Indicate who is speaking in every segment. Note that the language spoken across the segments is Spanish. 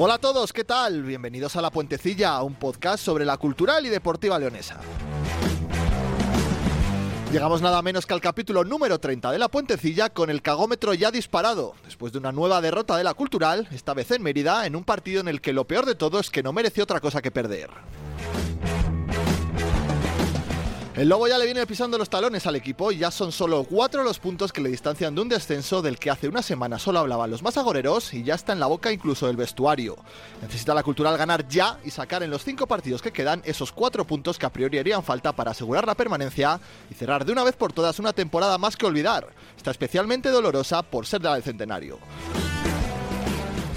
Speaker 1: Hola a todos, ¿qué tal? Bienvenidos a La Puentecilla, un podcast sobre la cultural y deportiva leonesa. Llegamos nada menos que al capítulo número 30 de La Puentecilla con el cagómetro ya disparado, después de una nueva derrota de la cultural, esta vez en Mérida, en un partido en el que lo peor de todo es que no mereció otra cosa que perder. El Lobo ya le viene pisando los talones al equipo y ya son solo cuatro los puntos que le distancian de un descenso del que hace una semana solo hablaban los más agoreros y ya está en la boca incluso el vestuario. Necesita la cultural ganar ya y sacar en los cinco partidos que quedan esos cuatro puntos que a priori harían falta para asegurar la permanencia y cerrar de una vez por todas una temporada más que olvidar. Está especialmente dolorosa por ser la del centenario.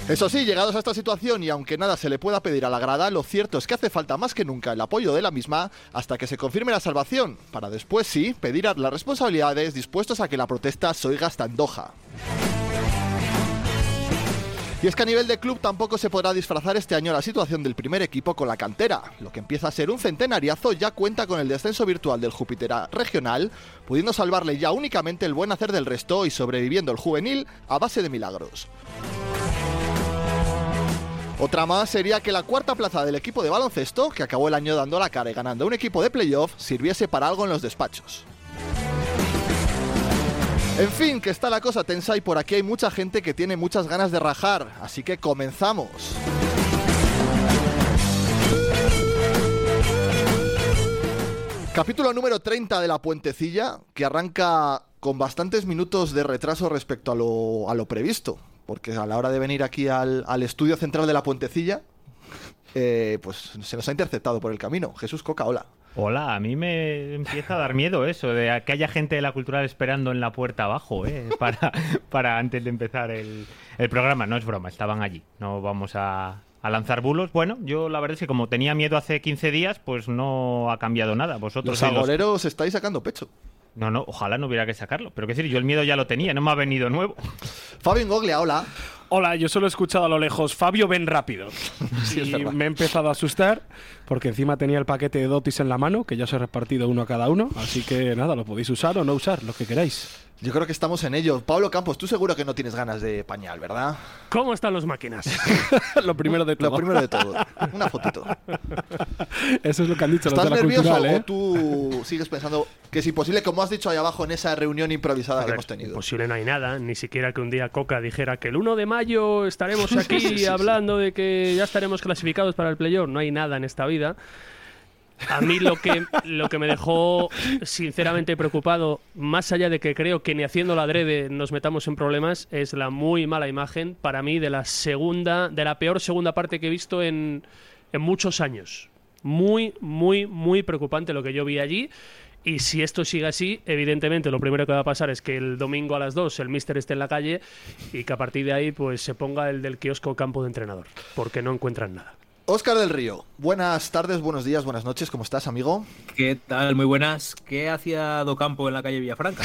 Speaker 1: Eso sí, llegados a esta situación y aunque nada se le pueda pedir a la grada, lo cierto es que hace falta más que nunca el apoyo de la misma hasta que se confirme la salvación, para después sí pedir a las responsabilidades dispuestos a que la protesta se oiga hasta Andoja. Y es que a nivel de club tampoco se podrá disfrazar este año la situación del primer equipo con la cantera. Lo que empieza a ser un centenariazo ya cuenta con el descenso virtual del Júpiter A regional, pudiendo salvarle ya únicamente el buen hacer del resto y sobreviviendo el juvenil a base de milagros. Otra más sería que la cuarta plaza del equipo de baloncesto, que acabó el año dando la cara y ganando un equipo de playoff, sirviese para algo en los despachos. En fin, que está la cosa tensa y por aquí hay mucha gente que tiene muchas ganas de rajar, así que comenzamos. Capítulo número 30 de La Puentecilla, que arranca con bastantes minutos de retraso respecto a lo, a lo previsto, porque a la hora de venir aquí al, al estudio central de La Puentecilla, eh, pues se nos ha interceptado por el camino. Jesús Coca, hola.
Speaker 2: Hola, a mí me empieza a dar miedo eso, de que haya gente de la cultural esperando en la puerta abajo, ¿eh? para, para antes de empezar el, el programa. No es broma, estaban allí. No vamos a, a lanzar bulos. Bueno, yo la verdad es que como tenía miedo hace 15 días, pues no ha cambiado nada. Vosotros
Speaker 1: Los
Speaker 2: sí los-
Speaker 1: agoreros estáis sacando pecho.
Speaker 2: No, no, ojalá no hubiera que sacarlo. Pero qué decir, yo el miedo ya lo tenía, no me ha venido nuevo.
Speaker 1: Fabio Ingoglia, hola.
Speaker 3: Hola, yo solo he escuchado a lo lejos. Fabio, ven rápido.
Speaker 1: Sí, es
Speaker 3: y
Speaker 1: verdad.
Speaker 3: me he empezado a asustar porque encima tenía el paquete de dotis en la mano, que ya os he repartido uno a cada uno. Así que nada, lo podéis usar o no usar, lo que queráis.
Speaker 1: Yo creo que estamos en ello. Pablo Campos, tú seguro que no tienes ganas de pañal, ¿verdad?
Speaker 4: ¿Cómo están los máquinas?
Speaker 3: lo primero de todo.
Speaker 1: Lo primero de todo, una fotito.
Speaker 3: Eso es lo que han dicho los
Speaker 1: ¿Estás
Speaker 3: de la
Speaker 1: nervioso
Speaker 3: cultural, ¿eh?
Speaker 1: o tú sigues pensando que es imposible, como has dicho ahí abajo en esa reunión improvisada
Speaker 4: A
Speaker 1: que
Speaker 4: ver,
Speaker 1: hemos tenido?
Speaker 4: Imposible no hay nada, ni siquiera que un día Coca dijera que el 1 de mayo estaremos aquí
Speaker 1: Sí, sí, sí,
Speaker 4: hablando de que ya estaremos clasificados para el playoff. No hay nada en esta vida. A mí lo que, lo que me dejó sinceramente preocupado, más allá de que creo que ni haciendo la adrede nos metamos en problemas, es la muy mala imagen para mí de la segunda, de la peor segunda parte que he visto en, en muchos años. Muy, muy, muy preocupante lo que yo vi allí. Y si esto sigue así, evidentemente lo primero que va a pasar es que el domingo a las 2 el mister esté en la calle y que a partir de ahí pues se ponga el del kiosco campo de entrenador, porque no encuentran nada.
Speaker 1: Óscar del Río, buenas tardes, buenos días, buenas noches, ¿cómo estás, amigo?
Speaker 5: ¿Qué tal? Muy buenas. ¿Qué hacía Docampo en la calle Villafranca?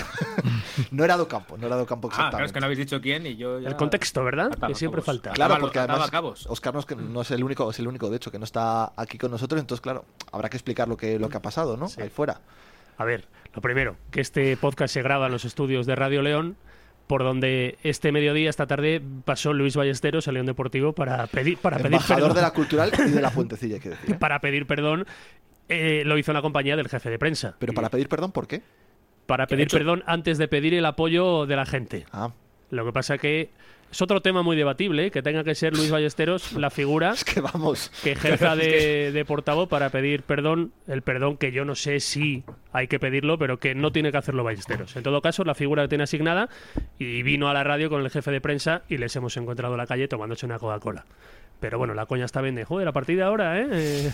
Speaker 1: No era Docampo, no era Docampo
Speaker 5: ah, claro,
Speaker 1: exactamente.
Speaker 5: es que no habéis dicho quién y yo ya...
Speaker 4: El contexto, ¿verdad?
Speaker 5: Ataba
Speaker 4: que siempre
Speaker 5: cabos.
Speaker 4: falta.
Speaker 1: Claro,
Speaker 5: Ataba-
Speaker 1: porque
Speaker 5: ataba
Speaker 1: además
Speaker 5: cabos.
Speaker 1: Oscar no es, que- no es el único, es el único de hecho que no está aquí con nosotros, entonces claro, habrá que explicar lo que lo que ha pasado, ¿no?
Speaker 4: Sí.
Speaker 1: Ahí fuera.
Speaker 4: A ver, lo primero, que este podcast se graba en los estudios de Radio León, por donde este mediodía, esta tarde, pasó Luis Ballesteros a León Deportivo para pedir, para pedir
Speaker 1: Embajador
Speaker 4: perdón.
Speaker 1: de la cultural y de la Fuentecilla, hay que decir. ¿eh?
Speaker 4: Para pedir perdón. eh, lo hizo en la compañía del jefe de prensa.
Speaker 1: Pero para pedir perdón, ¿por qué?
Speaker 4: Para pedir
Speaker 5: hecho-
Speaker 4: perdón antes de pedir el apoyo de la gente.
Speaker 1: Ah,
Speaker 4: Lo que pasa que es otro tema muy debatible, ¿eh? que tenga que ser Luis Ballesteros la figura
Speaker 1: es que vamos.
Speaker 4: que ejerza de, de portavoz para pedir perdón, el perdón que yo no sé si hay que pedirlo, pero que no tiene que hacerlo Ballesteros. En todo caso, la figura que tiene asignada y vino a la radio con el jefe de prensa y les hemos encontrado en la calle tomándose una Coca-Cola. Pero bueno, la coña está bien de, joder, a partir de ahora, ¿eh? Eh,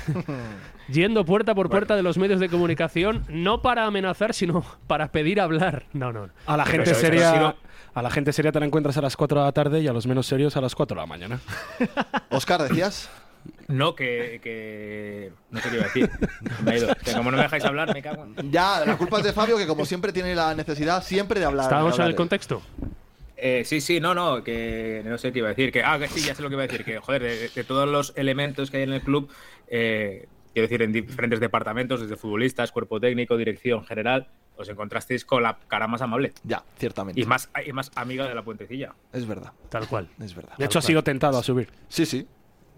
Speaker 4: Yendo puerta por puerta de los medios de comunicación, no para amenazar, sino para pedir hablar. No, no.
Speaker 3: A la gente
Speaker 5: eso- eso ha
Speaker 3: seria.
Speaker 5: sido-
Speaker 3: A la gente seria te la encuentras a las 4 de la tarde y a los menos serios a las 4 de la mañana.
Speaker 1: Oscar, decías.
Speaker 5: No, que, que... No sé qué iba a decir. Me ha ido. Que como no me dejáis hablar, me cago en...
Speaker 1: Ya, la culpa es de Fabio, que como siempre tiene la necesidad siempre de hablar.
Speaker 4: Estábamos
Speaker 1: de
Speaker 4: en
Speaker 1: hablar
Speaker 4: el
Speaker 1: de él.
Speaker 4: contexto.
Speaker 5: Eh, sí, sí, no, no, que no sé qué iba a decir. Que, ah, que sí, ya sé lo que iba a decir. Que, joder, de, de todos los elementos que hay en el club, eh, quiero decir, en diferentes departamentos, desde futbolistas, cuerpo técnico, dirección general, os encontrasteis con la cara más amable
Speaker 1: Ya, ciertamente.
Speaker 5: y más, y más amiga de la puentecilla.
Speaker 1: Es verdad,
Speaker 4: Tal cual.
Speaker 1: es verdad.
Speaker 3: De hecho, ha sido tentado a subir.
Speaker 1: Sí, sí.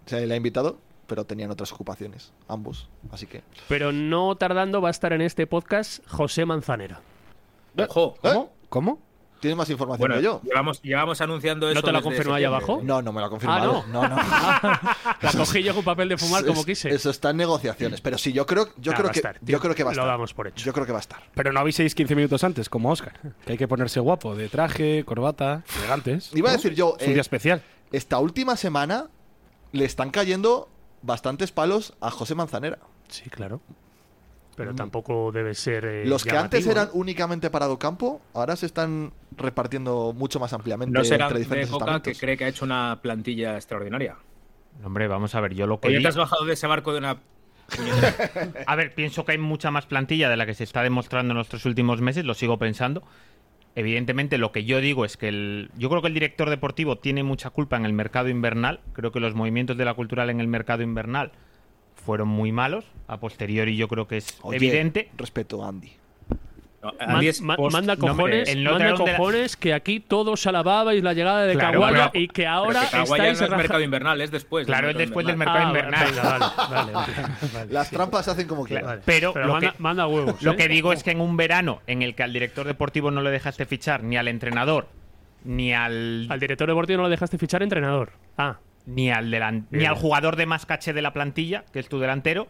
Speaker 1: Se le ha invitado, pero tenían otras ocupaciones, ambos. Así que. ¿Eh?
Speaker 4: Pero no tardando va a estar en este podcast José Manzanera.
Speaker 5: Ojo.
Speaker 1: ¿Cómo?
Speaker 3: ¿Cómo?
Speaker 1: ¿Tienes más información
Speaker 5: Bueno,
Speaker 1: que yo?
Speaker 5: llevamos, llevamos anunciando eso.
Speaker 4: te lo ha
Speaker 5: desde
Speaker 4: confirmado ahí
Speaker 5: septiembre,
Speaker 4: abajo?
Speaker 5: ¿eh?
Speaker 1: No, no me lo ha confirmado.
Speaker 4: Ah,
Speaker 1: no, no.
Speaker 4: La cogí yo con papel de fumar como
Speaker 1: Es-
Speaker 4: quise.
Speaker 1: Eso está en negociaciones, pero sí, yo creo, yo
Speaker 4: Nah,
Speaker 1: creo
Speaker 4: va a
Speaker 1: que
Speaker 4: estar, tío.
Speaker 1: yo creo que va a
Speaker 4: Lo
Speaker 1: estar.
Speaker 4: damos por hecho.
Speaker 1: Yo creo que va a estar.
Speaker 3: Pero no aviséis 15 minutos antes, como Oscar. Que hay que ponerse guapo, de traje, corbata, elegantes.
Speaker 1: Iba a
Speaker 3: ¿no?
Speaker 1: decir yo,
Speaker 3: Es un
Speaker 1: eh,
Speaker 3: día especial.
Speaker 1: Esta última semana le están cayendo bastantes palos a José Manzanera.
Speaker 4: Sí, claro. Pero tampoco debe ser. eh,
Speaker 1: Los que antes
Speaker 4: llamativo,
Speaker 1: eran
Speaker 4: ¿no?
Speaker 1: únicamente parado campo, ahora se están repartiendo mucho más ampliamente
Speaker 5: No será
Speaker 1: entre
Speaker 5: de
Speaker 1: diferentes
Speaker 5: Coca que
Speaker 1: estamentos.
Speaker 5: cree que ha hecho una plantilla extraordinaria.
Speaker 6: Hombre, vamos a ver, yo lo que
Speaker 5: Oye,
Speaker 6: vi-
Speaker 5: te has bajado de ese barco de una.
Speaker 6: A ver, pienso que hay mucha más plantilla de la que se está demostrando en nuestros últimos meses, lo sigo pensando. Evidentemente, lo que yo digo es que el, yo creo que el director deportivo tiene mucha culpa en el mercado invernal. Creo que los movimientos de la cultural en el mercado invernal fueron muy malos. A posteriori, yo creo que es
Speaker 1: Oye,
Speaker 6: evidente.
Speaker 1: Respeto a Andy.
Speaker 5: No, a
Speaker 4: Man-
Speaker 5: mí es
Speaker 4: ma-
Speaker 5: post-
Speaker 4: manda
Speaker 5: no, hombre,
Speaker 4: cojones,
Speaker 6: el no
Speaker 4: manda
Speaker 6: traer un dela-
Speaker 4: cojones que aquí todos alababais la llegada de
Speaker 6: Claro,
Speaker 4: Caguaya
Speaker 6: pero-
Speaker 4: y que
Speaker 5: pero
Speaker 4: ahora
Speaker 5: que Caguaya
Speaker 4: estáis
Speaker 5: no es
Speaker 4: raja-
Speaker 5: mercado invernal, es después.
Speaker 6: Claro, es después del mercado
Speaker 4: Ah,
Speaker 6: invernal.
Speaker 4: venga, vale, vale, vale, vale,
Speaker 1: Las
Speaker 4: sí.
Speaker 1: trampas se hacen como que
Speaker 6: Claro, Pero,
Speaker 4: Pero
Speaker 6: lo
Speaker 4: manda,
Speaker 6: que-
Speaker 4: manda huevos.
Speaker 6: Lo
Speaker 4: ¿eh?
Speaker 6: que digo es que en un verano en el que al director deportivo no le dejaste fichar ni al entrenador, ni al,
Speaker 4: Al director deportivo no lo dejaste fichar entrenador. Ah,
Speaker 6: ni al delan- ni al jugador de más caché de la plantilla, que es tu delantero,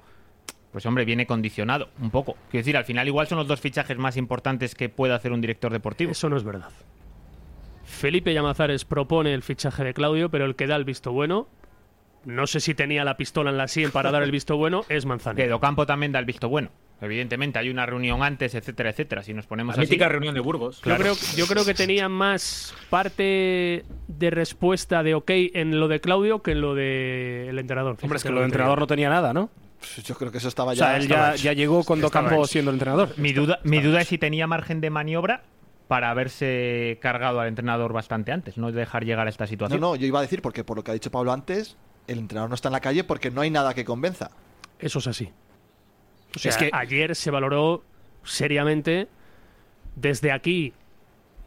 Speaker 6: pues hombre, viene condicionado un poco. Quiero decir, al final igual son los dos fichajes más importantes que puede hacer un director deportivo.
Speaker 4: eso no es verdad. Felipe Llamazares propone el fichaje de Claudio, pero el que da el visto bueno, no sé si tenía la pistola en la sien para dar el visto bueno, es
Speaker 6: Que
Speaker 4: Manzanero.
Speaker 6: Docampo también da el visto bueno. Evidentemente, hay una reunión antes, etcétera, etcétera. Si nos ponemos
Speaker 5: La
Speaker 6: así,
Speaker 5: mítica reunión de Burgos.
Speaker 4: Yo, creo, yo creo que tenía más parte de respuesta de ok en lo de Claudio que en lo del entrenador.
Speaker 3: Hombre, es que
Speaker 4: Fíjate
Speaker 3: lo de
Speaker 4: te
Speaker 3: entrenador no tenía nada, ¿no?
Speaker 1: Pff, yo creo que eso estaba
Speaker 3: O
Speaker 1: ya.
Speaker 3: sea, él ya, ya llegó con Docampo
Speaker 4: hecho.
Speaker 3: siendo el entrenador.
Speaker 6: mi duda, mi duda es si tenía margen de maniobra para haberse cargado al entrenador bastante antes, no dejar llegar a esta
Speaker 1: No,
Speaker 6: situación.
Speaker 1: no, yo iba a decir porque por lo que ha dicho Pablo antes, el entrenador no está en la calle porque no hay nada que convenza.
Speaker 4: digo. Eso es así. O sea,
Speaker 5: Es que-
Speaker 4: ayer se valoró seriamente desde aquí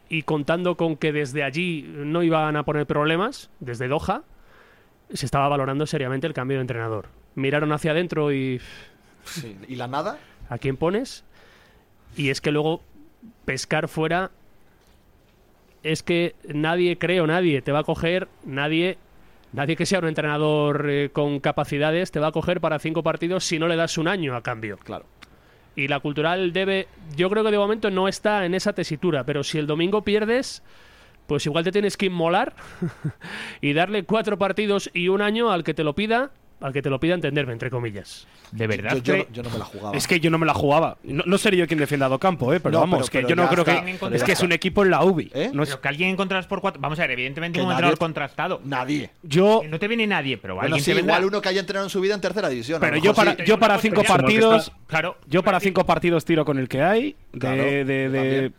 Speaker 4: y contando con que desde allí no iban a poner problemas, desde Doha, se estaba valorando seriamente el cambio de entrenador. Miraron hacia adentro y
Speaker 1: ¿Y la nada?
Speaker 4: a quién pones. Y es que luego pescar fuera es que nadie, creo, nadie te va a coger, nadie, nadie que sea un entrenador eh, con capacidades te va a coger para cinco partidos si no le das un año a cambio.
Speaker 1: Claro.
Speaker 4: Y la cultural debe, yo creo que de momento no está en esa tesitura, pero si el domingo pierdes, pues igual te tienes que inmolar y darle cuatro partidos y un año al que te lo pida al que te lo pida entenderme, entre comillas.
Speaker 6: De verdad.
Speaker 1: Yo, yo
Speaker 6: cre-
Speaker 1: no, yo no me la jugaba.
Speaker 3: Es que yo no me la jugaba. No, no sería yo quien defienda a Docampo, ¿eh? pero
Speaker 1: No,
Speaker 3: vamos,
Speaker 1: pero-
Speaker 3: que
Speaker 1: pero
Speaker 3: yo no
Speaker 1: ya
Speaker 3: creo
Speaker 1: está,
Speaker 6: pero
Speaker 3: que. Es
Speaker 6: ya
Speaker 3: que es
Speaker 1: está.
Speaker 3: un equipo en la UBI.
Speaker 1: ¿Eh?
Speaker 3: No es-
Speaker 6: Pero que alguien en contras por cuatro. Vamos a ver, evidentemente
Speaker 1: Que
Speaker 6: un
Speaker 1: nadie-
Speaker 6: entrenador contrastado.
Speaker 1: Nadie.
Speaker 3: Yo,
Speaker 6: Que No te viene nadie, pero
Speaker 1: Bueno,
Speaker 6: alguien
Speaker 1: sí,
Speaker 6: te vendrá.
Speaker 1: igual uno que haya entrenado en su vida en tercera división. a lo
Speaker 3: pero yo
Speaker 1: mejor
Speaker 3: para,
Speaker 1: sí.
Speaker 6: sí,
Speaker 3: yo
Speaker 6: te
Speaker 3: para
Speaker 6: digo
Speaker 3: cinco
Speaker 6: una cosa, ya.
Speaker 3: partidos.
Speaker 6: Claro.
Speaker 3: Yo para cinco partidos tiro con el que hay. De,
Speaker 1: Claro,
Speaker 3: de- de-
Speaker 1: también.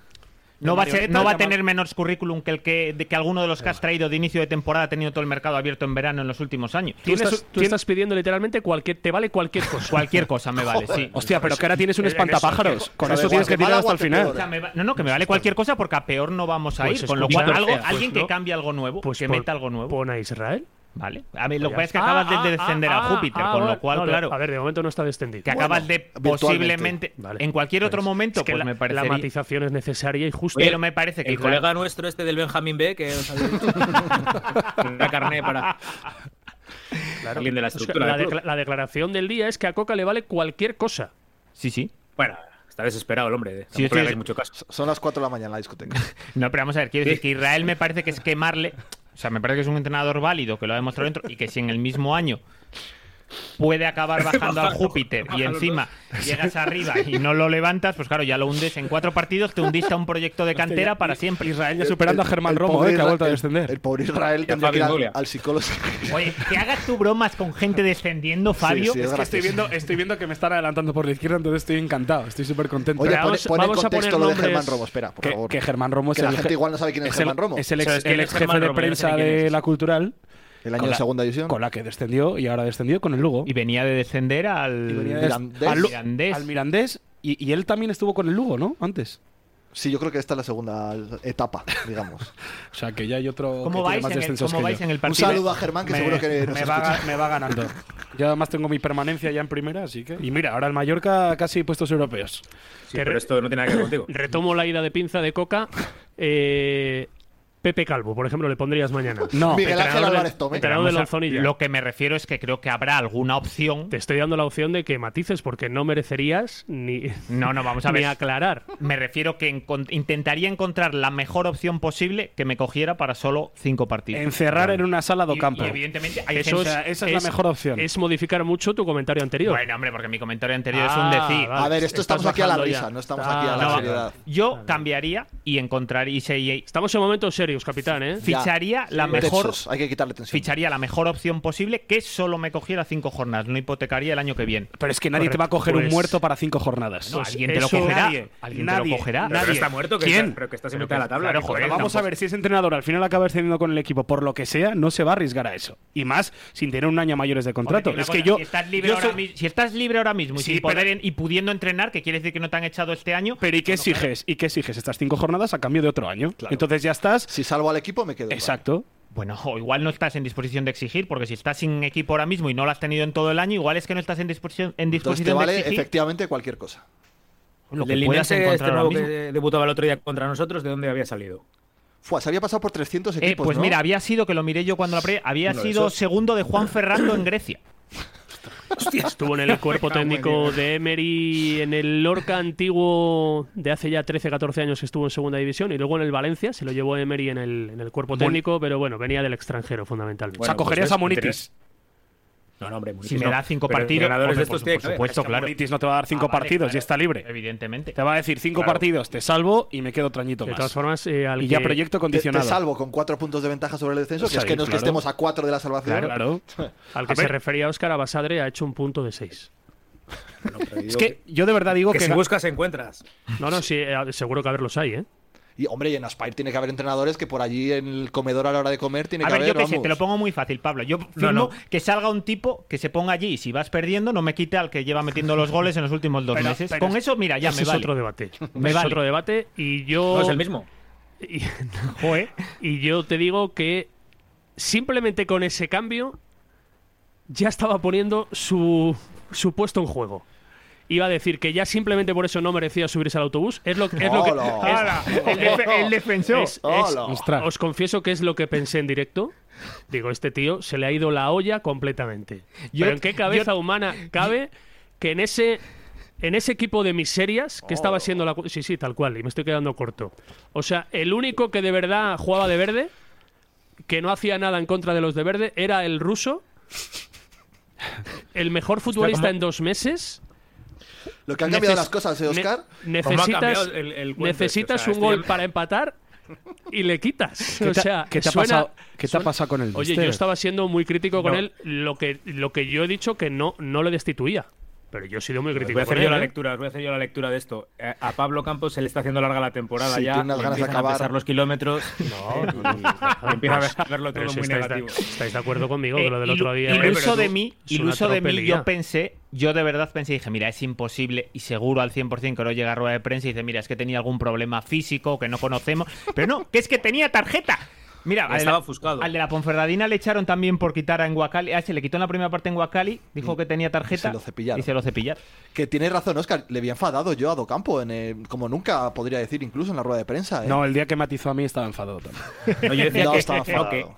Speaker 6: No va, a ser- no va a
Speaker 3: Llamar-
Speaker 6: tener menos currículum que el que, de que alguno de los que has traído de inicio de temporada ha tenido todo el mercado abierto en verano en los últimos años.
Speaker 4: Tú,
Speaker 3: Tienes-
Speaker 4: estás, tú
Speaker 3: tien-
Speaker 4: estás pidiendo literalmente cualquier. Te vale cualquier cosa. Eh,
Speaker 6: Cualquier cosa me vale, sí. Pues
Speaker 3: Hostia, pero que ahora tienes un
Speaker 6: Eso-
Speaker 3: espantapájaros. Con
Speaker 1: eso-
Speaker 3: eso tienes que
Speaker 1: Guatemala,
Speaker 3: tirar hasta
Speaker 6: O
Speaker 3: el
Speaker 6: sea,
Speaker 3: final.
Speaker 1: Guatemala.
Speaker 6: me va- no, no, que me vale cualquier cosa porque a peor no vamos a ir.
Speaker 4: Pues
Speaker 6: con lo
Speaker 4: escucha,
Speaker 6: cual, algo-
Speaker 4: pues
Speaker 6: alguien
Speaker 4: no.
Speaker 6: que cambie algo nuevo,
Speaker 3: pues
Speaker 6: que
Speaker 4: pon-
Speaker 6: meta algo nuevo.
Speaker 4: Pon a Israel.
Speaker 6: Vale. A ver, lo que
Speaker 4: Ya
Speaker 6: pasa es que
Speaker 4: está.
Speaker 6: acabas
Speaker 4: Ah,
Speaker 6: de
Speaker 4: ah,
Speaker 6: descender
Speaker 4: ah,
Speaker 6: a Júpiter,
Speaker 4: ah,
Speaker 6: con
Speaker 4: vale.
Speaker 6: lo cual,
Speaker 4: No, no,
Speaker 6: claro,
Speaker 4: A ver, de momento no está descendido.
Speaker 6: que acabas de
Speaker 1: virtualmente.
Speaker 6: posiblemente
Speaker 4: Vale.
Speaker 6: en cualquier otro
Speaker 4: Pues,
Speaker 6: momento,
Speaker 4: es que
Speaker 6: pues
Speaker 4: la,
Speaker 6: me
Speaker 4: la
Speaker 6: parecería.
Speaker 4: matización es necesaria y justa.
Speaker 6: Pero me parece que
Speaker 7: El
Speaker 6: Israel-
Speaker 7: colega nuestro este del Benjamín B, que os había dicho. una carné para alguien de la
Speaker 4: O sea,
Speaker 7: estructura
Speaker 4: la,
Speaker 7: del club.
Speaker 4: decla- la declaración del día es que a Coca le vale cualquier cosa.
Speaker 6: Sí, sí.
Speaker 7: Bueno, está desesperado el hombre.
Speaker 6: Sí,
Speaker 7: Sí,
Speaker 6: estoy-
Speaker 7: mucho caso.
Speaker 1: Son las 4 de la mañana en la discoteca.
Speaker 6: No, pero vamos a ver, quiero
Speaker 7: Sí.
Speaker 6: decir que Israel me parece que es quemarle. O sea, me parece que es un entrenador válido que lo ha demostrado dentro y que si en el mismo año puede acabar bajando al Júpiter y encima llegas arriba y no lo levantas, pues claro, ya lo hundes en cuatro partidos, te hundiste a un proyecto de cantera para siempre.
Speaker 3: Israel ya superando a Germán
Speaker 1: El
Speaker 3: Romo,
Speaker 1: pobre
Speaker 3: eh, que ha
Speaker 1: Isra-
Speaker 3: vuelto a
Speaker 1: el-
Speaker 3: descender.
Speaker 1: El pobre Israel tendría
Speaker 7: Fabi
Speaker 1: que ir al,
Speaker 7: Nulia.
Speaker 1: al psicólogo.
Speaker 6: Oye, que hagas tú bromas con gente descendiendo, Fabio.
Speaker 1: sí, es
Speaker 3: que estoy
Speaker 1: gracioso.
Speaker 3: viendo, estoy viendo que me están adelantando por la izquierda, entonces estoy encantado. Estoy súper contento.
Speaker 1: Oye,
Speaker 4: Pero
Speaker 1: pone,
Speaker 4: vamos-
Speaker 1: pone en
Speaker 4: vamos a
Speaker 1: contexto
Speaker 4: poner
Speaker 1: lo de
Speaker 4: nombres-
Speaker 1: Germán Romo, espera, por
Speaker 3: que,
Speaker 1: favor.
Speaker 3: que Germán Romo es
Speaker 1: Que la
Speaker 3: el
Speaker 1: gente
Speaker 3: je-
Speaker 1: igual no sabe quién es
Speaker 3: el-
Speaker 1: Germán Romo.
Speaker 3: Es el
Speaker 7: ¿Sabes
Speaker 3: ex,
Speaker 7: quién
Speaker 3: el
Speaker 7: es
Speaker 3: ex jefe
Speaker 7: Germán
Speaker 3: de
Speaker 7: Romo? Yo no sé
Speaker 3: prensa
Speaker 7: quién
Speaker 3: de
Speaker 7: es.
Speaker 3: la cultural,
Speaker 1: El año
Speaker 3: con
Speaker 1: de
Speaker 3: la-
Speaker 1: segunda división.
Speaker 3: con la que descendió y ahora descendió con el Lugo.
Speaker 6: Y venía de descender al.
Speaker 1: Y venía de- Mirandés.
Speaker 3: al, Lu-
Speaker 6: Mirandés.
Speaker 3: al Mirandés, y, y él también estuvo con el Lugo, ¿no? Antes.
Speaker 1: Sí, yo creo que esta es la segunda etapa, digamos.
Speaker 3: O sea, que ya hay otro. que
Speaker 6: ¿Cómo
Speaker 3: tiene
Speaker 6: vais,
Speaker 3: más
Speaker 6: en el,
Speaker 3: descensos
Speaker 6: cómo
Speaker 3: que
Speaker 6: vais
Speaker 3: yo.
Speaker 6: en el
Speaker 1: Un
Speaker 6: partido?
Speaker 1: saludo a Germán, que seguro que nos
Speaker 3: me, va, me va ganando. Yo además tengo mi permanencia ya en primera, así que. Y mira, ahora el Mallorca casi puestos europeos.
Speaker 7: Sí, pero esto no tiene nada que ver contigo.
Speaker 4: Retomo la ida de pinza de Coca. Eh, Pepe Calvo, por ejemplo, le pondrías mañana.
Speaker 3: No,
Speaker 1: Miguel Ángel
Speaker 4: entrenador del-
Speaker 1: Álvarez Tomé.
Speaker 4: entrenador de
Speaker 6: Vamos a-
Speaker 4: Lonzonilla.
Speaker 6: Lo que me refiero es que creo que habrá alguna opción.
Speaker 4: Te estoy dando la opción de que matices porque no merecerías ni,
Speaker 6: No, no, vamos a ver.
Speaker 4: ni aclarar.
Speaker 6: Me refiero que encon- intentaría encontrar la mejor opción posible que me cogiera para solo cinco partidos.
Speaker 3: encerrar en una sala de
Speaker 6: Y-
Speaker 3: campo.
Speaker 6: Y, evidentemente hay
Speaker 3: Eso
Speaker 6: gente-
Speaker 3: es- esa es la mejor opción.
Speaker 4: Es modificar mucho tu comentario anterior.
Speaker 6: Bueno, hombre, porque mi comentario anterior
Speaker 4: Ah,
Speaker 6: es un decir.
Speaker 4: vale.
Speaker 1: A ver, esto
Speaker 4: Estás
Speaker 1: estamos aquí a la
Speaker 4: bajando
Speaker 1: risa,
Speaker 4: ya.
Speaker 1: no estamos
Speaker 4: Ah,
Speaker 1: aquí a la
Speaker 4: no, vale,
Speaker 1: seriedad.
Speaker 6: Yo cambiaría y encontraría y se- y
Speaker 4: Estamos en momentos serios, capitán, ¿eh?
Speaker 1: Ya.
Speaker 6: ficharía la mejor
Speaker 1: Textos, hay que quitarle tensión.
Speaker 6: ficharía la mejor opción posible que solo me cogiera cinco jornadas, no hipotecaría el año que viene.
Speaker 3: Pero es que nadie te
Speaker 4: Correcto,
Speaker 3: va a coger un
Speaker 4: pues-
Speaker 3: muerto para cinco jornadas.
Speaker 6: No,
Speaker 3: Pues
Speaker 6: alguien te lo
Speaker 3: eso-
Speaker 6: cogerá.
Speaker 3: nadie,
Speaker 6: alguien te
Speaker 3: nadie,
Speaker 6: lo cogerá.
Speaker 7: Pero no
Speaker 3: nadie.
Speaker 7: está muerto, que
Speaker 3: ¿Quién?
Speaker 7: está- pero que estás en
Speaker 6: Pero
Speaker 7: mitad de
Speaker 6: que-
Speaker 7: la tabla.
Speaker 6: claro,
Speaker 7: que
Speaker 6: joder,
Speaker 3: Pero
Speaker 7: joder,
Speaker 3: vamos
Speaker 7: tampoco.
Speaker 3: a ver, si ese entrenador al final acaba descendiendo con el equipo por lo que sea, no se va a arriesgar a eso. Y más sin tener un año mayores de contrato.
Speaker 6: Hombre,
Speaker 3: es
Speaker 6: te
Speaker 3: que
Speaker 6: digo
Speaker 3: yo.
Speaker 6: una cosa, Si estás libre,
Speaker 3: yo
Speaker 6: ahora,
Speaker 3: soy-
Speaker 6: mi- si estás libre ahora mismo y,
Speaker 3: Sí,
Speaker 6: sin
Speaker 3: pero-
Speaker 6: poder en- y pudiendo entrenar, que quiere decir que no te han echado este año.
Speaker 3: Pero ¿y qué exiges? ¿Y qué exiges estas cinco jornadas a cambio de otro año? Entonces ya estás.
Speaker 1: Si salvo al equipo, me quedo.
Speaker 3: Exacto.
Speaker 6: Bueno, o igual no estás en disposición de exigir, porque si estás sin equipo ahora mismo y no lo has tenido en todo el año, igual es que no estás en disposición, en
Speaker 1: Entonces te
Speaker 6: disposición
Speaker 1: vale
Speaker 6: de exigir
Speaker 1: efectivamente cualquier cosa.
Speaker 6: lo que
Speaker 7: Del
Speaker 6: puedas
Speaker 7: Linense,
Speaker 6: encontrar
Speaker 7: este
Speaker 6: ahora
Speaker 7: nuevo
Speaker 6: mismo.
Speaker 7: que debutaba el otro día contra nosotros, ¿de dónde había salido?
Speaker 1: Fua, se había pasado por 300
Speaker 6: Eh,
Speaker 1: equipos,
Speaker 6: pues
Speaker 1: ¿no?
Speaker 6: mira, había sido, que lo miré yo cuando la pre, había
Speaker 7: Uno de
Speaker 6: sido
Speaker 7: esos.
Speaker 6: segundo de Juan Ferrando en Grecia.
Speaker 4: Estuvo en el
Speaker 7: Ah,
Speaker 4: cuerpo técnico de Emery, en el Lorca antiguo de hace ya 13, 14 años que estuvo en segunda división y luego en el Valencia, se lo llevó Emery en el, en el cuerpo técnico, pero bueno, venía del extranjero fundamentalmente.
Speaker 3: o sea,
Speaker 7: Bueno,
Speaker 3: cogerías
Speaker 7: pues
Speaker 3: a
Speaker 7: ves,
Speaker 3: Monitis.
Speaker 7: No, no, hombre,
Speaker 6: Si
Speaker 7: Munitis
Speaker 6: me
Speaker 7: no.
Speaker 6: da cinco
Speaker 7: Pero
Speaker 6: partidos,
Speaker 7: entrenadores de
Speaker 6: hombre,
Speaker 7: estos
Speaker 6: por,
Speaker 7: tiene
Speaker 6: por
Speaker 7: que haber.
Speaker 6: supuesto,
Speaker 3: Es que
Speaker 6: claro.
Speaker 3: Monitis no te va a dar cinco
Speaker 6: Ah, vale,
Speaker 3: partidos
Speaker 6: claro,
Speaker 3: y está libre.
Speaker 6: Evidentemente.
Speaker 3: Te va a decir cinco
Speaker 7: Claro.
Speaker 3: partidos, te salvo y me quedo trañito
Speaker 4: de
Speaker 3: más.
Speaker 4: todas formas, eh, al
Speaker 3: y ya
Speaker 4: que-
Speaker 3: proyecto
Speaker 1: Te- te
Speaker 3: condicionado.
Speaker 1: salvo con cuatro puntos de ventaja sobre el descenso, que
Speaker 3: Pues
Speaker 1: es que
Speaker 3: ahí,
Speaker 1: no es que
Speaker 3: claro.
Speaker 1: estemos a cuatro de la salvación.
Speaker 3: Claro, claro.
Speaker 4: al que
Speaker 3: A
Speaker 4: se
Speaker 3: ver.
Speaker 4: refería Óscar Abasadre ha hecho un punto de 6.
Speaker 3: Es que yo de verdad digo
Speaker 7: Que
Speaker 3: que,
Speaker 7: si buscas, encuentras.
Speaker 4: No, no, sí, eh, seguro que a ver los hay, ¿eh?
Speaker 1: Y hombre, y en Aspire tiene que haber entrenadores que por allí en el comedor a la hora de comer tiene
Speaker 6: A
Speaker 1: que
Speaker 6: ver,
Speaker 1: haber.
Speaker 6: yo qué sé,
Speaker 1: vamos.
Speaker 6: te lo pongo muy fácil, Pablo. Yo firmo
Speaker 7: no.
Speaker 6: que salga un tipo que se ponga allí y si vas perdiendo, no me quita al que lleva metiendo los goles en los últimos dos
Speaker 3: Pero-
Speaker 6: meses.
Speaker 3: pero
Speaker 6: Con
Speaker 3: es-
Speaker 6: eso, mira, ya
Speaker 4: Ese
Speaker 6: me
Speaker 4: es
Speaker 6: vale. Oh,
Speaker 4: otro debate.
Speaker 6: Me
Speaker 4: Ese
Speaker 6: vale.
Speaker 4: Es otro debate y yo...
Speaker 7: No es el mismo.
Speaker 4: Y, Joder. y yo te digo que simplemente con ese cambio ya estaba poniendo su, su puesto en juego. Iba a decir que ya simplemente por eso no merecía subirse al autobús. Es lo, es lo que.
Speaker 1: Hola. Hola.
Speaker 4: es-
Speaker 1: El defe- el
Speaker 6: defensor.
Speaker 4: es- es-
Speaker 1: Hola.
Speaker 3: Ostras.
Speaker 4: os confieso que es lo que pensé en directo. Digo, este tío se le ha ido la olla completamente.
Speaker 6: Yo-
Speaker 4: Pero ¿en qué cabeza humana cabe que en ese en ese equipo de miserias que estaba siendo la... cu- Sí, sí, tal cual, y me estoy quedando corto. O sea, el único que de verdad jugaba de verde, que no hacía nada en contra de los de verde, era el ruso. el mejor futbolista en dos meses.
Speaker 1: Lo que han cambiado
Speaker 4: neces-
Speaker 1: las cosas, ¿eh,
Speaker 4: ne-
Speaker 1: Oscar?
Speaker 8: ¿Cómo Pues ha
Speaker 4: necesitas
Speaker 8: cambiado el- el cuento
Speaker 4: necesitas
Speaker 8: este? O sea,
Speaker 4: un gol
Speaker 8: este-
Speaker 4: para empatar y le quitas.
Speaker 3: ¿Qué
Speaker 4: o
Speaker 3: te-
Speaker 4: sea,
Speaker 3: qué te ha
Speaker 4: suena-
Speaker 3: pasado- qué te ha
Speaker 4: suena-
Speaker 3: pasado con el
Speaker 4: Oye, yo
Speaker 3: Mister?
Speaker 4: estaba siendo muy crítico con
Speaker 8: No.
Speaker 4: él. Lo que, lo que yo he dicho que no, no le destituía. Pero yo he sido muy
Speaker 8: Os
Speaker 4: crítico
Speaker 8: Voy a
Speaker 4: con
Speaker 8: hacer
Speaker 4: él.
Speaker 8: yo la
Speaker 4: ¿eh?
Speaker 8: lectura, os voy a hacer yo la lectura de esto. Eh, A Pablo Campos se le está haciendo larga la temporada
Speaker 1: Sí,
Speaker 8: ya.
Speaker 1: tiene unas ganas de
Speaker 8: empiezan
Speaker 1: acabar.
Speaker 8: a pesar los kilómetros. No, empieza a ver- a verlo todo
Speaker 4: Pero si
Speaker 8: muy
Speaker 4: estáis,
Speaker 8: negativo.
Speaker 4: estáis de acuerdo conmigo
Speaker 6: Eh,
Speaker 4: que lo del
Speaker 6: ilu-
Speaker 4: otro día.
Speaker 6: Iluso
Speaker 8: Pero
Speaker 6: de
Speaker 8: tú-
Speaker 6: mí,
Speaker 4: es una
Speaker 6: iluso de mí,
Speaker 4: tropelía.
Speaker 6: yo pensé, yo de verdad pensé, dije, mira, es imposible y seguro al 100% que no llega a rueda de prensa y dice, mira, es que tenía algún problema físico que no conocemos. Pero no, que es que tenía tarjeta. Mira, al de,
Speaker 8: Estaba
Speaker 6: la,
Speaker 8: ofuscado.
Speaker 6: al de la Ponferradina le echaron también por quitar a Enguacali. Ah, se le quitó en la primera parte en Guacali, dijo que tenía tarjeta.
Speaker 1: Mm. lo cepillaron.
Speaker 6: Y se lo cepillaron.
Speaker 1: Que tiene razón, Oscar. Le había enfadado yo a Docampo, en, eh, como nunca podría decir, incluso en la rueda de prensa. ¿eh?
Speaker 3: No, el día que matizó a mí estaba enfadado también.
Speaker 8: No, yo decía
Speaker 6: Ah,
Speaker 1: No,
Speaker 8: que,
Speaker 1: estaba
Speaker 8: no, que,
Speaker 1: enfadado.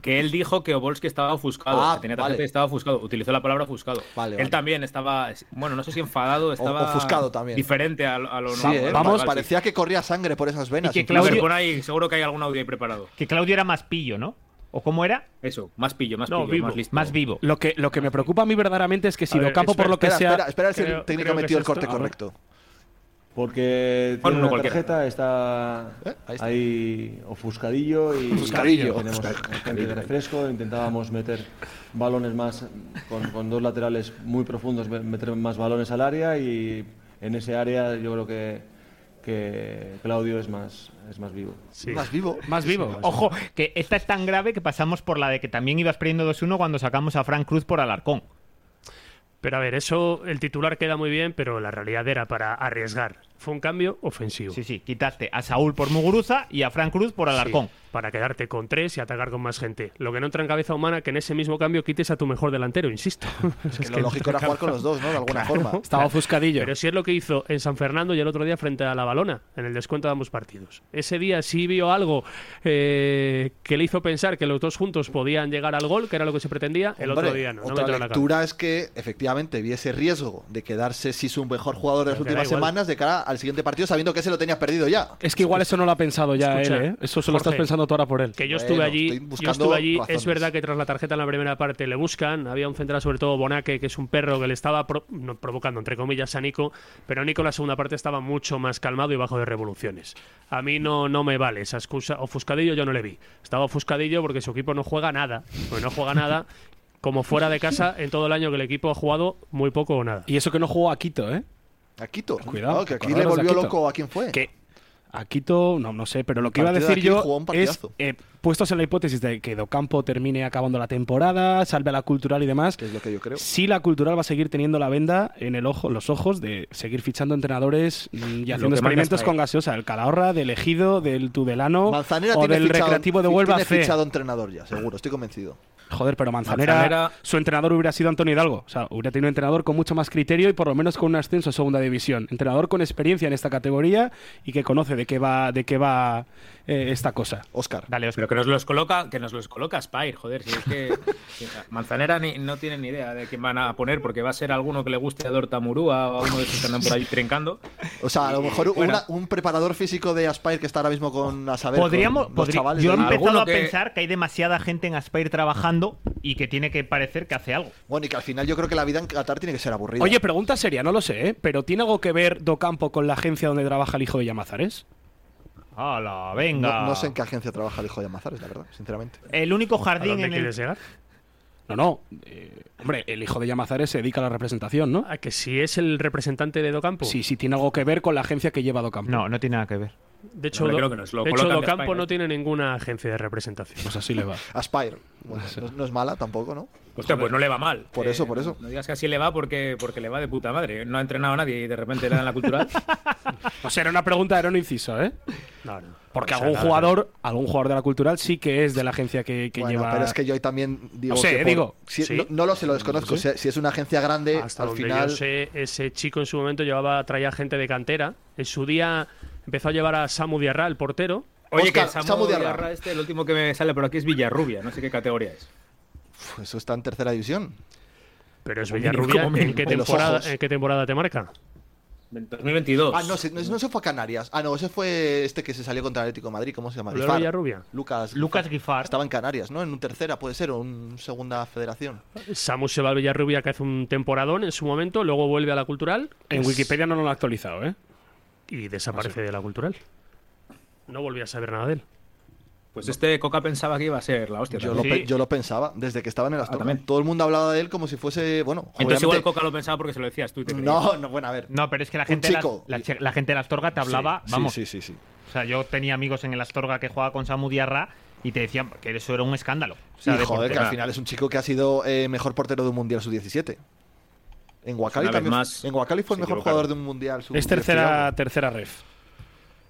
Speaker 8: que él dijo que Obolski estaba ofuscado.
Speaker 1: Ah,
Speaker 8: que tenía tarjeta
Speaker 1: vale.
Speaker 8: y estaba ofuscado. Utilizó la palabra ofuscado.
Speaker 1: Vale,
Speaker 8: él
Speaker 1: vale.
Speaker 8: también estaba, bueno, no sé si enfadado, estaba
Speaker 1: ofuscado también.
Speaker 8: Diferente a, lo- a lo
Speaker 1: Sí,
Speaker 8: normal.
Speaker 1: ¿eh?
Speaker 8: Vale,
Speaker 1: Vamos,
Speaker 8: sí.
Speaker 1: parecía que corría sangre por esas venas.
Speaker 6: Y que
Speaker 8: A ver,
Speaker 6: Claudio-
Speaker 8: pon ahí, seguro que hay algún audio ahí preparado.
Speaker 6: Que Claudio era más pillo, ¿no? ¿O cómo era?
Speaker 8: Eso, más pillo, más
Speaker 4: No,
Speaker 8: pillo,
Speaker 4: vivo.
Speaker 8: más listo.
Speaker 6: Más vivo.
Speaker 3: Lo que, lo que me preocupa a mí verdaderamente es que si
Speaker 4: A ver,
Speaker 3: Docampo, por
Speaker 4: espera,
Speaker 3: lo que
Speaker 1: Ah, espera,
Speaker 3: sea.
Speaker 1: espera, espera, si
Speaker 4: creo-
Speaker 1: el técnico
Speaker 4: creo
Speaker 1: ha
Speaker 4: que
Speaker 1: metido
Speaker 4: es
Speaker 1: el corte
Speaker 4: esto. A ver.
Speaker 1: correcto.
Speaker 9: Porque
Speaker 8: Pon
Speaker 9: tiene una
Speaker 8: uno cualquiera.
Speaker 9: tarjeta, está,
Speaker 1: ¿Eh? Ahí
Speaker 9: ahí
Speaker 1: está.
Speaker 9: ofuscadillo y
Speaker 1: Ofuscadillo.
Speaker 9: tenemos gente de refresco, intentábamos meter balones más con, con dos laterales muy profundos, me- meter más balones al área y en ese área yo creo que, que Claudio es más, es más vivo.
Speaker 4: Sí.
Speaker 1: Más vivo.
Speaker 3: Más vivo.
Speaker 6: Ojo, que esta es tan grave que pasamos por la de que también ibas perdiendo 2-1 cuando sacamos a Frank Cruz por Alarcón.
Speaker 4: Pero a ver, eso, el titular queda muy bien, pero la realidad era para arriesgar. Fue un cambio ofensivo.
Speaker 6: Sí, sí, quitaste a Saúl por Muguruza y a Fran Cruz por Alarcón.
Speaker 4: Sí, para quedarte con tres y atacar con más gente. Lo que no entra en cabeza humana que en ese mismo cambio quites a tu mejor delantero, insisto.
Speaker 1: Es que lo lógico era jugar con los dos, ¿no? De alguna forma.
Speaker 3: Estaba ofuscadillo.
Speaker 4: Pero sí es lo que hizo en San Fernando y el otro día frente a la Balona, en el descuento de ambos partidos. Ese día sí vio algo eh, que le hizo pensar que los dos juntos podían llegar al gol, que era lo que se pretendía. El otro
Speaker 1: Hombre,
Speaker 4: día no. no me
Speaker 1: Otra
Speaker 4: entró en la cabeza.
Speaker 1: lectura es que efectivamente vi ese riesgo de quedarse si su mejor jugador de las
Speaker 4: Pero que da
Speaker 1: últimas
Speaker 4: igual.
Speaker 1: semanas de cara al siguiente partido sabiendo que se lo tenía perdido ya.
Speaker 3: Es que igual eso no lo ha pensado ya él,
Speaker 4: Escucha,
Speaker 3: ¿eh? Eso se lo estás
Speaker 4: Jorge,
Speaker 3: pensando tú ahora por él.
Speaker 4: Que yo
Speaker 1: Bueno,
Speaker 4: estuve
Speaker 1: estoy
Speaker 4: allí, yo
Speaker 1: buscando
Speaker 4: estuve allí.
Speaker 1: razones.
Speaker 4: Es verdad que tras la tarjeta en la primera parte le buscan. Había un central, sobre todo Bonaque, que es un perro que le estaba pro- no, provocando, entre comillas, a Nico. Pero Nico en la segunda parte estaba mucho más calmado y bajo de revoluciones. A mí no, no me vale esa excusa. Ofuscadillo yo no le vi. Estaba ofuscadillo porque su equipo no juega nada. Pues no juega nada. Como fuera de casa, en todo el año que el equipo ha jugado, muy poco o nada.
Speaker 3: Y eso que no jugó a Quito, ¿eh?
Speaker 1: A Quito.
Speaker 3: Cuidado,
Speaker 1: Ah, que aquí
Speaker 3: acordaros
Speaker 1: le
Speaker 3: de
Speaker 1: volvió
Speaker 3: Aquito.
Speaker 1: loco a quién fue.
Speaker 3: Que a Quito, no, no sé, pero lo que iba a
Speaker 1: Partido de
Speaker 3: decir
Speaker 1: aquí,
Speaker 3: yo
Speaker 1: jugó un
Speaker 3: es,
Speaker 1: partidazo.
Speaker 3: eh, puestos en la hipótesis de que Docampo termine acabando la temporada, salve a la cultural y demás,
Speaker 1: Que es lo que yo creo.
Speaker 3: sí la cultural va a seguir teniendo la venda en el ojo, los ojos de seguir fichando entrenadores mm, y haciendo
Speaker 8: que
Speaker 3: experimentos
Speaker 8: mandas
Speaker 3: con gaseosa, el Calahorra, del Ejido, del Tudelano
Speaker 1: Manzanera
Speaker 3: o
Speaker 1: tiene
Speaker 3: del
Speaker 1: fichado-
Speaker 3: Recreativo de Huelva
Speaker 1: tiene
Speaker 3: C.
Speaker 1: fichado entrenador ya, seguro, estoy convencido.
Speaker 3: Joder, pero Manzanera,
Speaker 8: Manzanera-
Speaker 3: su entrenador hubiera sido Antonio Hidalgo. O sea, hubiera tenido un entrenador con mucho más criterio y por lo menos con un ascenso a segunda división. Entrenador con experiencia en esta categoría y que conoce de qué va, de qué va eh, esta cosa.
Speaker 1: Óscar.
Speaker 6: Dale, Óscar.
Speaker 8: Pero que nos los coloca, que nos los coloca Spire, joder, si es que que Manzanera ni- no tiene ni idea de quién van a poner, porque va a ser alguno que le guste a Dortamurúa o a uno de esos que andan por ahí trencando.
Speaker 1: O sea, a lo mejor
Speaker 8: bueno.
Speaker 1: una- un preparador físico de Aspire que está ahora mismo con a saber.
Speaker 6: Podríamos,
Speaker 1: con los
Speaker 6: podri-
Speaker 1: chavales
Speaker 6: yo he
Speaker 1: de-
Speaker 8: empecé-
Speaker 6: empezado
Speaker 8: Alguno
Speaker 6: a
Speaker 8: que-
Speaker 6: pensar que hay demasiada gente en Aspire trabajando y que tiene que parecer que hace algo.
Speaker 1: Bueno, y que al final yo creo que la vida en Qatar tiene que ser aburrida.
Speaker 3: Oye, pregunta seria, no lo sé, ¿eh? pero ¿tiene algo que ver Docampo con la agencia donde trabaja el hijo de Llamazares?
Speaker 6: ¡Hala,
Speaker 1: no,
Speaker 6: venga!
Speaker 1: no sé en qué agencia trabaja el hijo de Amazares, la verdad, sinceramente.
Speaker 6: El único
Speaker 4: ¿A
Speaker 6: jardín
Speaker 4: dónde
Speaker 6: en el...
Speaker 4: quieres llegar?
Speaker 3: No, no. eh, hombre, el hijo de Llamazares se dedica a la representación,
Speaker 8: Uh.
Speaker 3: ¿no?
Speaker 4: A que si es el representante de Docampo.
Speaker 3: Sí, sí, tiene algo que ver con la agencia que lleva Docampo.
Speaker 6: No, no tiene nada que ver.
Speaker 4: De hecho,
Speaker 8: No, creo que
Speaker 4: Do-
Speaker 8: nos lo
Speaker 4: de hecho,
Speaker 8: colocan de
Speaker 4: Docampo
Speaker 8: España.
Speaker 4: no tiene ninguna agencia de representación.
Speaker 3: Pues así le va.
Speaker 1: Aspire. Bueno, no, no es mala tampoco, ¿no?
Speaker 8: Hostia, pues no le va mal. Eh,
Speaker 1: Por eso, por eso.
Speaker 8: No digas que así le va porque, porque le va de puta madre. ¿eh? No ha entrenado a nadie y de repente le dan la cultural.
Speaker 3: O sea, era una pregunta, era un inciso, ¿eh?
Speaker 4: No, no.
Speaker 3: Porque
Speaker 4: O sea,
Speaker 3: algún
Speaker 4: nada,
Speaker 3: jugador, algún jugador de la cultural sí que es de la agencia que, que
Speaker 1: Bueno,
Speaker 3: lleva.
Speaker 1: pero es que yo ahí también digo.
Speaker 3: No sé,
Speaker 1: que
Speaker 3: eh, digo,
Speaker 1: si-
Speaker 4: sí.
Speaker 1: no, no lo sé, lo desconozco. Si, si es una agencia grande,
Speaker 4: Hasta
Speaker 1: al
Speaker 4: donde
Speaker 1: final.
Speaker 4: yo sé, ese chico en su momento llevaba traía gente de cantera. En su día empezó a llevar a Samu Diarra, el portero.
Speaker 8: Oye,
Speaker 1: Óscar,
Speaker 8: que Samu,
Speaker 1: Samu Diarra.
Speaker 8: Diarra este, el último que me sale por aquí es Villarrubia. No sé qué categoría es.
Speaker 1: Uf, eso está en tercera división.
Speaker 4: Pero es
Speaker 8: Como mínimo,
Speaker 4: Villarrubia.
Speaker 8: como
Speaker 4: ¿en
Speaker 8: mínimo.
Speaker 4: qué,
Speaker 1: De los
Speaker 4: temporada,
Speaker 1: ojos.
Speaker 4: ¿En qué temporada te marca?
Speaker 8: 2022.
Speaker 1: Ah, no, se, no, no se fue a Canarias. Ah, no, ese fue este que se salió contra el Atlético de Madrid. ¿Cómo se llama?
Speaker 4: Oliver
Speaker 1: Guifar.
Speaker 4: Villarrubia.
Speaker 1: Lucas.
Speaker 6: Lucas Guifar.
Speaker 1: Estaba en Canarias, ¿no? En un tercera, puede ser, o en segunda federación.
Speaker 4: Samu se va al Villarrubia que hace un temporadón en su momento, luego vuelve a la cultural
Speaker 3: En Wikipedia no lo han actualizado, ¿eh?
Speaker 4: y
Speaker 1: Ah,
Speaker 4: desaparece de la cultural. No volví a saber nada de él.
Speaker 8: Pues este Coca pensaba que iba a ser la hostia.
Speaker 1: Yo, lo,
Speaker 8: también.
Speaker 1: pe- yo lo pensaba, desde que estaba en el Aston.
Speaker 8: Ah, también.
Speaker 1: Todo el mundo hablaba de él como si fuese, bueno,
Speaker 8: Entonces igual
Speaker 1: obviamente-
Speaker 8: Coca lo pensaba porque se lo decías tú. y te creías.
Speaker 1: No, no, bueno, a ver.
Speaker 6: No, pero es que la
Speaker 1: Un
Speaker 6: gente, de la-
Speaker 1: chico.
Speaker 6: la, che- la gente de la Astorga te hablaba,
Speaker 1: Sí,
Speaker 6: Ah, vamos,
Speaker 1: Sí, sí, sí.
Speaker 6: o sea, yo tenía amigos en el Astorga que jugaba con Samu Diarra y te decían que eso era un escándalo. O sea,
Speaker 1: Y
Speaker 6: de
Speaker 1: joder,
Speaker 6: portero.
Speaker 1: que al final es un chico que ha sido eh, mejor portero de un mundial sub-17. En Guacali
Speaker 8: Una vez
Speaker 1: también.
Speaker 8: más,
Speaker 1: en Guacali fue el
Speaker 8: se
Speaker 1: mejor
Speaker 8: equivocaron.
Speaker 1: jugador de un mundial sub-17.
Speaker 3: Es tercera,
Speaker 1: hombre.
Speaker 3: tercera ref.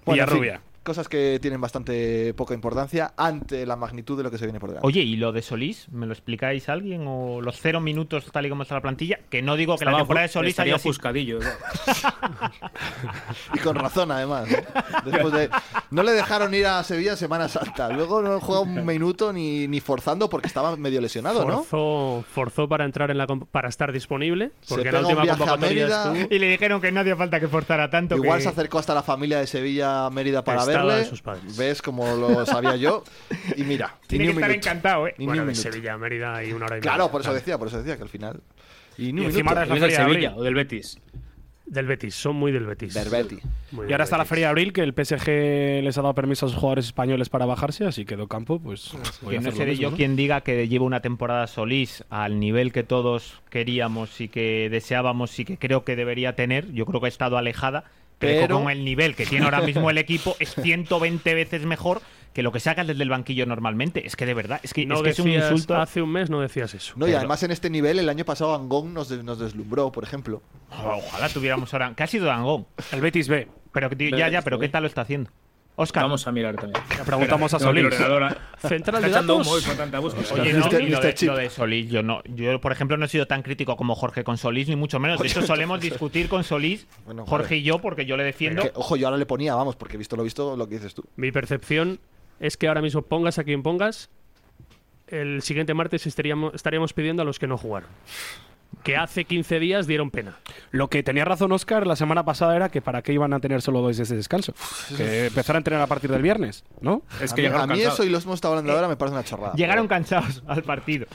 Speaker 1: Bueno, en fin,
Speaker 3: Villarrubia.
Speaker 1: cosas que tienen bastante poca importancia ante la magnitud de lo que se viene por delante.
Speaker 6: Oye, ¿y lo de Solís? ¿Me lo explicáis a alguien? ¿O los cero minutos tal y como está la plantilla? Que no digo que
Speaker 8: Estaba
Speaker 6: la temporada
Speaker 8: ofu-
Speaker 6: de Solís
Speaker 8: estaría
Speaker 6: haya sido...
Speaker 8: ofuscadillo. ¿no?
Speaker 1: Y con razón, además. ¿eh? Después de- no le dejaron ir a Sevilla en Semana Santa. Luego no juega un minuto ni, ni forzando porque estaba medio lesionado, ¿no?
Speaker 4: Forzó, forzó para entrar en la comp- para estar disponible,
Speaker 1: Se
Speaker 4: porque
Speaker 1: pega
Speaker 4: la
Speaker 1: un
Speaker 4: última
Speaker 1: viaje a
Speaker 4: convocatoria
Speaker 1: Mérida.
Speaker 4: estuvo-
Speaker 6: Y le dijeron que no hacía falta que forzara tanto.
Speaker 1: Igual
Speaker 6: que-
Speaker 1: se acercó hasta la familia de Sevilla a Mérida para
Speaker 4: Estaba
Speaker 1: verle.
Speaker 4: de sus padres.
Speaker 1: ¿Ves como lo sabía yo? Y mira, y
Speaker 6: Tiene
Speaker 1: ni
Speaker 6: que
Speaker 1: un
Speaker 6: estar
Speaker 1: minuto.
Speaker 6: encantado, ¿eh?
Speaker 1: Ni
Speaker 4: Bueno,
Speaker 1: un
Speaker 4: de
Speaker 1: minuto.
Speaker 4: Sevilla a Mérida y una hora y media.
Speaker 1: Claro, por eso
Speaker 4: Ah,
Speaker 1: decía, por eso decía que al final. Y ni
Speaker 3: Y
Speaker 1: un
Speaker 3: encima ahora
Speaker 1: minuto.
Speaker 3: es la
Speaker 8: Es del
Speaker 3: feria de abril.
Speaker 8: Sevilla o del Betis.
Speaker 4: Del Betis, son muy del Betis.
Speaker 1: Berbeti.
Speaker 4: Muy
Speaker 3: Y
Speaker 4: del
Speaker 3: ahora está la
Speaker 4: Betis.
Speaker 3: feria de abril, que el PSG les ha dado permiso a los jugadores españoles para bajarse, así quedó campo, pues. voy a
Speaker 6: Que no
Speaker 3: hacer lo
Speaker 6: seré
Speaker 3: mismo,
Speaker 6: yo
Speaker 3: ¿no?
Speaker 6: quien diga que llevo una temporada Solís al nivel que todos queríamos y que deseábamos y que creo que debería tener. Yo creo que ha estado alejada, pero,
Speaker 1: Pero-
Speaker 6: con el nivel que tiene ahora mismo el equipo es 120 veces mejor que lo que sacas desde el banquillo normalmente. Es que de verdad, es que
Speaker 4: No
Speaker 6: es, que es un
Speaker 4: decías-
Speaker 6: insulto.
Speaker 4: Hace un mes no decías eso.
Speaker 1: No, y además en este nivel, el año pasado Angón nos, des- nos deslumbró, por ejemplo.
Speaker 6: Ojalá tuviéramos ahora. Que ha sido Dangón.
Speaker 3: El Betis B.
Speaker 6: Pero, que- ya, ya, pero ¿qué tal lo está haciendo? Oscar,
Speaker 8: Vamos a mirar también.
Speaker 3: Le preguntamos a
Speaker 8: Tengo aquí el
Speaker 3: Solís.
Speaker 8: ordenador, ¿eh?
Speaker 4: Central
Speaker 8: Está
Speaker 4: de
Speaker 8: echando
Speaker 4: datos.
Speaker 8: humo hoy con tanta búsqueda.
Speaker 6: Oye, no,
Speaker 1: Mister-
Speaker 6: y lo,
Speaker 1: Mister
Speaker 6: de,
Speaker 1: Chip.
Speaker 6: lo de Solís, yo no, yo por ejemplo no he sido tan crítico como Jorge con Solís, ni mucho menos. De hecho, solemos discutir con Solís,
Speaker 1: Bueno,
Speaker 6: Jorge
Speaker 1: vale.
Speaker 6: y yo, porque yo le defiendo.
Speaker 1: Que, ojo, yo ahora le ponía, vamos, porque visto lo visto, lo que dices tú.
Speaker 4: Mi percepción es que ahora mismo pongas a quien pongas, el siguiente martes estaríamos, estaríamos pidiendo a los que no jugaron. Que hace 15 días dieron pena.
Speaker 3: Lo que tenía razón Oscar la semana pasada era que para qué iban a tener solo dos días de descanso. Que empezar a entrenar a partir del viernes, ¿no?
Speaker 8: Es
Speaker 1: a
Speaker 8: que
Speaker 1: mí,
Speaker 8: llegaron
Speaker 1: a mí
Speaker 8: cansados.
Speaker 1: eso y los hemos estado hablando ahora me parece una chorrada.
Speaker 6: Llegaron cansados al partido.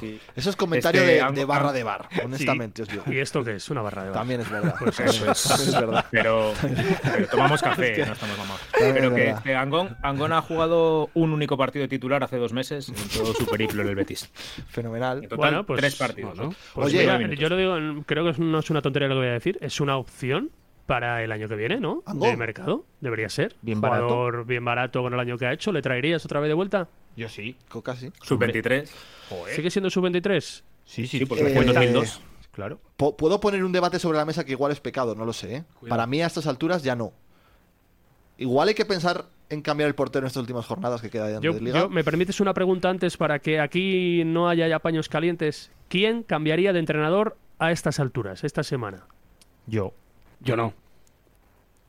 Speaker 8: Sí.
Speaker 1: Eso es comentario
Speaker 8: Es que
Speaker 1: de- de,
Speaker 8: Angón-
Speaker 1: barra de bar, honestamente, os
Speaker 4: ¿Y
Speaker 1: digo.
Speaker 4: esto qué es? Una barra de bar.
Speaker 1: También es verdad.
Speaker 6: Pues
Speaker 8: Eso es.
Speaker 1: pues Es verdad.
Speaker 8: Pero, pero tomamos café, no estamos mamados. Pero que
Speaker 1: verdad.
Speaker 8: este Angón, Angón ha jugado un único partido de titular hace dos meses en todo su periplo en el Betis. En
Speaker 1: Fenomenal.
Speaker 8: total,
Speaker 4: Bueno, pues-
Speaker 8: tres partidos.
Speaker 3: bueno.
Speaker 8: ¿no?
Speaker 4: Pues
Speaker 1: Oye,
Speaker 4: mira,
Speaker 8: minutos.
Speaker 4: yo lo digo, en- creo que es- no es una tontería lo que voy a decir, es una opción para el año que viene, ¿no?
Speaker 1: Ando.
Speaker 4: De mercado, debería ser.
Speaker 6: Bien
Speaker 4: Jugador bien barato con el año que ha hecho, ¿le traerías otra vez de vuelta?
Speaker 6: Yo sí.
Speaker 1: Coca, sí.
Speaker 8: Sub-23.
Speaker 4: ¿Sigue siendo sub-23?
Speaker 6: Sí, sí,
Speaker 8: Sí, porque
Speaker 6: eh,
Speaker 8: fue en
Speaker 1: cuenta.
Speaker 8: 2002.
Speaker 6: Claro.
Speaker 1: Po- Puedo poner un debate sobre la mesa que igual es pecado, no lo sé. ¿eh? Para mí a estas alturas ya no. Igual hay que pensar en cambiar el portero en estas últimas jornadas que queda de
Speaker 4: Yo,
Speaker 1: de liga.
Speaker 4: yo- ¿Me permites una pregunta antes para que aquí no haya ya paños calientes? ¿Quién cambiaría de entrenador a estas alturas, esta semana?
Speaker 6: Yo.
Speaker 3: Yo no.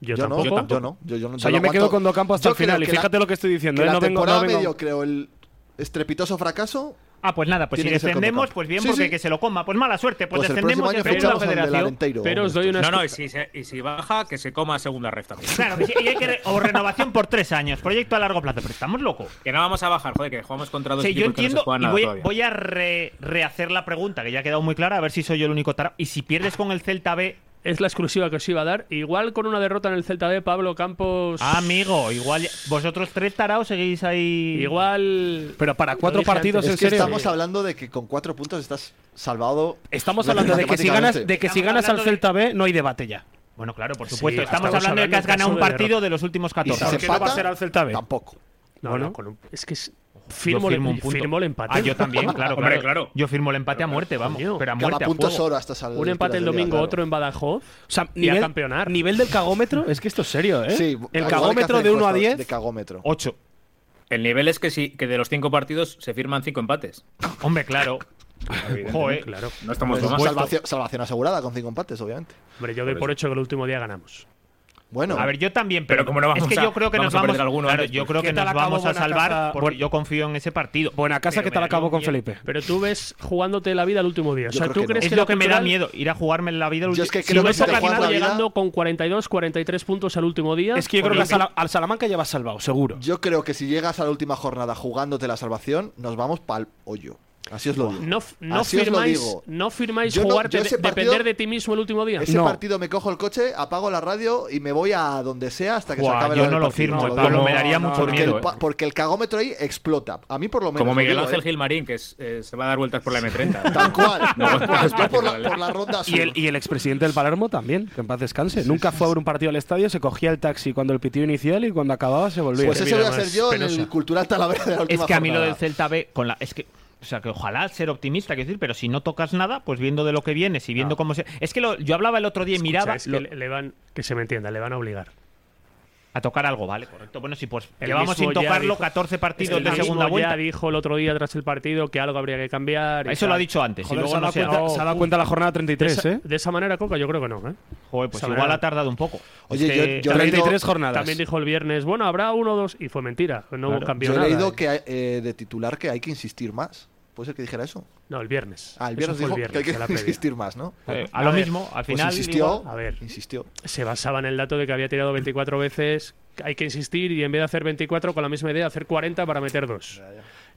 Speaker 4: Yo,
Speaker 1: Yo no,
Speaker 4: tampoco.
Speaker 1: yo no, yo no, yo, yo no-
Speaker 3: O sea,
Speaker 1: yo
Speaker 3: yo me quedo
Speaker 1: aguanto.
Speaker 3: con Docampo hasta
Speaker 1: Yo
Speaker 3: el final.
Speaker 1: creo
Speaker 3: Y
Speaker 1: que la-
Speaker 3: fíjate lo que estoy diciendo.
Speaker 1: que
Speaker 3: ¿eh?
Speaker 1: la
Speaker 3: No vengo,
Speaker 1: temporada
Speaker 3: no vengo-
Speaker 1: medio, creo, el estrepitoso fracaso.
Speaker 6: Ah, pues nada, pues
Speaker 1: Tiene que
Speaker 6: si
Speaker 1: ser
Speaker 6: descendemos,
Speaker 1: convocado.
Speaker 6: pues bien,
Speaker 1: Sí,
Speaker 6: porque
Speaker 1: sí.
Speaker 6: que se lo coma. Pues mala suerte, pues,
Speaker 1: Pues el próximo
Speaker 6: descendemos y
Speaker 1: año
Speaker 6: esperemos la
Speaker 1: fichamos al del
Speaker 6: federación.
Speaker 1: Alenteiro.
Speaker 4: Pero os doy una
Speaker 8: No, no, y
Speaker 4: excusa-
Speaker 8: si, se- y si baja, que se coma a segunda ref también.
Speaker 6: Claro, que sí, y hay que re- o renovación por tres años, proyecto a largo plazo, pero estamos locos.
Speaker 8: Que no vamos a bajar, joder, que jugamos contra dos
Speaker 6: Sí, yo
Speaker 8: equipos que no se
Speaker 6: entiendo
Speaker 8: juegan
Speaker 6: y
Speaker 8: nada
Speaker 6: voy,
Speaker 8: todavía.
Speaker 6: voy a re- rehacer la pregunta, que ya ha quedado muy clara, a ver si soy yo el único tarado. Y si pierdes con el Celta B,
Speaker 4: Es la exclusiva que os iba a dar. Igual con una derrota en el Celta de Pablo Campos.
Speaker 6: ah, amigo, igual ya- vosotros tres taraos seguís ahí.
Speaker 4: Igual.
Speaker 3: Pero para
Speaker 4: Lo
Speaker 3: cuatro
Speaker 4: dije
Speaker 3: partidos,
Speaker 4: antes.
Speaker 3: en
Speaker 1: Es que
Speaker 3: serio.
Speaker 1: estamos hablando de que con cuatro puntos estás salvado.
Speaker 3: Estamos hablando de que si ganas, de que si
Speaker 6: Estamos
Speaker 3: ganas al
Speaker 6: hablando de-
Speaker 3: Celta B, no hay debate ya.
Speaker 6: Bueno, claro, por supuesto.
Speaker 4: Sí,
Speaker 6: estamos,
Speaker 4: estamos
Speaker 6: hablando de que has
Speaker 4: hablando
Speaker 6: ganado
Speaker 4: de
Speaker 6: un
Speaker 4: caso de
Speaker 6: partido de los últimos
Speaker 1: Y
Speaker 6: 14.
Speaker 1: si
Speaker 3: Claro,
Speaker 1: se
Speaker 3: que no va a
Speaker 1: empata,
Speaker 3: ser al Celta B.
Speaker 1: tampoco.
Speaker 4: No,
Speaker 3: Bueno.
Speaker 4: no, con un- es que es- firmo,
Speaker 6: Yo
Speaker 4: el-
Speaker 6: firmo un punto.
Speaker 4: firmo el empate.
Speaker 6: Ah, yo también, claro,
Speaker 8: Hombre,
Speaker 6: claro.
Speaker 8: claro.
Speaker 6: Yo firmo el empate a muerte, vamos.
Speaker 4: Coño.
Speaker 6: Pero a
Speaker 1: Cada
Speaker 6: muerte, a
Speaker 1: punto es
Speaker 6: fuego.
Speaker 1: oro hasta sal-
Speaker 4: Un empate el
Speaker 1: alturas de liga,
Speaker 4: domingo,
Speaker 1: claro.
Speaker 4: otro en Badajoz.
Speaker 3: O sea,
Speaker 4: Y a
Speaker 3: nivel,
Speaker 4: campeonar.
Speaker 3: nivel del cagómetro, es que esto es serio, ¿eh?
Speaker 1: Sí,
Speaker 3: el
Speaker 1: igual
Speaker 3: cagómetro
Speaker 1: hay que
Speaker 3: de
Speaker 1: hacer
Speaker 3: 1 a
Speaker 1: encuestas
Speaker 3: 10.
Speaker 1: De cagómetro.
Speaker 6: Ocho.
Speaker 8: El nivel es que, sí, que de los cinco partidos se firman cinco empates.
Speaker 6: Hombre, claro. Joder.
Speaker 4: Claro.
Speaker 8: No estamos
Speaker 1: Pues
Speaker 8: mamados.
Speaker 1: salvación, salvación asegurada con cinco empates, obviamente.
Speaker 4: Hombre, yo doy por hecho que el último día ganamos.
Speaker 1: Bueno,
Speaker 6: eh. A ver, yo también, pero,
Speaker 8: Pero como no vamos
Speaker 6: es que
Speaker 8: a-
Speaker 6: yo creo que
Speaker 8: vamos
Speaker 6: nos
Speaker 8: a
Speaker 6: vamos,
Speaker 8: perder alguno
Speaker 6: claro,
Speaker 8: antes,
Speaker 6: yo
Speaker 8: pues.
Speaker 6: creo que
Speaker 3: ¿Qué
Speaker 6: nos
Speaker 3: tal acabó
Speaker 6: vamos a
Speaker 3: Buena
Speaker 6: salvar
Speaker 3: Casa?
Speaker 6: porque
Speaker 3: Buen-
Speaker 6: yo confío en ese partido.
Speaker 3: Buena casa
Speaker 6: Pero
Speaker 3: que
Speaker 6: me
Speaker 3: tal
Speaker 6: daría
Speaker 3: acabó
Speaker 6: un
Speaker 3: con
Speaker 6: miedo.
Speaker 3: Felipe.
Speaker 4: Pero tú ves jugando te la vida el último día. O
Speaker 1: Yo
Speaker 4: sea,
Speaker 1: creo
Speaker 4: tú
Speaker 1: que no.
Speaker 4: crees
Speaker 6: Es
Speaker 4: que
Speaker 6: lo
Speaker 4: la
Speaker 6: que me da
Speaker 4: cultural-
Speaker 6: miedo, ir a jugarme la vida.
Speaker 1: Yo es que
Speaker 6: si
Speaker 1: creo
Speaker 4: si
Speaker 1: que
Speaker 4: ves
Speaker 1: si
Speaker 4: a
Speaker 1: te juegas
Speaker 4: Calimero
Speaker 1: la vida-
Speaker 4: llegando con 42, 43 puntos al último día.
Speaker 3: Es que yo creo que
Speaker 4: porque-
Speaker 3: al Sala- al Salamanca ya va salvado, seguro.
Speaker 1: yo creo que si llegas a la última jornada jugándote la salvación, nos vamos pa'l hoyo. Así os lo digo.
Speaker 4: no, f- no
Speaker 1: Así os lo
Speaker 4: firmáis,
Speaker 1: digo.
Speaker 4: no firmáis
Speaker 1: Yo no-
Speaker 4: jugarte,
Speaker 1: yo ese
Speaker 4: de-
Speaker 1: partido-
Speaker 4: depender de ti mismo el último día.
Speaker 1: Ese
Speaker 3: No.
Speaker 1: partido me cojo el coche, apago la radio y me voy a donde sea hasta que se
Speaker 6: Buah,
Speaker 1: acabe
Speaker 6: yo
Speaker 1: del
Speaker 6: no lo
Speaker 1: partido,
Speaker 6: firmo,
Speaker 1: os
Speaker 6: Pablo,
Speaker 1: digo.
Speaker 6: me daría mucho
Speaker 1: porque
Speaker 6: miedo,
Speaker 1: El, pa-
Speaker 6: eh.
Speaker 1: porque el cagómetro ahí explota. A mí por lo menos.
Speaker 8: Como
Speaker 1: os lo
Speaker 8: Miguel
Speaker 1: digo,
Speaker 8: Ángel
Speaker 1: eh.
Speaker 8: Gilmarín, que es- eh, se va a dar vueltas por la M30.
Speaker 1: Tal cual.
Speaker 8: No,
Speaker 1: tal cual.
Speaker 8: es
Speaker 1: Yo por la,
Speaker 8: práctica,
Speaker 1: por la ronda azul.
Speaker 3: Y el, y el expresidente del Palermo también, que en paz descanse. Nunca fue a ver un partido al estadio, se cogía el taxi cuando el pitido inicial y cuando acababa se volvía.
Speaker 1: pues ese
Speaker 4: mira,
Speaker 1: voy a ser
Speaker 4: más
Speaker 1: yo en el
Speaker 4: penosa.
Speaker 1: Cultural Talavera de la
Speaker 6: Es
Speaker 1: última
Speaker 6: que a mí lo
Speaker 1: jornada.
Speaker 6: del Celta B, con la, es que, o sea, que ojalá ser optimista, quiero decir, pero si no tocas nada, pues viendo de lo que vienes y viendo cómo se. Es que lo- yo hablaba el otro día y
Speaker 4: Escucha,
Speaker 6: miraba
Speaker 4: es que
Speaker 6: lo-
Speaker 4: le- le van, que se me entienda, le van a obligar.
Speaker 6: a tocar algo, vale, correcto. Bueno, sí, pues
Speaker 4: El
Speaker 6: llevamos sin
Speaker 4: mismo ya
Speaker 6: tocarlo
Speaker 4: dijo-
Speaker 6: 14 partidos
Speaker 4: El
Speaker 6: de
Speaker 4: mismo
Speaker 6: segunda vuelta.
Speaker 4: Ya dijo el otro día tras el partido que algo habría que cambiar. y
Speaker 6: Eso
Speaker 4: tal.
Speaker 6: lo ha dicho antes.
Speaker 3: Joder,
Speaker 6: y
Speaker 3: se,
Speaker 6: luego
Speaker 3: ha
Speaker 6: no
Speaker 3: dado
Speaker 6: se ha-
Speaker 3: cuenta, se ha dado cuenta la jornada
Speaker 4: De
Speaker 3: 33,
Speaker 4: esa,
Speaker 3: ¿eh?
Speaker 4: de esa manera, Coca, yo creo que no. ¿eh?
Speaker 6: Joder, pues
Speaker 4: Esa
Speaker 6: igual
Speaker 4: manera-
Speaker 6: ha tardado un poco.
Speaker 1: Oye,
Speaker 6: Es que-
Speaker 1: yo, yo he leído-
Speaker 3: 33 jornadas.
Speaker 4: También dijo el viernes, bueno, habrá uno o dos, y fue mentira, no hubo cambió
Speaker 1: yo he
Speaker 4: nada.
Speaker 1: leído que hay- eh, de titular que hay que insistir más. Puede ser que dijera eso.
Speaker 4: No, el viernes.
Speaker 1: Ah, el
Speaker 4: Eso
Speaker 1: viernes
Speaker 4: fue
Speaker 1: dijo
Speaker 4: viernes,
Speaker 1: que
Speaker 4: a
Speaker 1: hay
Speaker 4: la
Speaker 1: que
Speaker 4: previa.
Speaker 1: insistir más, ¿no?
Speaker 6: eh, a lo
Speaker 4: A ver,
Speaker 6: mismo,
Speaker 1: Pues
Speaker 6: al final.
Speaker 1: insistió.
Speaker 4: igual- a ver. este
Speaker 1: Insistió.
Speaker 4: Se basaba en el dato de que había tirado 24 veces, que hay que insistir, y en vez de hacer 24 con la misma idea, hacer 40 para meter dos.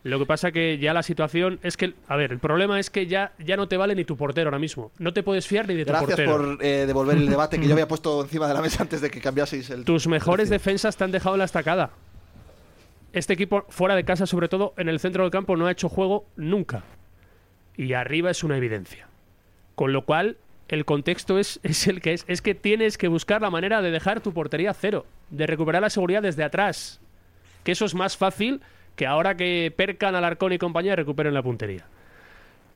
Speaker 4: Lo que pasa que ya la situación es que, a ver, el problema es que ya, ya no te vale ni tu portero ahora mismo. No te puedes fiar ni de tu
Speaker 1: Gracias
Speaker 4: portero.
Speaker 1: por eh, devolver el debate que yo había puesto encima de la mesa antes de que cambiaseis el.
Speaker 4: Tus mejores defensas te han dejado en la estacada. Este equipo fuera de casa, sobre todo en el centro del campo, no ha hecho juego nunca. Y arriba es una evidencia. Con lo cual, el contexto es, es el que es. Es que tienes que buscar la manera de dejar tu portería a cero, de recuperar la seguridad desde atrás. Que eso es más fácil que ahora que percan al Arcón y compañía recuperen la puntería.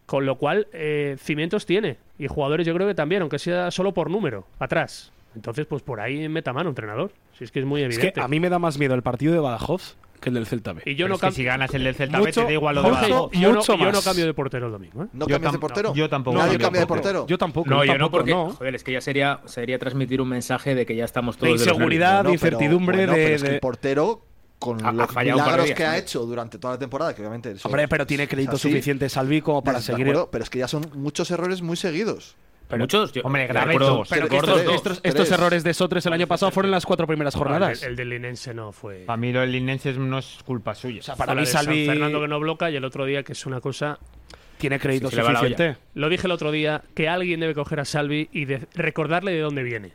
Speaker 4: Con lo cual, eh, cimientos tiene. Y jugadores yo creo que también, aunque sea solo por número, atrás. Entonces, pues por ahí meta mano, entrenador. Si es que es muy
Speaker 3: Es
Speaker 4: evidente.
Speaker 3: que a mí me da más miedo el partido de Badajoz que el del Celta B.
Speaker 4: Y yo no,
Speaker 6: es que
Speaker 4: cam-
Speaker 6: si ganas el del Celta B,
Speaker 3: Mucho-
Speaker 6: te da igual lo de
Speaker 3: Jorge,
Speaker 6: abajo.
Speaker 4: Yo- yo no-
Speaker 3: mucho
Speaker 4: yo no
Speaker 3: más.
Speaker 4: cambio de portero el domingo. ¿eh?
Speaker 1: ¿No
Speaker 6: Yo
Speaker 1: cambias de
Speaker 6: tam-
Speaker 1: portero?
Speaker 6: no, yo tampoco.
Speaker 1: Nadie
Speaker 6: Yo
Speaker 1: cambia de
Speaker 6: tampoco.
Speaker 1: portero.
Speaker 3: Yo tampoco.
Speaker 8: No, yo no,
Speaker 3: tampoco,
Speaker 8: porque joder, es que ya sería, sería Ah, transmitir un mensaje de que ya estamos
Speaker 3: De
Speaker 8: todos. los
Speaker 3: inseguridad, Ah, de
Speaker 1: Bueno, pero-
Speaker 3: incertidumbre,
Speaker 1: bueno,
Speaker 3: de-
Speaker 1: pero es que
Speaker 3: de-
Speaker 1: el portero, con
Speaker 8: Ha- ha
Speaker 1: los
Speaker 8: fallado un par de
Speaker 1: milagros
Speaker 8: días,
Speaker 1: que ha
Speaker 8: ¿eh?
Speaker 1: hecho durante toda la temporada, que obviamente. eso
Speaker 3: Hombre, pero tiene
Speaker 1: es
Speaker 3: créditos
Speaker 1: así,
Speaker 3: suficientes Salvi como para
Speaker 1: Pues, de
Speaker 3: seguir.
Speaker 1: acuerdo, pero es que ya son muchos errores muy seguidos.
Speaker 8: nervios. Muchos. yo-
Speaker 6: Hombre,
Speaker 8: yo
Speaker 6: grave
Speaker 8: recuerdo
Speaker 6: todos.
Speaker 1: Pero que
Speaker 8: gordos
Speaker 1: esto-
Speaker 8: dos.
Speaker 1: esto-
Speaker 3: Estos, estos
Speaker 1: Tres.
Speaker 3: Este errores de Sotres el año pasado fueron las cuatro
Speaker 1: Ah,
Speaker 3: primeras jornadas.
Speaker 4: El, el del Linense no fue.
Speaker 6: Para mí lo del Linenses no es culpa suya.
Speaker 3: sea, para
Speaker 4: Fue la
Speaker 3: mí
Speaker 4: de San
Speaker 3: Salvi-
Speaker 4: Fernando que no bloca y el otro día que es una cosa.
Speaker 3: Tiene crédito
Speaker 8: Sí, se le va la
Speaker 3: suficiente.
Speaker 4: Lo dije el otro día que alguien debe coger a Salvi y de- recordarle de dónde viene.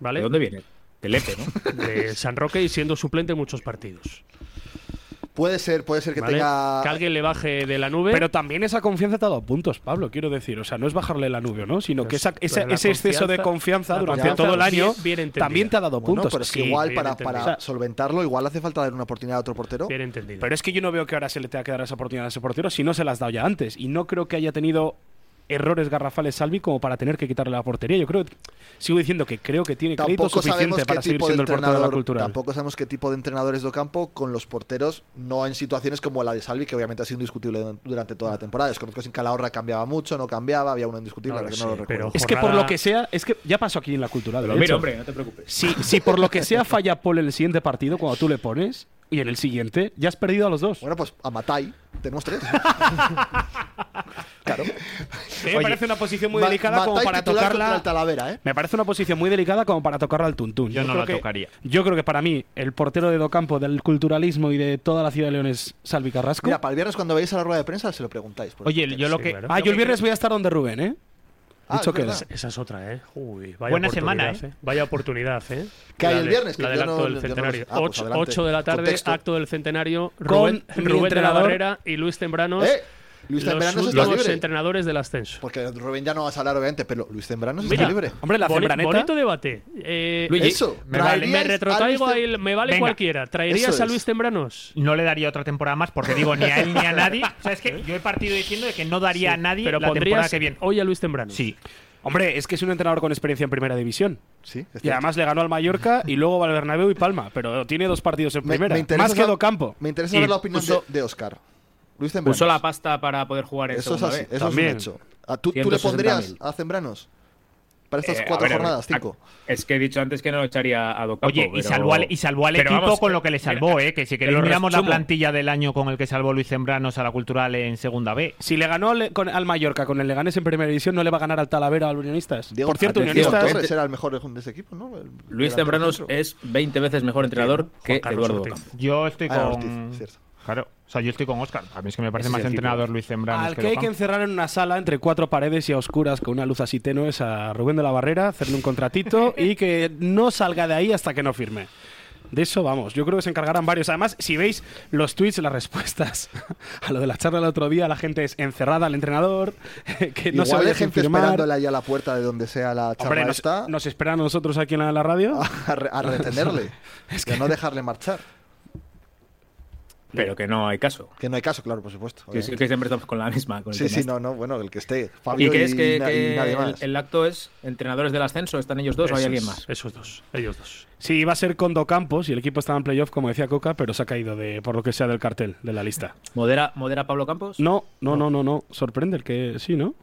Speaker 4: ¿Vale?
Speaker 8: ¿De dónde viene? Del Epe, ¿no?
Speaker 4: De San Roque y siendo suplente en muchos partidos.
Speaker 1: Puede ser, puede ser que
Speaker 4: ¿vale?
Speaker 1: tenga.
Speaker 4: Que alguien le baje de la nube.
Speaker 3: Pero también esa confianza te ha dado puntos, Pablo, quiero decir. O sea, no es bajarle la nube, ¿no? Sino que
Speaker 4: Pues,
Speaker 3: esa- esa-
Speaker 4: pero la
Speaker 3: ese exceso de
Speaker 4: confianza-
Speaker 3: confianza
Speaker 4: la
Speaker 3: durante
Speaker 1: confianza
Speaker 3: todo el año
Speaker 4: bien- bien entendida.
Speaker 3: también te ha dado
Speaker 1: Bueno,
Speaker 3: puntos.
Speaker 1: pero es que
Speaker 3: Sí.
Speaker 1: igual
Speaker 4: bien
Speaker 1: para,
Speaker 4: entendido.
Speaker 1: para
Speaker 4: O sea-
Speaker 1: solventarlo, igual hace falta dar una oportunidad a otro portero.
Speaker 4: Bien entendido.
Speaker 3: Pero es que yo no veo que ahora se le tenga que dar esa oportunidad a ese portero si no se las da ya antes. Y no creo que haya tenido errores garrafales Salvi como para tener que quitarle la portería. Yo creo, sigo diciendo que creo que tiene crédito
Speaker 1: Tampoco sabemos
Speaker 3: suficiente
Speaker 1: qué
Speaker 3: para seguir
Speaker 1: tipo de
Speaker 3: siendo el portero de la
Speaker 1: entrenador.
Speaker 3: cultural.
Speaker 1: Tampoco sabemos qué tipo de entrenadores de campo con los porteros, no en situaciones como la de Salvi, que obviamente ha sido indiscutible durante toda la temporada. Desconozco si Calahorra cambiaba mucho, no cambiaba, había uno indiscutible,
Speaker 4: No
Speaker 1: ahora
Speaker 4: lo
Speaker 1: que no lo
Speaker 4: sé,
Speaker 1: recuerdo.
Speaker 4: pero-
Speaker 3: Es que por
Speaker 4: Jornada-
Speaker 3: lo que sea, es que ya pasó aquí en la cultural.
Speaker 8: Pero
Speaker 3: de
Speaker 8: mira,
Speaker 3: hecho.
Speaker 8: hombre, no te preocupes.
Speaker 3: Si, si por lo que sea falla Paul en el siguiente partido, cuando tú le pones, y en el siguiente, ya has perdido a los dos.
Speaker 1: Bueno, pues a Matai, tenemos tres. claro.
Speaker 3: me parece una posición
Speaker 1: Ma- Matai titular contra el Talavera, ¿eh?
Speaker 3: Me parece una posición muy delicada como para tocarla al tuntún.
Speaker 6: Yo no
Speaker 3: creo
Speaker 6: la
Speaker 3: que-
Speaker 6: tocaría.
Speaker 3: Yo creo que para mí, el portero de Docampo del culturalismo y de toda la ciudad de León es Salvi Carrasco.
Speaker 1: Mira, para el viernes cuando veáis a la rueda de prensa se lo preguntáis. por
Speaker 6: Oye,
Speaker 1: el portero.
Speaker 6: yo lo
Speaker 4: Sí,
Speaker 6: que.
Speaker 4: claro.
Speaker 3: ah, yo el viernes voy a estar donde Rubén, ¿eh?
Speaker 1: Ah,
Speaker 3: Dicho
Speaker 1: es
Speaker 3: queda.
Speaker 1: verdad.
Speaker 4: Esa es otra, ¿eh? Uy, vaya
Speaker 6: Buena
Speaker 4: oportunidad,
Speaker 6: semana, ¿eh?
Speaker 4: Vaya oportunidad, ¿eh?
Speaker 1: ¿Qué hay
Speaker 4: La
Speaker 1: el
Speaker 4: de-
Speaker 1: viernes? Que
Speaker 4: la del
Speaker 1: yo no-
Speaker 4: acto del
Speaker 1: yo no lo sé.
Speaker 4: centenario.
Speaker 1: Ah, pues
Speaker 4: 8,
Speaker 1: adelante.
Speaker 4: de la tarde,
Speaker 1: Contexto.
Speaker 4: acto del centenario.
Speaker 3: Con
Speaker 4: Rubén,
Speaker 3: mi
Speaker 4: Rubén de la
Speaker 3: entrenador.
Speaker 4: Barrera y Luis Tembranos.
Speaker 1: ¡Eh! Luis Tembranos
Speaker 4: los
Speaker 1: está
Speaker 4: últimos
Speaker 1: libre. Pues
Speaker 4: entrenadores del ascenso.
Speaker 1: Porque Rubén ya no va a hablar, obviamente, pero Luis Tembranos
Speaker 4: Mira.
Speaker 1: está libre.
Speaker 3: Hombre, la
Speaker 4: Boni-
Speaker 3: Zembraneta.
Speaker 4: bonito debate. Eh,
Speaker 8: Luigi,
Speaker 1: Eso.
Speaker 6: me vale.
Speaker 4: me
Speaker 1: ¿traeríais
Speaker 4: retrotraigo
Speaker 1: a
Speaker 4: a
Speaker 1: Luis Tem-
Speaker 4: él, me vale
Speaker 6: Venga.
Speaker 4: cualquiera. ¿Traerías
Speaker 1: Eso
Speaker 4: a Luis
Speaker 1: es.
Speaker 4: Tembranos?
Speaker 6: No le daría otra temporada más porque digo ni a él ni a nadie. O sea, es que yo he partido diciendo de que no daría a nadie
Speaker 4: Pero
Speaker 6: la temporada
Speaker 4: pondrías
Speaker 6: que viene.
Speaker 4: hoy a Luis Tembranos.
Speaker 6: Sí.
Speaker 3: Hombre, es que es un entrenador con experiencia en primera división.
Speaker 1: Sí, es
Speaker 3: Y
Speaker 1: cierto.
Speaker 3: además le ganó al Mallorca y luego va al Bernabéu y Palma. Pero tiene dos partidos en
Speaker 1: Me-
Speaker 3: primera.
Speaker 1: me interesa
Speaker 3: más que
Speaker 1: sab-
Speaker 3: Docampo.
Speaker 1: Me interesa
Speaker 8: Y
Speaker 1: ver la opinión
Speaker 8: puso-
Speaker 1: de, Oscar. Luis Tembranos.
Speaker 8: Puso la pasta para poder jugar en eh,
Speaker 1: Eso es
Speaker 8: segunda B.
Speaker 1: así, eso es un
Speaker 3: También.
Speaker 1: hecho. Ah, ¿Tú, tú le
Speaker 8: 160.000.
Speaker 1: pondrías a Tembranos? para estas
Speaker 8: Eh, a
Speaker 1: cuatro
Speaker 8: ver, a ver,
Speaker 1: jornadas,
Speaker 8: a-
Speaker 1: cinco.
Speaker 8: Es que he dicho antes que no echaría a Docampo.
Speaker 6: Oye, y
Speaker 8: pero-
Speaker 6: salvó al, y salvó al
Speaker 8: pero
Speaker 6: equipo
Speaker 8: vamos,
Speaker 6: con lo que le salvó,
Speaker 8: mira,
Speaker 6: ¿eh? Que si
Speaker 8: te
Speaker 6: queréis
Speaker 8: lo
Speaker 6: miramos la
Speaker 8: resumo.
Speaker 6: plantilla del año con el que salvó Luis Zembranos a la Cultural en Segunda B.
Speaker 3: Si le ganó al- con- al Mallorca con el Leganés en primera división, no le va a ganar al Talavera o al Unionistas.
Speaker 1: Diego-
Speaker 3: Por cierto,
Speaker 1: Diego
Speaker 3: Unionistas.
Speaker 1: Torres era el mejor de ese equipo, ¿no? El-
Speaker 8: Luis
Speaker 1: delantero
Speaker 8: Tembranos
Speaker 1: centro.
Speaker 8: es 20 veces mejor entrenador que
Speaker 4: Carlos
Speaker 8: Eduardo
Speaker 4: Ortiz.
Speaker 8: Docampo.
Speaker 6: Yo estoy
Speaker 1: Ah, era
Speaker 6: con.
Speaker 1: Ortiz, cierto.
Speaker 6: claro, o sea, yo estoy con Oscar. A mí es que me parece
Speaker 8: Ese
Speaker 6: más
Speaker 8: es el tipo.
Speaker 6: entrenador Luis Zembranos.
Speaker 3: Al
Speaker 6: que
Speaker 3: que hay que
Speaker 6: Docampo.
Speaker 3: encerrar en una sala entre cuatro paredes y a oscuras con una luz así tenue es a Rubén de la Barrera, hacerle un contratito y que no salga de ahí hasta que no firme. De eso vamos, yo creo que se encargarán varios. Además, si veis los tweets, las respuestas a lo de la charla del otro día, la gente es encerrada al entrenador, que no
Speaker 1: Igual
Speaker 3: se vaya
Speaker 1: hay
Speaker 3: sin
Speaker 1: gente
Speaker 3: firmar.
Speaker 1: esperándole ahí a la puerta de donde sea la charla
Speaker 3: Hombre, nos,
Speaker 1: esta Ah.
Speaker 3: nos esperan a nosotros aquí en la, en la radio.
Speaker 1: a, re- a retenerle, es que no dejarle marchar.
Speaker 8: Pero que no hay caso.
Speaker 1: Que no hay caso, claro, por supuesto.
Speaker 8: Que,
Speaker 1: obviamente.
Speaker 8: que siempre estamos con la misma. Con el
Speaker 1: Sí,
Speaker 8: tema
Speaker 1: sí,
Speaker 8: este.
Speaker 1: no, no, bueno, el que esté. Fabio
Speaker 8: ¿Y
Speaker 1: y,
Speaker 8: qué es que,
Speaker 1: na-
Speaker 8: que
Speaker 1: y nadie
Speaker 8: el,
Speaker 1: más.
Speaker 8: el acto es entrenadores del ascenso? ¿Están ellos dos o hay
Speaker 4: Esos-
Speaker 8: alguien más?
Speaker 4: Esos dos, ellos dos.
Speaker 3: Sí, iba a ser Condo Campos y el equipo estaba en playoff, como decía Coca, pero se ha caído de, por lo que sea del cartel, de la lista.
Speaker 8: ¿Modera, modera Pablo Campos?
Speaker 3: No, no, no, no, no. Sorprende el que sí, ¿no?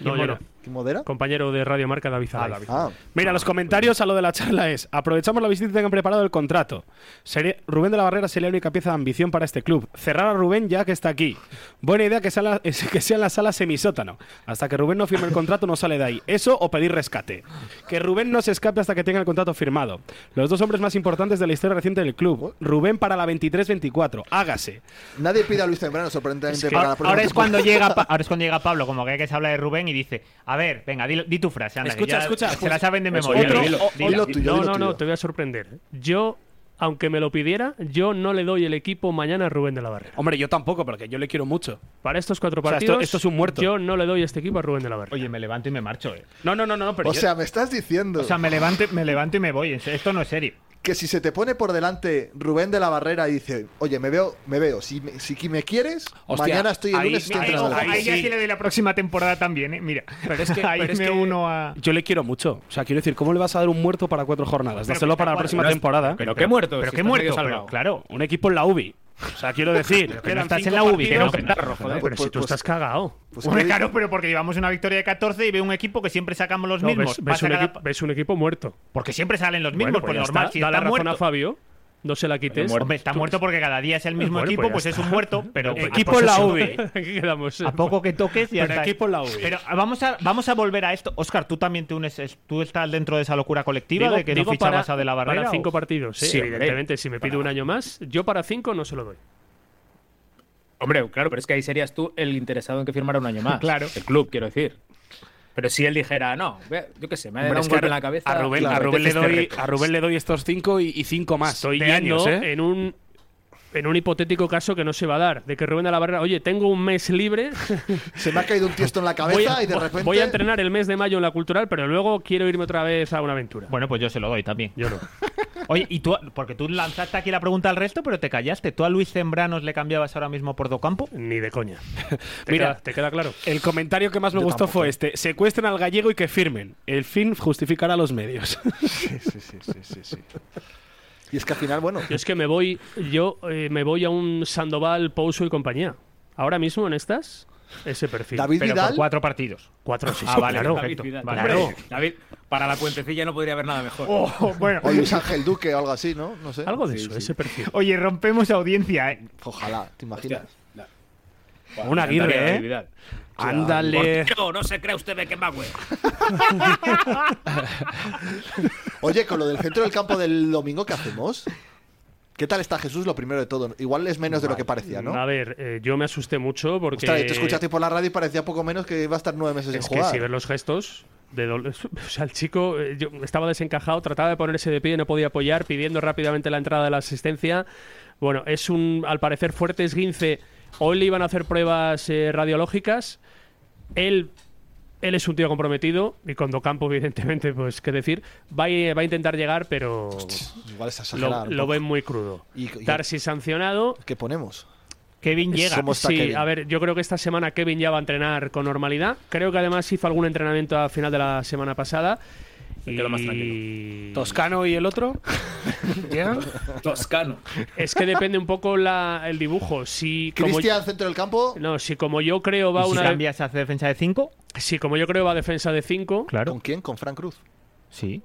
Speaker 4: No, yo no.
Speaker 1: ¿Quién modera?
Speaker 4: Compañero de Radio Marca, David Zalay.
Speaker 1: Ah,
Speaker 3: Mira, los comentarios a lo de la charla es: aprovechamos la visita que han preparado el contrato. Sería- Rubén de la Barrera sería la única pieza de ambición para este club. Cerrar a Rubén ya que está aquí. Buena idea que sea, la- es- que sea en la sala semisótano. Hasta que Rubén no firme el contrato, no sale de ahí. Eso o pedir rescate. Que Rubén no se escape hasta que tenga el contrato firmado. Los dos hombres más importantes de la historia reciente del club. Rubén para la 23-24. Hágase.
Speaker 1: nadie pide a Luis Temprano, sorprendentemente, para la
Speaker 6: Ahora,
Speaker 1: próxima
Speaker 6: ahora es
Speaker 1: temporada.
Speaker 6: cuando llega, Pa- ahora es cuando llega Pablo, como que hay que se habla de Rubén y dice, a ver, venga, di, di tu frase, anda, que
Speaker 3: Escucha,
Speaker 6: ya
Speaker 3: escucha,
Speaker 6: se la
Speaker 3: pues,
Speaker 6: saben de
Speaker 8: eso,
Speaker 6: memoria.
Speaker 8: otro-
Speaker 6: Dilo,
Speaker 1: o-
Speaker 6: dilo.
Speaker 1: dilo Oh, tuyo,
Speaker 4: No,
Speaker 1: dilo
Speaker 4: no,
Speaker 1: tuyo.
Speaker 4: no, te voy a sorprender. Yo, aunque me lo pidiera, yo no le doy el equipo mañana a Rubén de la Barrera.
Speaker 3: Hombre, yo tampoco, porque yo le quiero mucho.
Speaker 4: Para estos cuatro
Speaker 3: sea, esto-
Speaker 4: partidos,
Speaker 3: esto es un muerto.
Speaker 4: yo no le doy este equipo a Rubén de la Barrera.
Speaker 6: Oye, me levanto y me marcho, eh.
Speaker 3: No, no, no, no, pero
Speaker 1: O
Speaker 3: yo-
Speaker 1: sea, me estás diciendo
Speaker 6: O sea, me levanto, me levanto y me voy. en se- Esto no es serio.
Speaker 1: que si se te pone por delante Rubén de la Barrera y dice, oye, me veo, me veo, si me, si qui- me quieres,
Speaker 3: Hostia,
Speaker 1: mañana estoy el
Speaker 3: ahí-
Speaker 1: lunes estoy
Speaker 3: ahí-
Speaker 1: entrenando.
Speaker 3: ojo,
Speaker 1: al
Speaker 6: ahí
Speaker 1: equipo".
Speaker 6: ya sí le doy la próxima temporada también, eh. Mira,
Speaker 3: Pero es que-
Speaker 6: ahí
Speaker 3: pero es
Speaker 6: me
Speaker 3: que-
Speaker 6: uno a.
Speaker 3: Yo le quiero mucho. O sea, quiero decir, ¿cómo le vas a dar un muerto para cuatro jornadas?
Speaker 6: Pero
Speaker 3: Dáselo
Speaker 6: que-
Speaker 3: para la
Speaker 6: bueno,
Speaker 3: próxima
Speaker 8: no es-
Speaker 3: temporada.
Speaker 8: Pero qué muerto.
Speaker 6: Pero
Speaker 8: si
Speaker 6: qué
Speaker 8: está medio
Speaker 6: muerto, pero
Speaker 8: salvado.
Speaker 6: claro.
Speaker 3: Un equipo en la UBI. O sea, quiero decir,
Speaker 6: que
Speaker 3: quedan
Speaker 6: no estás en
Speaker 3: cinco
Speaker 6: la UBI,
Speaker 3: partidos.
Speaker 6: que no, que no.
Speaker 4: Joder, pero
Speaker 1: pues-
Speaker 4: si tú
Speaker 1: pues-
Speaker 4: estás cagado.
Speaker 1: Pues
Speaker 6: Hombre,
Speaker 1: que-
Speaker 6: claro, pero porque llevamos una victoria de 14 y veo un equipo que siempre sacamos los
Speaker 4: No,
Speaker 6: mismos.
Speaker 4: ves, ves
Speaker 6: Pasa
Speaker 4: un
Speaker 6: cada-
Speaker 4: equipo, ves un equipo muerto.
Speaker 6: Porque siempre salen los mismos,
Speaker 4: Bueno,
Speaker 6: por
Speaker 4: pues ya
Speaker 6: normal.
Speaker 4: está.
Speaker 6: Si
Speaker 4: Dale
Speaker 6: está
Speaker 4: razón
Speaker 6: muerto,
Speaker 4: a Fabio. No se la quites.
Speaker 6: Hombre, está muerto porque cada día es el mismo
Speaker 4: Bueno, pues
Speaker 6: equipo,
Speaker 4: ya
Speaker 6: pues, es un
Speaker 4: está.
Speaker 6: muerto, pero pues
Speaker 4: Pues
Speaker 3: Equipo en la UBI.
Speaker 4: Aquí quedamos. Pues
Speaker 6: A poco que toques y
Speaker 3: Pero equipo en la UBI.
Speaker 6: Pero ah, vamos a, vamos a volver a esto. Oscar, tú también te unes, es- tú estás dentro de esa locura colectiva
Speaker 4: Digo-
Speaker 6: de que
Speaker 4: digo
Speaker 6: no fichabas
Speaker 4: para-
Speaker 6: a De la Barrera.
Speaker 4: Para
Speaker 6: o-
Speaker 4: cinco partidos, sí,
Speaker 8: Sí, hombre.
Speaker 4: evidentemente. Si me pide un año más, yo para cinco no se lo doy.
Speaker 8: Hombre, claro, pero es que ahí serías tú el interesado en que firmara un año más.
Speaker 6: Claro.
Speaker 8: El club, quiero decir. Pero si él dijera, no, ve- yo qué sé, me ha
Speaker 3: Hombre,
Speaker 8: dado
Speaker 3: es
Speaker 8: un
Speaker 3: que
Speaker 8: golpe en la cabeza.
Speaker 3: a Rubén,
Speaker 8: claro,
Speaker 3: a Rubén le
Speaker 8: apetece
Speaker 3: doy,
Speaker 8: este reto.
Speaker 3: a Rubén le doy estos cinco y, y cinco más.
Speaker 4: Estoy
Speaker 3: de años,
Speaker 4: yendo
Speaker 3: ¿eh?
Speaker 4: en un en un hipotético caso que no se va a dar, de que Rubén de la Barrera, oye, tengo un mes libre,
Speaker 1: se me ha caído un tiesto en la
Speaker 4: voy,
Speaker 1: cabeza
Speaker 4: a,
Speaker 1: y de repente
Speaker 4: voy a entrenar el mes de mayo en la cultural, pero luego quiero irme otra vez a una aventura.
Speaker 6: Bueno, pues yo se lo doy también.
Speaker 4: yo no.
Speaker 6: Oye, y tú, porque tú lanzaste aquí la pregunta al resto, pero te callaste. ¿Tú a Luis Zembranos le cambiabas ahora mismo por Docampo?
Speaker 4: Ni de coña. ¿Te
Speaker 3: Mira.
Speaker 4: queda- ¿te queda claro?
Speaker 3: El comentario que más me gustó fue este: secuestren al gallego y que firmen. El fin justificará a los medios.
Speaker 1: y es que al final, bueno,
Speaker 4: Yo es que me voy, yo eh, me voy a un Sandoval, Pouso y compañía. Ahora mismo en estas, ese perfil.
Speaker 1: David
Speaker 6: Pero
Speaker 1: Vidal,
Speaker 6: por cuatro partidos.
Speaker 4: Cuatro, sí,
Speaker 6: Ah,
Speaker 4: sí,
Speaker 6: vale,
Speaker 4: claro.
Speaker 6: perfecto.
Speaker 8: David Vidal.
Speaker 6: Vale.
Speaker 8: Hombre, David, para la puentecilla no podría haber nada mejor.
Speaker 6: Oh, bueno.
Speaker 1: o Luis Ángel Duque o algo así, ¿no? No sé.
Speaker 4: Oh, Algo de
Speaker 1: Sí,
Speaker 4: eso,
Speaker 1: sí.
Speaker 4: ese perfil.
Speaker 6: Oye, rompemos audiencia, ¿eh?
Speaker 1: Ojalá, ¿te imaginas?
Speaker 3: Un Aguirre, ¿eh?
Speaker 8: Vidal.
Speaker 3: Ándale.
Speaker 8: Portero, no se crea usted Beckenbauer.
Speaker 1: Oye, con lo del centro del campo del domingo, ¿qué hacemos? ¿Qué tal está Jesús? Lo primero de todo. Igual es menos de lo que parecía, ¿no?
Speaker 4: A ver, eh, yo me asusté mucho porque.
Speaker 1: Ostras, te escuchaste por la radio y parecía poco menos que iba a estar nueve meses sin
Speaker 4: Es que
Speaker 1: jugar.
Speaker 4: si ves los gestos. De dol- O sea, el chico eh, yo estaba desencajado, trataba de ponerse de pie, no podía apoyar, pidiendo rápidamente la entrada de la asistencia. Bueno, es un, al parecer, fuerte esguince. Hoy le iban a hacer pruebas eh, radiológicas. Él, él es un tío comprometido y con Docampo, evidentemente, pues qué decir. Va a, va a intentar llegar, pero
Speaker 1: Igual es
Speaker 4: lo,
Speaker 1: exagerado.
Speaker 4: lo ven muy crudo.
Speaker 1: Y- y-
Speaker 4: Tarsi sancionado,
Speaker 1: ¿Qué ponemos?
Speaker 6: Kevin llega.
Speaker 1: Somos- ¿Cómo está
Speaker 4: sí,
Speaker 1: Kevin?
Speaker 4: a ver, yo creo que esta semana Kevin ya va a entrenar con normalidad. Creo que además hizo algún entrenamiento a final de la semana pasada. Me quedo más tranquilo.
Speaker 3: Toscano y el otro.
Speaker 8: Toscano.
Speaker 4: Es que depende un poco la- el dibujo. Si como,
Speaker 1: Cristian, centro del campo.
Speaker 4: no, si como yo creo va
Speaker 6: ¿Y si
Speaker 4: una
Speaker 6: cambias hace defensa de 5?
Speaker 4: si como yo creo va defensa de 5,
Speaker 6: Claro.
Speaker 1: ¿Con quién? Con Frank Cruz.
Speaker 6: Sí.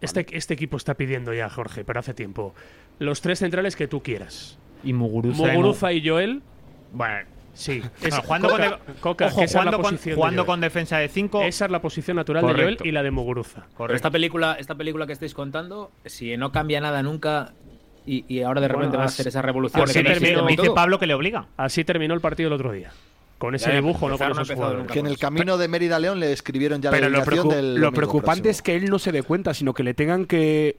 Speaker 4: este, este equipo está pidiendo ya, Jorge, pero hace tiempo. Los tres centrales que tú quieras.
Speaker 6: Y Muguruza. y Mu-
Speaker 4: Muguruza y Joel.
Speaker 6: Bueno.
Speaker 4: Sí.
Speaker 6: Es,
Speaker 4: esa-
Speaker 6: jugando
Speaker 4: Coca,
Speaker 6: con, de-
Speaker 4: Coca,
Speaker 6: Ojo,
Speaker 4: que esa es la
Speaker 6: jugando con-
Speaker 4: posición de
Speaker 6: jugando
Speaker 4: Joel.
Speaker 6: con defensa de 5.
Speaker 4: Esa es la posición natural de
Speaker 6: Correcto.
Speaker 4: Joel y la de Muguruza.
Speaker 8: Pero esta película, esta película que estáis contando, si no cambia nada nunca y, y ahora de
Speaker 4: Bueno,
Speaker 8: repente va a
Speaker 4: así-
Speaker 8: ser esa revolución.
Speaker 4: así
Speaker 8: de que
Speaker 4: terminó-
Speaker 8: hicieron y
Speaker 6: dice
Speaker 8: todo.
Speaker 6: Pablo que le obliga.
Speaker 4: Así terminó el partido el otro día. Con ese
Speaker 8: Ya,
Speaker 4: dibujo, no
Speaker 8: empezar
Speaker 4: con
Speaker 8: no ha
Speaker 4: esos
Speaker 8: empezado
Speaker 4: jugadores.
Speaker 8: nunca.
Speaker 1: Que en el camino de Mérida a León le escribieron ya la
Speaker 3: Pero lo,
Speaker 1: alineación
Speaker 3: preocu-
Speaker 1: del
Speaker 3: lo
Speaker 1: domingo
Speaker 3: preocupante
Speaker 1: próximo.
Speaker 3: es que él no se dé cuenta, sino que le tengan que.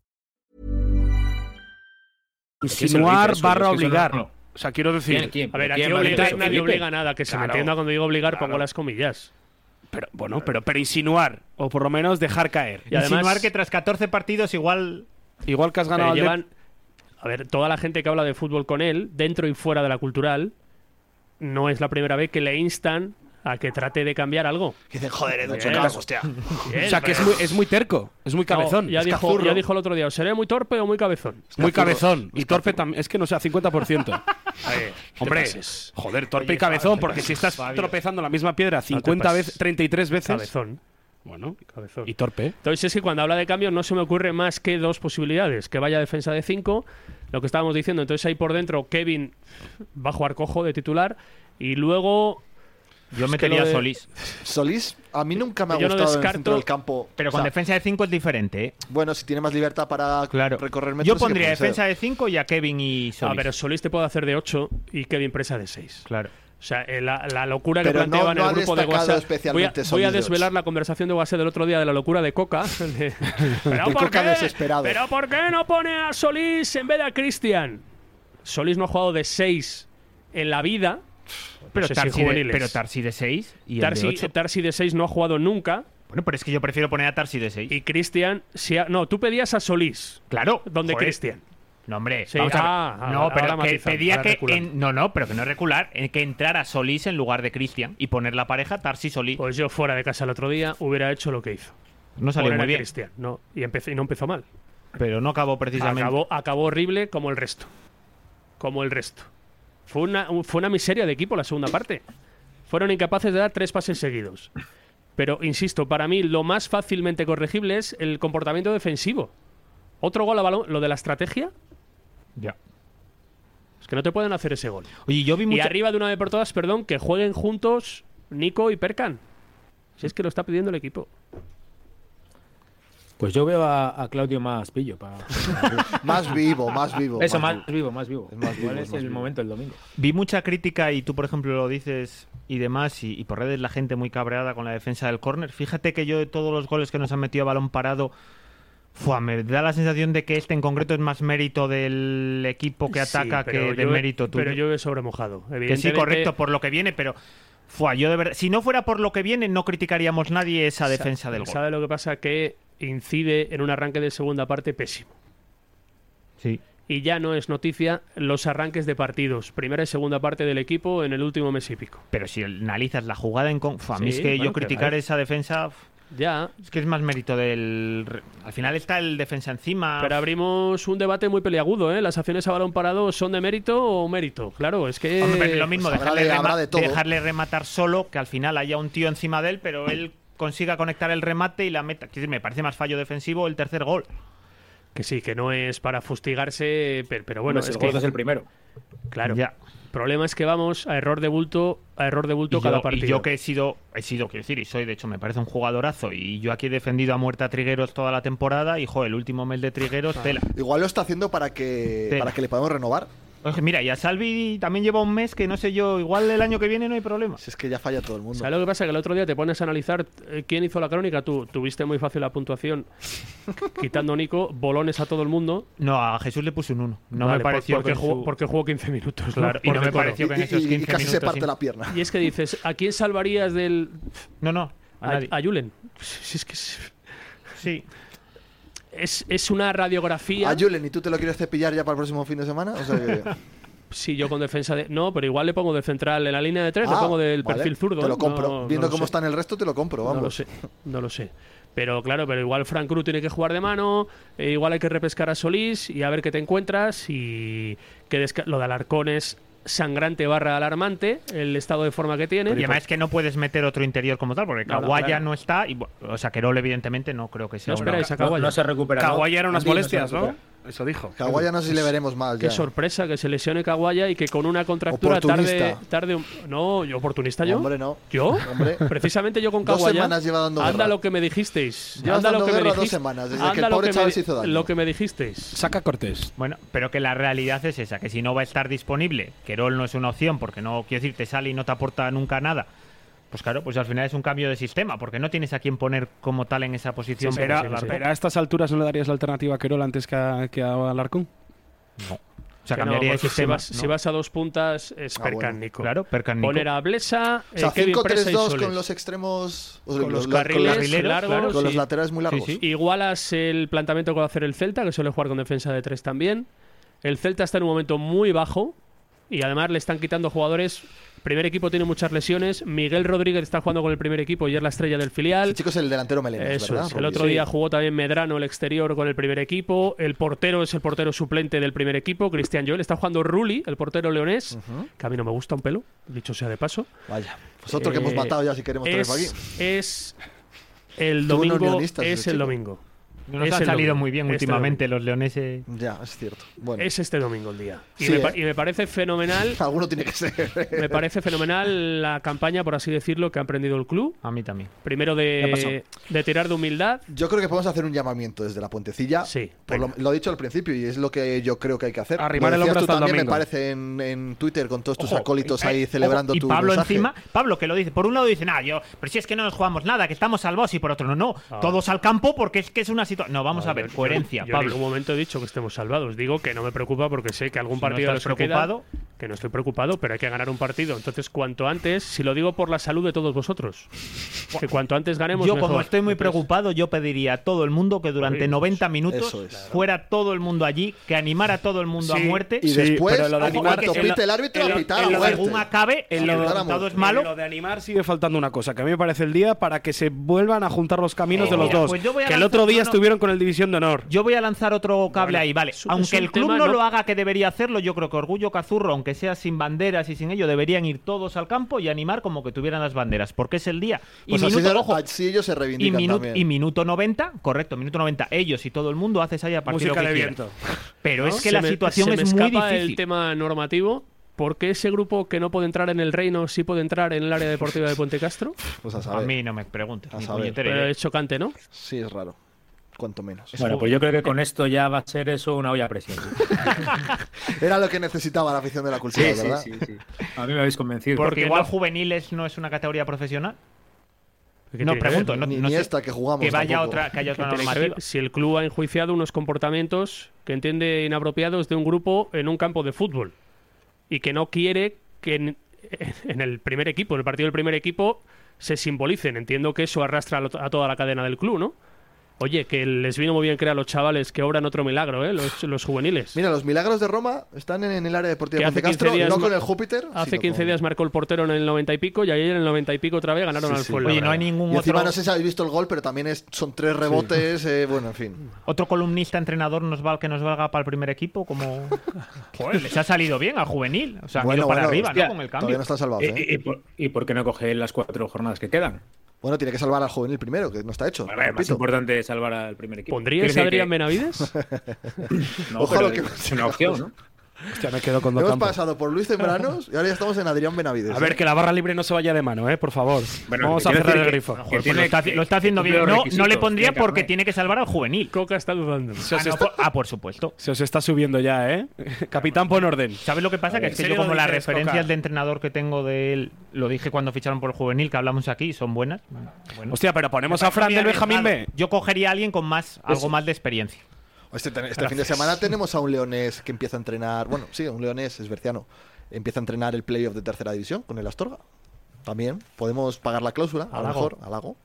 Speaker 3: Insinuar
Speaker 8: Eso, eso,
Speaker 3: barra
Speaker 8: eso,
Speaker 3: obligar.
Speaker 8: no.
Speaker 3: O sea, quiero decir.
Speaker 8: ¿Quién, quién?
Speaker 4: A ver,
Speaker 8: ¿Quién
Speaker 4: aquí
Speaker 8: va a
Speaker 4: obligar
Speaker 8: decir eso,
Speaker 4: nadie
Speaker 8: Felipe?
Speaker 4: obliga nada, que se me
Speaker 3: Claro.
Speaker 4: entienda cuando digo obligar, pongo las comillas.
Speaker 3: Pero, bueno, pero, pero insinuar. O por lo menos dejar caer.
Speaker 4: Y además-
Speaker 6: Insinuar que tras 14 partidos igual
Speaker 3: Igual que has ganado
Speaker 4: Pero
Speaker 3: al de-
Speaker 4: llevan, a ver, toda la gente que habla de fútbol con él, dentro y fuera de la cultural, no es la primera vez que le instan a que trate de cambiar algo.
Speaker 1: Que dicen, joder, Edu,
Speaker 4: Bien.
Speaker 1: chocaos, hostia.
Speaker 3: O sea, que es muy, es muy terco. Es muy
Speaker 4: No,
Speaker 3: cabezón.
Speaker 4: ya,
Speaker 3: es
Speaker 4: dijo,
Speaker 3: cazurro.
Speaker 4: ya dijo el otro día, o seré muy torpe o muy cabezón.
Speaker 3: Muy cabezón. Y torpe también. Es que no sea 50%. Hombre,
Speaker 4: pases.
Speaker 3: joder, torpe y cabezón, porque si estás tropezando la misma piedra 50
Speaker 4: pases.
Speaker 3: veces, 33 veces.
Speaker 4: Cabezón.
Speaker 3: Bueno,
Speaker 4: cabezón.
Speaker 3: y torpe.
Speaker 4: Entonces es que cuando habla de cambios no se me ocurre más que dos posibilidades. Que vaya a defensa de 5, lo que estábamos diciendo. Entonces ahí por dentro Kevin va a jugar cojo de titular y luego...
Speaker 6: yo
Speaker 4: Es que
Speaker 6: metería
Speaker 4: lo
Speaker 6: a
Speaker 4: de-
Speaker 6: Solís.
Speaker 1: Solís, a mí nunca me ha
Speaker 4: Yo no
Speaker 1: gustado en el
Speaker 4: descarto-
Speaker 1: centro del campo.
Speaker 6: Pero
Speaker 1: O
Speaker 6: con
Speaker 1: sea,
Speaker 6: defensa de 5 es diferente, ¿eh?
Speaker 1: Bueno, si tiene más libertad para
Speaker 6: Claro.
Speaker 1: recorrer metros.
Speaker 6: Yo
Speaker 1: sí que
Speaker 6: pondría
Speaker 1: puede ser.
Speaker 6: defensa de 5 y a Kevin y Solís.
Speaker 4: Ah, pero Solís te puede hacer de 8 y Kevin presa de 6.
Speaker 6: Claro.
Speaker 4: O sea, eh, la, la locura que
Speaker 1: Pero no-
Speaker 4: planteaban
Speaker 1: no
Speaker 4: el
Speaker 1: ha
Speaker 4: grupo de
Speaker 1: destacado
Speaker 4: WhatsApp. Voy a,
Speaker 1: especialmente
Speaker 4: voy a
Speaker 1: Solís de
Speaker 4: desvelar
Speaker 1: ocho.
Speaker 4: la conversación de WhatsApp del otro día de la locura de Coca. de- ¿Pero,
Speaker 1: De
Speaker 4: por
Speaker 1: Coca
Speaker 4: qué?
Speaker 1: desesperado.
Speaker 4: ¿Pero por qué no pone a Solís en vez de a Cristian? Solís no ha jugado de 6 en la vida.
Speaker 6: Pero
Speaker 4: No sé si
Speaker 6: Tarsi de-
Speaker 4: Pues juveniles.
Speaker 6: pero Tarsi de 6 y el de
Speaker 4: Tarsi, eh,
Speaker 6: 8.
Speaker 4: Tarsi de 6 no ha jugado nunca.
Speaker 6: Bueno, pero es que yo prefiero poner a Tarsi de 6.
Speaker 4: Y Cristian, si ha- no, tú pedías a Solís.
Speaker 6: Claro.
Speaker 4: ¿Dónde
Speaker 6: joder.
Speaker 4: Cristian?
Speaker 6: No, hombre.
Speaker 4: Sí,
Speaker 6: vamos a ver.
Speaker 4: ah, ah,
Speaker 6: no,
Speaker 4: ahora
Speaker 6: pero que
Speaker 4: matizan,
Speaker 6: pedía
Speaker 4: ahora
Speaker 6: que.
Speaker 4: reculan.
Speaker 6: en- no, no, pero que no recular. eh, que entrara Solís en lugar de Cristian y poner la pareja Tarsi-Solís.
Speaker 4: Pues yo fuera de casa el otro día hubiera hecho lo que hizo.
Speaker 6: no salió
Speaker 4: Poner
Speaker 6: muy
Speaker 4: a
Speaker 6: bien.
Speaker 4: Cristian, no, y, empezó- y no empezó mal.
Speaker 6: Pero no acabó precisamente.
Speaker 4: Acabó, acabó horrible como el resto. Como el resto. Fue una, un- fue una miseria de equipo la segunda parte. Fueron incapaces de dar tres pases seguidos. Pero, insisto, para mí lo más fácilmente corregible es el comportamiento defensivo. Otro gol a balón, lo de la estrategia,
Speaker 6: Ya.
Speaker 4: es que no te pueden hacer ese gol.
Speaker 6: Oye, yo vi
Speaker 4: Y
Speaker 6: mucha-
Speaker 4: arriba de una vez por todas, perdón, que jueguen juntos Nico y Perkan. Si es que lo está pidiendo el equipo.
Speaker 10: Pues yo veo a, a Claudio más pillo. pa-
Speaker 1: Más vivo, más vivo.
Speaker 10: Eso,
Speaker 1: más
Speaker 10: más vivo, más vivo.
Speaker 1: Es más
Speaker 10: Igual
Speaker 1: vivo,
Speaker 10: es
Speaker 1: más
Speaker 10: el
Speaker 1: vivo.
Speaker 10: momento el domingo.
Speaker 6: Vi mucha crítica y tú, por ejemplo, lo dices y demás, y, y por redes la gente muy cabreada con la defensa del córner. Fíjate que yo de todos los goles que nos han metido a balón parado, fua, me da la sensación de que este en concreto es más mérito del equipo que
Speaker 4: Sí,
Speaker 6: ataca
Speaker 4: pero
Speaker 6: que de
Speaker 4: yo he-
Speaker 6: mérito tuyo.
Speaker 4: Pero yo he sobremojado.
Speaker 6: que sí,
Speaker 4: Evidentemente,
Speaker 6: correcto, pues, por lo que viene, pero fua, yo de verdad, si no fuera por lo que viene, no criticaríamos nadie esa
Speaker 4: Sa-
Speaker 6: defensa del gol.
Speaker 4: ¿Sabe lo que pasa? Que incide en un arranque de segunda parte pésimo.
Speaker 6: Sí.
Speaker 4: Y ya no es noticia los arranques de partidos. Primera y segunda parte del equipo en el último mes y pico.
Speaker 6: Pero si analizas la jugada en con... fua, a mí
Speaker 4: Sí,
Speaker 6: es que
Speaker 4: bueno,
Speaker 6: yo
Speaker 4: que
Speaker 6: criticar
Speaker 4: vale.
Speaker 6: esa defensa f-
Speaker 4: Ya.
Speaker 6: es que es más mérito del re- al final está el defensa encima.
Speaker 4: Pero abrimos un debate muy peliagudo, ¿eh? ¿Las acciones a balón parado son de mérito o mérito? Claro, es que.
Speaker 6: Eh, Hombre, pero es lo mismo,
Speaker 1: pues habrá
Speaker 6: dejarle,
Speaker 1: de-
Speaker 6: rema-
Speaker 1: habrá de todo.
Speaker 6: dejarle rematar solo, que al final haya un tío encima de él, pero él consiga conectar el remate y la meta. Quiero decir, me parece más fallo defensivo el tercer gol.
Speaker 4: Que sí, que no es para fustigarse, pero, pero bueno,
Speaker 8: Hombre, si
Speaker 4: es
Speaker 8: el
Speaker 4: que
Speaker 8: gordo es el primero.
Speaker 4: Claro.
Speaker 6: Ya.
Speaker 4: El problema es que vamos a error de bulto, a error de bulto
Speaker 6: Y
Speaker 4: cada
Speaker 6: yo,
Speaker 4: partido.
Speaker 6: y yo que he sido, he sido, quiero decir, y soy, de hecho, me parece un jugadorazo. Y yo aquí he defendido a muerta a Trigueros toda la temporada. Y, jo, el último mes de Trigueros, tela.
Speaker 1: Igual lo está haciendo para que,
Speaker 6: Sí.
Speaker 1: para que le podamos renovar.
Speaker 6: Oye, mira, y a Salvi también lleva un mes que no sé yo, igual el año que viene no hay problema.
Speaker 1: Si es que ya falla todo el mundo.
Speaker 4: ¿Sabes lo que pasa? Que el otro día te pones a analizar eh, quién hizo la crónica. Tú tuviste muy fácil la puntuación, quitando Nico, bolones a todo el mundo.
Speaker 6: No, a Jesús le puse un 1. No
Speaker 4: Vale,
Speaker 6: me pareció
Speaker 4: por-
Speaker 6: que
Speaker 4: porque,
Speaker 6: en
Speaker 4: jugó,
Speaker 6: su-
Speaker 4: porque jugó 15 minutos.
Speaker 6: Claro,
Speaker 4: por-
Speaker 6: y no
Speaker 4: por
Speaker 6: me
Speaker 4: decoro.
Speaker 6: pareció que en
Speaker 1: Y-
Speaker 6: esos
Speaker 1: y-
Speaker 6: 15
Speaker 1: y casi
Speaker 6: minutos.
Speaker 1: se parte
Speaker 6: sin-
Speaker 1: la pierna.
Speaker 4: Y es que dices, ¿a quién salvarías del.
Speaker 6: No, no, a
Speaker 4: A,
Speaker 6: nadie.
Speaker 4: a Julen? Si es que es,
Speaker 6: Sí.
Speaker 4: es- es una radiografía.
Speaker 1: A Julen, Ah, ¿y tú te lo quieres cepillar ya para el próximo fin de semana? O sea que-
Speaker 4: Sí, yo con defensa de. No, pero igual le pongo de central en la línea de tres, le
Speaker 1: Ah,
Speaker 4: pongo del
Speaker 1: vale,
Speaker 4: perfil zurdo. ¿eh?
Speaker 1: Te lo compro.
Speaker 4: No- no
Speaker 1: Viendo
Speaker 4: lo
Speaker 1: cómo
Speaker 4: sé.
Speaker 1: están el resto, te lo compro,
Speaker 4: No lo
Speaker 1: vamos.
Speaker 4: sé, no lo sé. Pero claro, pero igual Frank Cruz tiene que jugar de mano, e igual hay que repescar a Solís y a ver qué te encuentras. Y que desca- lo de Alarcón es sangrante barra alarmante, el estado de forma que tiene.
Speaker 6: Y además es que no puedes meter otro interior como tal, porque
Speaker 4: No, no,
Speaker 6: Kawaya no,
Speaker 4: claro.
Speaker 6: está. Y, bueno, o sea, Querol, evidentemente, no creo que sea.
Speaker 4: No
Speaker 6: una-
Speaker 4: esperáis a
Speaker 8: No,
Speaker 4: Kawaya.
Speaker 8: no se recupera. ¿no?
Speaker 3: Kawhi eran unas
Speaker 8: Andy, no se
Speaker 3: molestias, ¿no?
Speaker 8: recupera.
Speaker 3: Eso dijo.
Speaker 1: Caguaya no sé si le veremos más
Speaker 4: Qué
Speaker 1: ya.
Speaker 4: sorpresa que se lesione Kawaya y que con una contractura tarde,
Speaker 1: Oportunista.
Speaker 4: tarde un- No, yo oportunista yo. ¿eh?
Speaker 1: Hombre, no.
Speaker 4: ¿Yo?
Speaker 1: Hombre.
Speaker 4: Precisamente yo con
Speaker 1: Dos
Speaker 4: Kawaya.
Speaker 1: semanas lleva dando
Speaker 4: anda
Speaker 1: guerra.
Speaker 4: lo que me dijisteis.
Speaker 1: Llevas
Speaker 4: anda lo
Speaker 1: dando
Speaker 4: que me
Speaker 1: guerra dos
Speaker 4: dijisteis.
Speaker 1: semanas, desde que
Speaker 4: Anda
Speaker 1: el
Speaker 4: lo
Speaker 1: pobre
Speaker 4: me
Speaker 1: chaval
Speaker 4: di-
Speaker 1: se hizo daño.
Speaker 4: Lo que me dijisteis.
Speaker 10: Saca Cortés.
Speaker 6: Bueno, pero que la realidad es esa, que si no va a estar disponible, Querol no es una opción, porque no, quiero decir, te sale y no te aporta nunca nada. Pues claro, pues al final es un cambio de sistema, porque no tienes a quien poner como tal en esa posición.
Speaker 4: sí,
Speaker 6: para
Speaker 4: sí,
Speaker 6: largo.
Speaker 4: sí.
Speaker 3: Pero a estas alturas no le darías la alternativa a Querol antes que a, que a Alarcón.
Speaker 6: O sea,
Speaker 4: Que no,
Speaker 6: cambiaría de
Speaker 4: porque
Speaker 6: sistema.
Speaker 4: Si vas,
Speaker 6: ¿no?
Speaker 4: si vas a dos puntas, es
Speaker 1: Ah, bueno.
Speaker 4: percánico.
Speaker 6: Claro, Percanico.
Speaker 4: Poner a Blesa,
Speaker 1: O sea,
Speaker 4: eh, Kevin Presa y
Speaker 1: 5-3-2 con
Speaker 4: Soles.
Speaker 1: los extremos. o sea,
Speaker 4: Con los
Speaker 1: la-
Speaker 4: carriles
Speaker 1: con, las-
Speaker 4: largos,
Speaker 1: con
Speaker 4: sí.
Speaker 1: los laterales muy largos. Este
Speaker 6: Sí, sí.
Speaker 4: Igualas el planteamiento que va a hacer el Celta, que suele jugar con defensa de tres también. El Celta está en un momento muy bajo y además le están quitando jugadores. Primer equipo tiene muchas lesiones. Miguel Rodríguez está jugando con el primer equipo y es la estrella del filial.
Speaker 1: Ese chico es el delantero Melenas,
Speaker 4: Eso
Speaker 1: ¿verdad?
Speaker 4: es. El
Speaker 1: Rubio?
Speaker 4: otro
Speaker 1: Sí.
Speaker 4: día jugó también Medrano el exterior con el primer equipo. El portero es el portero suplente del primer equipo, Cristian Joel. Está jugando Rulli, el portero leonés, que a mí no me gusta un pelo, dicho sea de paso.
Speaker 1: Vaya. Pues otro que hemos
Speaker 4: Eh,
Speaker 1: matado ya si queremos tener aquí.
Speaker 4: es, es el
Speaker 1: Tú unos
Speaker 4: domingo.
Speaker 1: leonistas,
Speaker 4: Es
Speaker 1: ese
Speaker 4: el
Speaker 1: chico.
Speaker 4: domingo.
Speaker 6: No nos
Speaker 4: es
Speaker 6: han
Speaker 4: el
Speaker 6: salido
Speaker 4: domingo,
Speaker 6: muy bien
Speaker 4: este
Speaker 6: últimamente los leoneses.
Speaker 1: Ya, es cierto. Bueno,
Speaker 4: Es este domingo el día. Y,
Speaker 1: Sí,
Speaker 4: me,
Speaker 1: eh.
Speaker 4: pa- y me parece fenomenal.
Speaker 1: alguno tiene que ser.
Speaker 4: Me parece fenomenal la campaña, por así decirlo, que ha emprendido el club.
Speaker 6: A mí también.
Speaker 4: Primero
Speaker 6: Ya pasó.
Speaker 4: de, de tirar de humildad.
Speaker 1: Yo creo que podemos hacer un llamamiento desde la puentecilla.
Speaker 4: Sí,
Speaker 1: Por lo, lo he dicho al principio y es lo que yo creo que hay que hacer.
Speaker 3: Arrimar
Speaker 1: Lo
Speaker 3: el
Speaker 1: decías
Speaker 3: hombro
Speaker 1: tú
Speaker 3: hasta el
Speaker 1: también, me
Speaker 3: domingo.
Speaker 1: parece, en, en Twitter con todos tus
Speaker 6: Ojo,
Speaker 1: acólitos
Speaker 6: eh,
Speaker 1: ahí
Speaker 6: eh,
Speaker 1: celebrando
Speaker 6: ojo, y
Speaker 1: tu
Speaker 6: Pablo
Speaker 1: mensaje.
Speaker 6: encima, Pablo que lo dice, por un lado dice, nada, yo, pero si es que no nos jugamos nada, que estamos salvados y por otro no, no, todos al campo porque es que es una situación. No, vamos a ver,
Speaker 4: Ah, Yo-
Speaker 6: coherencia,
Speaker 4: yo en
Speaker 6: Pablo.
Speaker 4: ningún momento he dicho que estemos salvados. Digo que no me preocupa porque sé que algún
Speaker 6: no
Speaker 4: partido
Speaker 6: estás
Speaker 4: nos queda,
Speaker 6: preocupado.
Speaker 4: que no estoy preocupado, pero hay que ganar un partido. Entonces, cuanto antes, si lo digo por la salud de todos vosotros, que cuanto antes ganemos.
Speaker 6: Yo, como
Speaker 4: mejor.
Speaker 6: estoy muy
Speaker 4: Entonces,
Speaker 6: preocupado, yo pediría a todo el mundo que durante
Speaker 4: Horrible.
Speaker 6: 90 minutos
Speaker 1: Eso es.
Speaker 6: fuera todo el mundo allí, que animara a todo el mundo a
Speaker 3: Sí,
Speaker 6: muerte.
Speaker 1: Y
Speaker 3: Sí,
Speaker 1: después,
Speaker 3: pero lo de
Speaker 1: ojo,
Speaker 3: animar-
Speaker 1: cuando
Speaker 6: en lo-
Speaker 1: pite el árbitro,
Speaker 3: en
Speaker 1: a
Speaker 3: lo-
Speaker 1: pitar a
Speaker 3: en lo de
Speaker 1: muerte.
Speaker 6: Según acabe,
Speaker 1: Si
Speaker 6: el
Speaker 1: pitara a
Speaker 6: resultado
Speaker 1: muerte.
Speaker 6: es malo.
Speaker 3: En Lo de animar sigue faltando una cosa, que a mí me parece el día para que se vuelvan a juntar los caminos
Speaker 6: Eh,
Speaker 3: de los
Speaker 6: mira,
Speaker 3: dos.
Speaker 6: pues yo voy a
Speaker 3: que el
Speaker 6: lanzar-
Speaker 3: otro día
Speaker 6: no, no.
Speaker 3: estuvieron con el División de Honor.
Speaker 6: Yo voy a lanzar otro cable ahí, vale.
Speaker 4: es un- es
Speaker 6: Aunque
Speaker 4: un
Speaker 6: el club
Speaker 4: tema,
Speaker 6: no,
Speaker 4: ¿no?
Speaker 6: lo haga que debería hacerlo, yo creo que Orgullo Cazurro, aunque sea sin banderas y sin ello, deberían ir todos al campo y animar como que tuvieran las banderas, porque es el día. Y
Speaker 1: Pues así,
Speaker 6: minuto,
Speaker 1: de-
Speaker 6: ojo,
Speaker 1: así ellos se
Speaker 6: y,
Speaker 1: reivindican
Speaker 6: minu-
Speaker 1: también.
Speaker 6: y minuto 90, correcto, minuto 90, ellos y todo el mundo haces ahí a partir
Speaker 3: Música
Speaker 6: lo que
Speaker 3: de
Speaker 6: quieran.
Speaker 3: viento.
Speaker 6: Pero es que
Speaker 4: se
Speaker 6: la
Speaker 4: me-
Speaker 6: situación
Speaker 4: se me
Speaker 6: es muy
Speaker 4: escapa el
Speaker 6: difícil.
Speaker 4: tema normativo. ¿Por qué ese grupo que no puede entrar en el reino sí puede entrar en el área deportiva de Puente Castro?
Speaker 1: Pues a
Speaker 6: A
Speaker 1: saber.
Speaker 6: mí no me preguntes,
Speaker 1: A
Speaker 6: ni
Speaker 1: saber.
Speaker 6: puñetera
Speaker 4: Pero
Speaker 6: idea.
Speaker 4: es chocante, ¿no?
Speaker 1: Sí, es raro. Cuanto menos.
Speaker 8: Bueno, pues yo creo que con esto ya va a ser eso una olla a presión.
Speaker 1: Era lo que necesitaba la afición de la cultura, ¿verdad?
Speaker 8: A mí me habéis convencido.
Speaker 6: Porque
Speaker 4: Porque
Speaker 6: igual
Speaker 4: no-
Speaker 6: juveniles no es una categoría profesional.
Speaker 4: ¿Qué
Speaker 6: No
Speaker 4: tiene que
Speaker 6: pregunto, no,
Speaker 1: Ni,
Speaker 6: no
Speaker 1: ni
Speaker 6: sé.
Speaker 1: esta que jugamos.
Speaker 6: que vaya
Speaker 1: tampoco.
Speaker 6: otra, que haya otra
Speaker 4: Tiene que ver
Speaker 6: normativa.
Speaker 4: si el club ha enjuiciado unos comportamientos que entiende inapropiados de un grupo en un campo de fútbol y que no quiere que en, en el primer equipo, en el partido del primer equipo, se simbolicen. Entiendo que eso arrastra a lo- a toda la cadena del club, ¿no? Oye, que les vino muy bien crear a los chavales que obran otro milagro, ¿eh? Los, los juveniles.
Speaker 1: Mira, los milagros de Roma están en, en el área deportiva de
Speaker 4: Que hace
Speaker 1: Monte Castro,
Speaker 4: 15 días
Speaker 1: no
Speaker 4: ma-
Speaker 1: con el Júpiter.
Speaker 4: Hace
Speaker 1: sino
Speaker 4: 15
Speaker 1: con-
Speaker 4: días marcó el portero en el 90 y pico y ayer en el 90 y pico otra vez ganaron
Speaker 1: Sí,
Speaker 4: al
Speaker 1: sí.
Speaker 4: Fuenlabrada.
Speaker 6: Oye, no hay ningún
Speaker 1: Y encima
Speaker 6: otro,
Speaker 1: no sé si habéis visto el gol, pero también es- son tres rebotes, eh, bueno, en fin.
Speaker 6: otro columnista entrenador nos val, que nos valga para el primer equipo. Como Joder, les ha salido bien al juvenil, o sea, han
Speaker 1: Bueno,
Speaker 6: ido para
Speaker 1: bueno,
Speaker 6: arriba,
Speaker 1: hostia,
Speaker 6: ¿no? Con el
Speaker 3: Eh,
Speaker 1: Todavía
Speaker 6: cambio.
Speaker 1: no están salvados,
Speaker 8: ¿Y,
Speaker 1: ¿eh?
Speaker 8: y por, y por qué no coge las cuatro jornadas que quedan?
Speaker 1: Bueno, tiene que salvar al juvenil primero, que no está hecho.
Speaker 8: A ver, más
Speaker 1: repito.
Speaker 8: importante salvar al primer equipo.
Speaker 4: ¿Pondrías a
Speaker 8: Quiero decir
Speaker 4: Adrián Benavides?
Speaker 8: que- No,
Speaker 1: Ojalá
Speaker 8: pero
Speaker 1: que-
Speaker 8: es una opción, ¿no?
Speaker 3: Hostia, me quedo con dos
Speaker 1: Hemos
Speaker 3: campos.
Speaker 1: pasado por Luis Tembranos y ahora ya estamos en Adrián Benavides.
Speaker 3: A ver,
Speaker 1: ¿eh?
Speaker 3: que la barra libre no se vaya de mano, ¿eh? Por favor.
Speaker 8: Bueno,
Speaker 3: Vamos
Speaker 8: que
Speaker 3: a
Speaker 8: quiero
Speaker 3: cerrar
Speaker 8: decir
Speaker 3: el grifo.
Speaker 8: que-
Speaker 3: Joder,
Speaker 8: que
Speaker 3: pues
Speaker 8: tiene-
Speaker 3: lo está-
Speaker 8: que-
Speaker 6: Lo está haciendo
Speaker 8: cumple
Speaker 6: bien.
Speaker 8: los
Speaker 6: No, no
Speaker 8: requisitos,
Speaker 6: le pondría
Speaker 8: tiene carné.
Speaker 6: porque tiene que salvar al juvenil.
Speaker 4: Coca está dudando. pues-
Speaker 3: Se os
Speaker 6: Ah, no,
Speaker 3: está-
Speaker 6: por- ah, por supuesto.
Speaker 3: se os está subiendo ya, ¿eh? Capitán, pon orden.
Speaker 6: ¿Sabes lo que pasa? Que
Speaker 3: ver,
Speaker 6: es que
Speaker 3: ¿en
Speaker 6: yo
Speaker 3: serio
Speaker 6: como
Speaker 3: lo
Speaker 6: las
Speaker 3: dices,
Speaker 6: referencias
Speaker 3: Coca?
Speaker 6: de entrenador que tengo de él, lo dije cuando ficharon por el juvenil, que hablamos aquí, son buenas. Bueno,
Speaker 3: Hostia, pero ponemos
Speaker 6: me
Speaker 3: a
Speaker 6: parece
Speaker 3: Fran
Speaker 6: muy
Speaker 3: del Benjamín B.
Speaker 6: arriesgado. Yo cogería a alguien con más, algo más de experiencia.
Speaker 1: Este, este fin de semana tenemos a un leonés que empieza a entrenar. Bueno, sí, un leonés es berciano. Empieza a entrenar el playoff de tercera división con el Astorga. También podemos pagar la cláusula, a lo
Speaker 6: Halago.
Speaker 1: mejor, halago.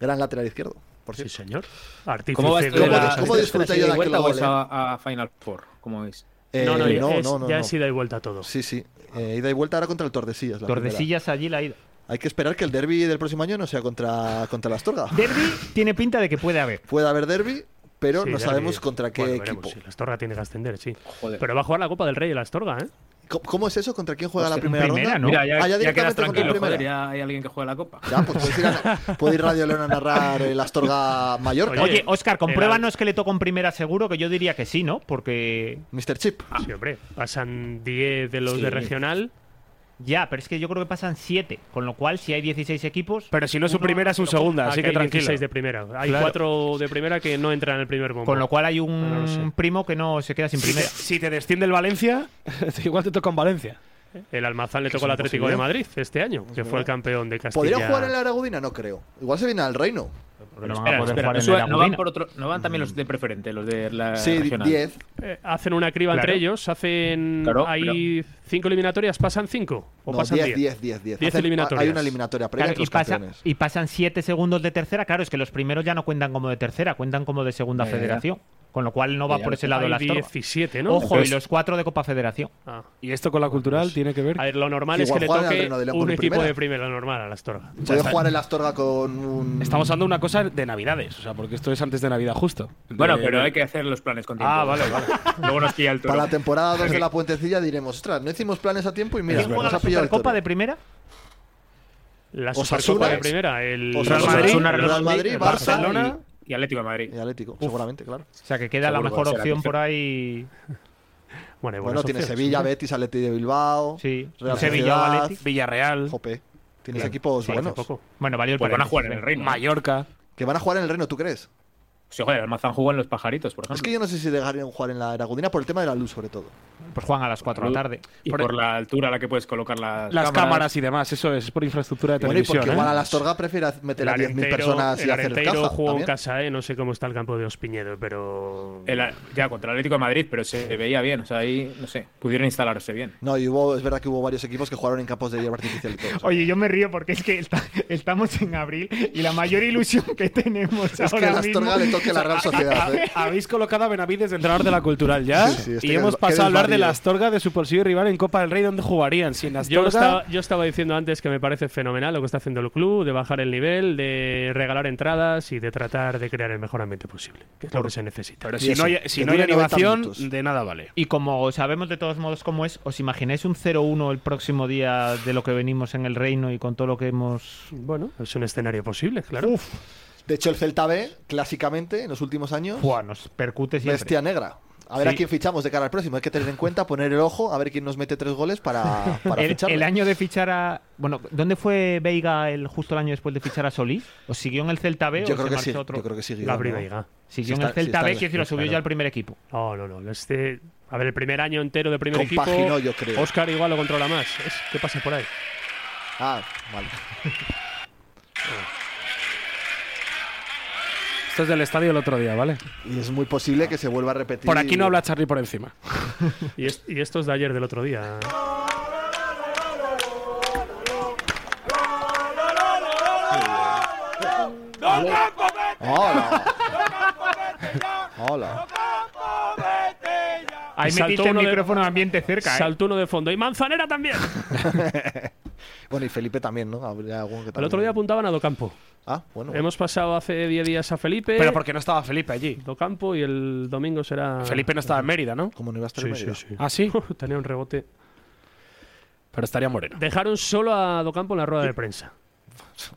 Speaker 1: Gran lateral izquierdo, por
Speaker 4: Sí,
Speaker 1: cierto.
Speaker 4: señor. Artífice
Speaker 8: ¿Cómo vas
Speaker 4: de
Speaker 8: tú de
Speaker 1: ¿Cómo-
Speaker 4: la-
Speaker 8: la-
Speaker 1: cómo
Speaker 8: de
Speaker 1: disfruta
Speaker 8: la
Speaker 1: yo de
Speaker 8: ida y vuelta
Speaker 1: aquel
Speaker 8: o es
Speaker 1: gol,
Speaker 8: a, a Final Four?
Speaker 3: Ah,
Speaker 8: ¿Cómo es?
Speaker 4: No, no,
Speaker 1: Eh,
Speaker 4: ya, es, ya es ida y vuelta todo.
Speaker 1: Sí, sí. Eh, ida y vuelta ahora contra el Tordesillas. la
Speaker 6: Tordesillas allí la ida.
Speaker 1: primera. Hay que esperar que el derby del próximo año no sea contra, contra el Astorga.
Speaker 6: Derby tiene pinta de que puede haber.
Speaker 1: Puede haber derby, pero
Speaker 4: Sí,
Speaker 1: no
Speaker 4: ya
Speaker 1: sabemos
Speaker 4: le-
Speaker 1: contra qué
Speaker 4: Bueno, veremos,
Speaker 1: equipo.
Speaker 4: sí, la Astorga tiene que ascender, sí.
Speaker 8: Joder.
Speaker 4: Pero va a jugar la Copa del Rey el Astorga, ¿eh?
Speaker 1: ¿Cómo, cómo es eso? ¿Contra quién juega la
Speaker 8: Hostia,
Speaker 1: primera,
Speaker 6: primera,
Speaker 1: ronda?
Speaker 6: ¿no? Mira,
Speaker 8: ya,
Speaker 1: Ah,
Speaker 8: ya
Speaker 1: directamente
Speaker 8: quedas
Speaker 1: contra
Speaker 8: tranquilo,
Speaker 1: primera.
Speaker 8: joder, ya hay alguien que juega la copa.
Speaker 1: Ya, pues puedes ir, a, puede ir Radio León a narrar el Astorga Mallorca.
Speaker 6: Oye, Oscar,
Speaker 4: el-
Speaker 6: compruébanos que le toca en primera seguro, que yo diría que sí, ¿no? Porque
Speaker 1: Mr. Chip.
Speaker 3: Ah.
Speaker 4: Sí, hombre. Pasan 10 de los de regional.
Speaker 6: ya, pero es que yo creo que pasan 7, con lo cual si hay 16 equipos,
Speaker 3: Pero si no es su primera, es su segunda,
Speaker 4: Ah,
Speaker 3: así
Speaker 4: que
Speaker 3: que
Speaker 4: hay
Speaker 3: tranquilo.
Speaker 4: 16 de primera. Hay
Speaker 6: Claro.
Speaker 4: 4 de primera que no entran en el primer bombo.
Speaker 6: con lo cual hay un
Speaker 4: No lo sé.
Speaker 6: primo que no se queda sin
Speaker 3: Si te,
Speaker 6: primera.
Speaker 3: si te desciende el Valencia, igual te toca en Valencia.
Speaker 4: El Almazán le tocó al
Speaker 1: una
Speaker 4: Atlético de
Speaker 1: posibilidad.
Speaker 4: Madrid este año, que fue el campeón de Castilla.
Speaker 1: ¿Podría jugar en la Aragudina? No creo. Igual se viene al Reino.
Speaker 6: Porque no van a
Speaker 8: Espera,
Speaker 6: poder
Speaker 8: espera,
Speaker 6: jugar
Speaker 8: no,
Speaker 6: en
Speaker 8: suba-
Speaker 6: la
Speaker 8: no van
Speaker 6: Laguna.
Speaker 8: por otro, no van también los de preferente, los de la
Speaker 1: Sí,
Speaker 8: regional.
Speaker 1: 10.
Speaker 4: Eh, hacen una criba entre
Speaker 6: Claro.
Speaker 4: ellos, hacen
Speaker 8: Claro,
Speaker 4: ahí cinco eliminatorias, pasan cinco o
Speaker 1: No,
Speaker 4: pasan
Speaker 1: 10,
Speaker 4: 10.
Speaker 1: 10, 10, 10.
Speaker 4: Diez
Speaker 1: Hacen-
Speaker 4: eliminatorias.
Speaker 1: Hay una eliminatoria previa
Speaker 6: Claro,
Speaker 1: entre
Speaker 6: y,
Speaker 1: los
Speaker 6: pasa-
Speaker 1: campeones.
Speaker 6: y pasan 7 segundos de tercera. Claro, es que los primeros ya no cuentan como de tercera, cuentan como de segunda
Speaker 8: Ya, ya, ya.
Speaker 6: federación. Con lo cual no va
Speaker 8: Ya, ya.
Speaker 6: por ese lado
Speaker 4: Hay
Speaker 6: la Astorga.
Speaker 4: 17, ¿no? Pues
Speaker 6: Ojo, y
Speaker 4: Entonces-
Speaker 6: los cuatro de Copa Federación.
Speaker 4: Ah.
Speaker 3: Y esto con la cultural tiene que ver.
Speaker 4: A ver, lo normal es
Speaker 1: Igual
Speaker 4: que le
Speaker 1: juegan al
Speaker 4: toque
Speaker 1: Reino de León
Speaker 4: un
Speaker 1: por
Speaker 4: equipo
Speaker 1: primera.
Speaker 4: de primera, lo normal, a la Astorga.
Speaker 1: Puede jugar el Astorga con un.
Speaker 3: Estamos dando una cosa de Navidades, o sea, porque esto es antes de Navidad justo.
Speaker 8: Bueno,
Speaker 1: Eh,
Speaker 3: De-
Speaker 8: pero hay que hacer los planes con tiempo.
Speaker 3: Ah, vale, vale.
Speaker 8: Luego nos pilla el toro.
Speaker 1: Para la temporada 2 de la Puentecilla diremos, ostras, no hicimos planes a tiempo y mira,
Speaker 6: ¿Quién Este juega
Speaker 1: nos
Speaker 6: la
Speaker 1: ha pillado el
Speaker 6: Supercopa
Speaker 1: toro".
Speaker 6: de primera?
Speaker 4: La
Speaker 1: Osasuna,
Speaker 4: Supercopa de
Speaker 1: ¿eh?
Speaker 4: primera, el
Speaker 1: Osasuna, Osasuna, Real Madrid,
Speaker 4: el
Speaker 1: Barça,
Speaker 4: Barcelona.
Speaker 8: y Atlético de Madrid.
Speaker 1: Y Atlético, seguramente, claro.
Speaker 6: O sea, que queda la
Speaker 8: Seguro,
Speaker 6: mejor
Speaker 8: será
Speaker 6: opción
Speaker 8: que-
Speaker 6: por ahí.
Speaker 4: Bueno, hay
Speaker 1: Bueno,
Speaker 4: buenas
Speaker 1: tiene
Speaker 4: opciones.
Speaker 1: Sevilla, Betis, Atleti de Bilbao.
Speaker 6: Sí.
Speaker 1: Real
Speaker 6: Sevilla o
Speaker 1: Sociedad,
Speaker 6: Atleti.
Speaker 3: Villarreal,
Speaker 1: Jope. Tienes
Speaker 4: Claro.
Speaker 1: equipos
Speaker 4: Sí, hace
Speaker 1: buenos.
Speaker 4: poco.
Speaker 6: Bueno, valió el
Speaker 8: Pues van a
Speaker 6: paréntesis,
Speaker 8: jugar en el
Speaker 6: venga.
Speaker 8: Reino. ¿no?
Speaker 3: Mallorca.
Speaker 1: Que van a jugar en el Reino, ¿tú crees?
Speaker 8: Sí, joder, Almazán jugó en los pajaritos, por
Speaker 1: Es
Speaker 8: ejemplo.
Speaker 1: que yo no sé si dejarían jugar en la Aragudina por el tema de la luz, sobre todo.
Speaker 6: Pues juegan a las 4 de la tarde.
Speaker 8: Y
Speaker 3: por-
Speaker 8: por, la altura a la que puedes colocar las,
Speaker 3: Las cámaras. y demás, eso es, es por infraestructura de
Speaker 1: Bueno, y
Speaker 3: televisión.
Speaker 1: porque
Speaker 3: ¿eh?
Speaker 1: igual a la Astorga prefiere meter
Speaker 4: El
Speaker 1: a 10.000
Speaker 4: Arenteiro-
Speaker 1: personas y
Speaker 4: el
Speaker 1: hacer
Speaker 4: Arenteiro
Speaker 1: caja.
Speaker 4: jugó en
Speaker 1: también.
Speaker 4: casa, ¿eh? No sé cómo está el campo de Ospiñedo, pero...
Speaker 8: El a- ya, contra el Atlético de Madrid, pero se veía bien. O sea, ahí, no sé, pudieron instalarse bien.
Speaker 1: No, y hubo, es verdad que hubo varios equipos que jugaron en campos de hierba artificial y todo. eso.
Speaker 6: Oye, yo me río porque es que está- estamos en abril y la mayor ilusión que tenemos
Speaker 1: es que a la Astorga le toque la Real Sociedad. ¿eh?
Speaker 3: Habéis colocado a Benavides de entrenador de la cultural ya.
Speaker 1: Sí, sí, este
Speaker 3: y
Speaker 1: que
Speaker 3: hemos
Speaker 1: des-
Speaker 3: pasado
Speaker 1: que
Speaker 3: a hablar de
Speaker 1: desvarío.
Speaker 3: la Astorga de su posible rival en Copa del Rey, donde jugarían. Si en Astorga.
Speaker 4: Yo estaba, yo estaba diciendo antes que me parece fenomenal lo que está haciendo el club, de bajar el nivel, de regalar entradas y de tratar de crear el mejor ambiente posible, que es lo que se necesita.
Speaker 3: Pero
Speaker 1: Y
Speaker 3: si
Speaker 1: eso,
Speaker 3: no hay, si
Speaker 1: que
Speaker 3: no hay
Speaker 1: dure 90
Speaker 3: animación,
Speaker 1: minutos.
Speaker 3: de nada vale.
Speaker 6: Y como sabemos de todos modos cómo es, ¿os imagináis un 0-1 el próximo día de lo que venimos en el reino y con todo lo que hemos.
Speaker 4: Bueno, es un escenario posible, claro.
Speaker 1: De hecho, el Celta B, clásicamente, en los últimos años,
Speaker 6: Buah, nos percute siempre.
Speaker 1: bestia negra. A ver
Speaker 6: Sí.
Speaker 1: a quién fichamos de cara al próximo. Hay que tener en cuenta, poner el ojo, a ver quién nos mete tres goles para, para
Speaker 6: el,
Speaker 1: ficharle.
Speaker 6: el año de fichar a. Bueno, ¿dónde fue Veiga el justo el año después de fichar a Solís? ¿O siguió en el Celta B
Speaker 1: Yo
Speaker 6: o
Speaker 1: creo
Speaker 6: se
Speaker 1: que
Speaker 6: marchó
Speaker 1: sí,
Speaker 6: otro?
Speaker 1: yo creo que siguió,
Speaker 6: Gabri
Speaker 1: ¿no?
Speaker 6: Veiga. Siguió
Speaker 1: Sí
Speaker 6: en el
Speaker 1: está- sí
Speaker 6: Celta
Speaker 1: está
Speaker 6: B,
Speaker 1: en-
Speaker 6: quiero decir, lo subió
Speaker 4: claro.
Speaker 6: ya al primer equipo.
Speaker 4: No, no, no. Este, a ver, el primer año entero de primer
Speaker 1: Compaginó,
Speaker 4: equipo.
Speaker 1: yo creo.
Speaker 4: Oscar igual lo controla más. Es- ¿Qué pasa por ahí?
Speaker 1: Ah, vale.
Speaker 3: Esto es del estadio el otro día, ¿vale?
Speaker 1: Y es muy posible que se vuelva a repetir.
Speaker 3: Por aquí no habla Charlie por encima.
Speaker 4: Y, es- y esto es de ayer del otro día.
Speaker 1: Hola. Hola.
Speaker 6: Ahí
Speaker 4: Saltó
Speaker 6: metiste el
Speaker 4: uno de-
Speaker 6: micrófono de ambiente cerca, ¿eh?
Speaker 4: Saltó uno de fondo. Y Manzanera también.
Speaker 1: Bueno, y Felipe también, ¿no? Habría algún que
Speaker 4: El
Speaker 1: también-
Speaker 4: otro día apuntaban a Docampo.
Speaker 1: Ah, bueno.
Speaker 4: Hemos pasado hace 10 días a Felipe.
Speaker 3: Pero porque no estaba Felipe allí.
Speaker 4: Docampo y el domingo será.
Speaker 3: Felipe no estaba en Mérida, ¿no?
Speaker 1: Como no iba a estar
Speaker 4: Sí,
Speaker 1: en
Speaker 4: sí,
Speaker 1: Mérida.
Speaker 4: sí.
Speaker 3: Ah, sí.
Speaker 4: Tenía un rebote.
Speaker 3: Pero estaría moreno.
Speaker 4: Dejaron solo a Docampo en la rueda de prensa.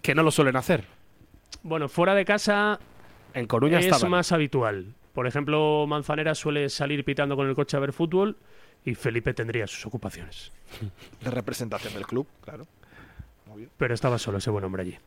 Speaker 3: que no lo suelen hacer.
Speaker 4: Bueno, fuera de casa
Speaker 3: En Coruña
Speaker 4: es
Speaker 3: estaban.
Speaker 4: más habitual. Por ejemplo, Manzanera suele salir pitando con el coche a ver fútbol y Felipe tendría sus ocupaciones.
Speaker 1: De representación del club, claro. Muy bien.
Speaker 4: Pero estaba solo ese buen hombre allí.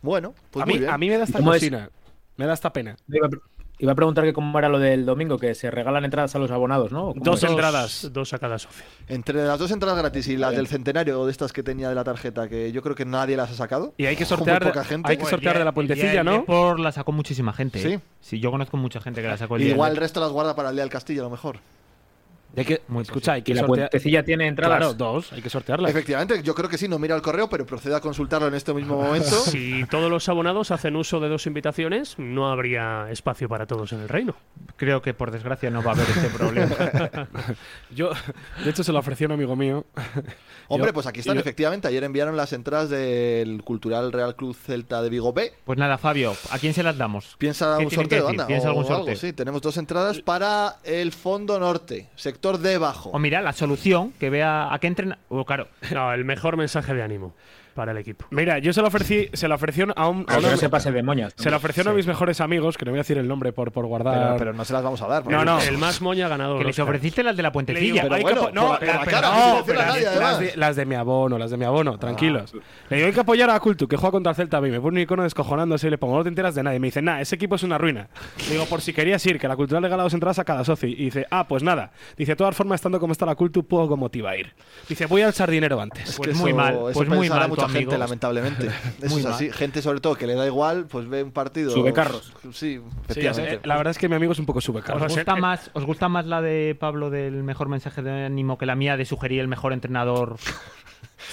Speaker 1: Bueno, pues
Speaker 3: a,
Speaker 1: muy
Speaker 3: mí,
Speaker 1: bien.
Speaker 3: a mí me da esta
Speaker 10: ¿Cómo es?
Speaker 3: cocina. Me da esta pena.
Speaker 10: Iba a, pre- iba a preguntar que cómo era lo del domingo, que se regalan entradas a los abonados, ¿no? ¿O cómo
Speaker 3: Dos
Speaker 10: es?
Speaker 3: entradas.
Speaker 4: Dos a cada socio.
Speaker 1: Entre las dos entradas gratis y las del centenario de estas que tenía de la tarjeta, que yo creo que nadie las ha sacado.
Speaker 3: Y hay que
Speaker 1: Muy
Speaker 3: sortear,
Speaker 1: poca gente.
Speaker 3: hay que
Speaker 6: pues,
Speaker 1: Bueno,
Speaker 3: sortear de la puentecilla, ¿no?
Speaker 6: Por la sacó muchísima gente.
Speaker 1: Sí.
Speaker 6: ¿eh? Sí, yo conozco mucha gente que la sacó el día del
Speaker 1: Igual el
Speaker 6: Depor.
Speaker 1: resto las guarda para el día del Castillo, a lo mejor.
Speaker 3: Y hay que,
Speaker 6: Muy
Speaker 3: escucha, hay que
Speaker 10: Y la
Speaker 3: sortear.
Speaker 10: puentecilla tiene entradas.
Speaker 3: Claro, dos, hay que sortearlas.
Speaker 1: Efectivamente, yo creo que sí, no mira el correo, pero proceda a consultarlo en este mismo momento.
Speaker 4: Si todos los abonados hacen uso de dos invitaciones, no habría espacio para todos en el reino.
Speaker 6: Creo que por desgracia no va a haber este problema.
Speaker 3: Yo, de hecho, se lo ofreció un amigo mío.
Speaker 1: Hombre,
Speaker 3: Yo-
Speaker 1: pues aquí están,
Speaker 3: yo-
Speaker 1: efectivamente. Ayer enviaron las entradas del Cultural Real Club Celta de Vigo B.
Speaker 6: Pues nada, Fabio, ¿a quién se las damos?
Speaker 1: Piensa
Speaker 6: ¿Qué
Speaker 1: un
Speaker 6: tienen que
Speaker 1: sorteo,
Speaker 6: decir?
Speaker 1: anda.
Speaker 6: Piensa
Speaker 1: o
Speaker 6: algún
Speaker 1: algo,
Speaker 6: sorteo.
Speaker 1: sí, tenemos dos entradas para el Fondo Norte, sector de bajo.
Speaker 6: O mira, la solución, que vea a qué entrena. o claro,
Speaker 4: No, el mejor mensaje de ánimo para el equipo.
Speaker 3: Mira, yo se lo ofrecí, se lo ofreció a un. a
Speaker 10: Pero que
Speaker 3: uno-
Speaker 10: no se pase de moñas.
Speaker 3: se lo ofreció a uno de mis mejores amigos, que no voy a decir el nombre por, por guardar.
Speaker 4: Ah.
Speaker 1: Pero, pero no se las vamos a dar.
Speaker 3: No, no.
Speaker 4: El más moña ganador.
Speaker 6: que les
Speaker 4: Óscar.
Speaker 6: ofreciste las de la
Speaker 3: Le digo,
Speaker 6: puentecilla.
Speaker 1: pero
Speaker 3: hay
Speaker 1: bueno,
Speaker 3: que apo- no,
Speaker 1: por la- por la
Speaker 3: pero-
Speaker 1: cara,
Speaker 3: no,
Speaker 1: no quiero decir
Speaker 3: pero
Speaker 1: a nadie,
Speaker 3: las,
Speaker 1: además.
Speaker 3: de, las de mi abono, las de mi abono, tranquilos. Le digo, hay que apoyar a Cultu, que juega contra el Celta B. Me pone un icono descojonándose y le pongo, no te enteras de nadie. Me dice, nada, ese equipo es una ruina. Le digo, por si querías ir, que la Cultural le regala dos entradas a cada socio. Y dice, ah, pues nada. Dice, de todas formas, estando como está la Cultu, poco motiva ir. Dice, voy a echar dinero antes.
Speaker 6: Pues
Speaker 1: que
Speaker 6: muy
Speaker 1: eso-
Speaker 6: mal,
Speaker 1: eso
Speaker 6: pues muy
Speaker 1: pensará
Speaker 6: mal, tu
Speaker 1: mucha
Speaker 6: amigo.
Speaker 1: gente, lamentablemente. Eso
Speaker 6: Muy
Speaker 1: es así. Gente, sobre todo, que le da igual, pues ve un partido.
Speaker 10: Sube carros.
Speaker 1: Sí,
Speaker 3: Sí, o sea,
Speaker 1: efectivamente.
Speaker 3: eh, la verdad es que mi amigo es un poco
Speaker 6: ¿Os
Speaker 3: subecaro.
Speaker 1: eh,
Speaker 6: gusta, más, ¿Os gusta más la de Pablo del mejor mensaje de ánimo que la mía de sugerir el mejor entrenador?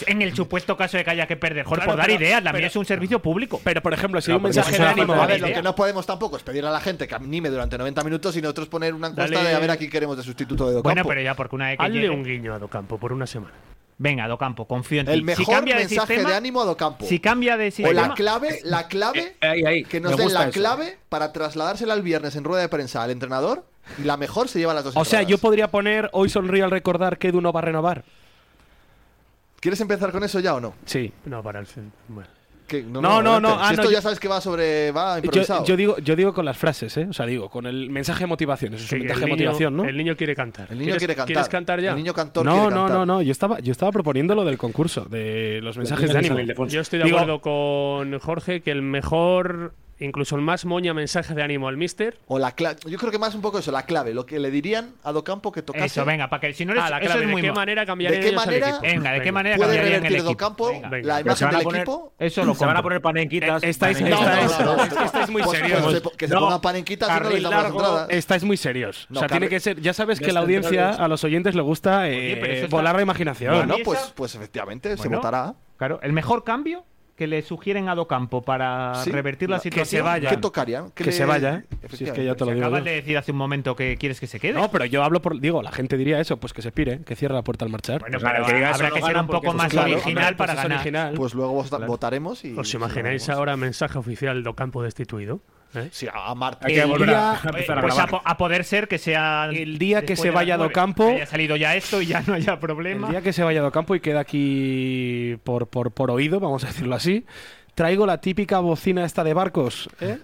Speaker 6: En el supuesto caso de que haya que perder. Joder,
Speaker 3: Claro,
Speaker 6: por dar
Speaker 3: pero-
Speaker 6: ideas, la mía
Speaker 3: pero-
Speaker 6: es un servicio público.
Speaker 3: Pero, por ejemplo, si hay un
Speaker 10: porque
Speaker 3: mensaje
Speaker 10: eso
Speaker 3: de
Speaker 10: es una
Speaker 3: ánimo.
Speaker 1: A
Speaker 10: mala
Speaker 1: ver,
Speaker 6: idea.
Speaker 1: lo que no podemos tampoco es pedirle a la gente que anime durante 90 minutos y nosotros poner una encuesta
Speaker 4: Dale.
Speaker 1: de a ver a quién queremos de sustituto de Docampo.
Speaker 6: Bueno, pero ya porque una vez que
Speaker 4: Hazle
Speaker 6: llegue-
Speaker 4: un guiño a Docampo por una semana.
Speaker 6: Venga, Docampo, confío en ti.
Speaker 1: El mejor
Speaker 6: si cambia de,
Speaker 1: mensaje de,
Speaker 6: sistema,
Speaker 1: ánimo a Docampo.
Speaker 6: Si cambia de
Speaker 1: o
Speaker 6: sistema,
Speaker 1: la clave, la clave,
Speaker 3: Eh,
Speaker 8: Ahí, ahí.
Speaker 1: que nos
Speaker 10: me
Speaker 1: den
Speaker 10: gusta
Speaker 1: la
Speaker 10: eso.
Speaker 1: clave para trasladársela el viernes en rueda de prensa al entrenador y la mejor se lleva las dos
Speaker 3: O sea, yo
Speaker 1: entradas.
Speaker 3: podría poner, hoy sonríe al recordar que Edu no va a renovar.
Speaker 1: ¿Quieres empezar con eso ya o no?
Speaker 3: Sí.
Speaker 4: No, para el. fin- Bueno.
Speaker 1: Que- No,
Speaker 3: No, no, no,
Speaker 1: adelante.
Speaker 3: ah,
Speaker 1: Si
Speaker 3: no,
Speaker 1: esto ya
Speaker 3: yo-
Speaker 1: sabes que va sobre. Va
Speaker 3: Yo,
Speaker 1: improvisado.
Speaker 3: yo digo, yo digo con las frases, ¿eh? O sea, digo, con el mensaje de motivación. Eso es
Speaker 4: Sí,
Speaker 3: un
Speaker 4: el
Speaker 3: mensaje de
Speaker 4: niño-
Speaker 3: motivación, ¿no?
Speaker 4: El niño quiere cantar.
Speaker 1: el niño
Speaker 4: ¿Quieres-
Speaker 1: quiere cantar.
Speaker 4: ¿Quieres cantar ya?
Speaker 1: El niño cantor
Speaker 3: no,
Speaker 1: quiere
Speaker 3: no,
Speaker 1: cantar.
Speaker 3: no, no. Yo estaba, yo estaba proponiendo lo del concurso, de los mensajes de ánimo.
Speaker 4: Yo estoy de
Speaker 3: Digo-
Speaker 4: acuerdo con Jorge que el mejor, incluso el más moña mensaje de ánimo al mister.
Speaker 1: O la cla- Yo creo que más un poco eso, la clave, lo que le dirían a Docampo que tocase.
Speaker 6: eso, venga, para que si no eres,
Speaker 4: Ah, la
Speaker 6: eso
Speaker 4: clave,
Speaker 6: es
Speaker 4: ¿de
Speaker 6: muy
Speaker 4: qué
Speaker 6: ma-
Speaker 4: manera cambiaría
Speaker 1: ¿De qué
Speaker 4: ellos al
Speaker 1: manera?
Speaker 4: equipo?
Speaker 6: Venga, ¿de qué manera
Speaker 1: Puede
Speaker 6: cambiaría en el
Speaker 1: revertir
Speaker 6: equipo?
Speaker 1: Docampo
Speaker 6: Venga.
Speaker 4: venga.
Speaker 1: la
Speaker 4: Pero
Speaker 10: se
Speaker 1: imagen
Speaker 10: van a
Speaker 1: del
Speaker 10: poner-
Speaker 1: equipo.
Speaker 6: Eso lo Eh,
Speaker 10: Se van a
Speaker 6: compro.
Speaker 10: poner panenquitas.
Speaker 3: Estáis-
Speaker 10: Panenquitas.
Speaker 3: estáis-
Speaker 1: no,
Speaker 3: estáis-
Speaker 1: no, no.
Speaker 3: es que estáis muy
Speaker 1: Pues,
Speaker 3: serios.
Speaker 1: pues, que se
Speaker 10: No.
Speaker 1: pongan panenquitas y no les
Speaker 10: Carril
Speaker 1: damos
Speaker 10: largo.
Speaker 1: entrada.
Speaker 3: Estáis muy serios.
Speaker 1: No,
Speaker 3: o sea,
Speaker 1: Carri-
Speaker 3: tiene que ser. Ya sabes que la
Speaker 10: centrales.
Speaker 3: audiencia, a los oyentes, le gusta eh,
Speaker 6: pero eso está-
Speaker 3: volar la imaginación.
Speaker 1: Bueno,
Speaker 6: esa-
Speaker 1: pues, pues efectivamente, se
Speaker 6: Bueno.
Speaker 1: votará.
Speaker 6: Claro, el mejor cambio que le sugieren a Docampo para
Speaker 1: Sí.
Speaker 6: revertir la
Speaker 1: No,
Speaker 6: situación.
Speaker 1: ¿Qué tocarían? ¿Qué
Speaker 3: que
Speaker 1: ¿eh? le-
Speaker 3: se vaya. Si es
Speaker 1: Efectivamente.
Speaker 3: que ya te lo digo.
Speaker 6: Acabas
Speaker 3: yo.
Speaker 6: de decir hace un momento que quieres que se quede.
Speaker 3: No, pero yo hablo por. Digo, la gente diría eso, pues que se pire, que cierre la puerta al marchar.
Speaker 6: bueno,
Speaker 8: Pues nada,
Speaker 6: pero
Speaker 8: que diga eso
Speaker 6: habrá
Speaker 8: no
Speaker 6: que ser
Speaker 8: gana
Speaker 6: un poco
Speaker 8: porque eso
Speaker 6: más
Speaker 8: es claro.
Speaker 6: original
Speaker 3: Hombre, pues
Speaker 6: para
Speaker 3: es
Speaker 6: ganar.
Speaker 3: original.
Speaker 1: Pues luego vota- votaremos y.
Speaker 4: ¿Os imagináis ahora mensaje oficial do campo destituido? ¿Eh?
Speaker 1: Sí, a Marta.
Speaker 8: Hay que volver a-
Speaker 3: día-
Speaker 8: a empezar a
Speaker 6: pues a,
Speaker 8: grabar.
Speaker 6: po- a poder ser que sea
Speaker 3: El día que
Speaker 6: después
Speaker 3: se
Speaker 6: de las
Speaker 3: vaya
Speaker 6: nueve,
Speaker 3: Docampo-
Speaker 6: que haya salido ya esto y ya no haya problema
Speaker 3: El día que se vaya a campo y queda aquí por, por, por oído, vamos a decirlo así, traigo la típica bocina esta de barcos ¿eh?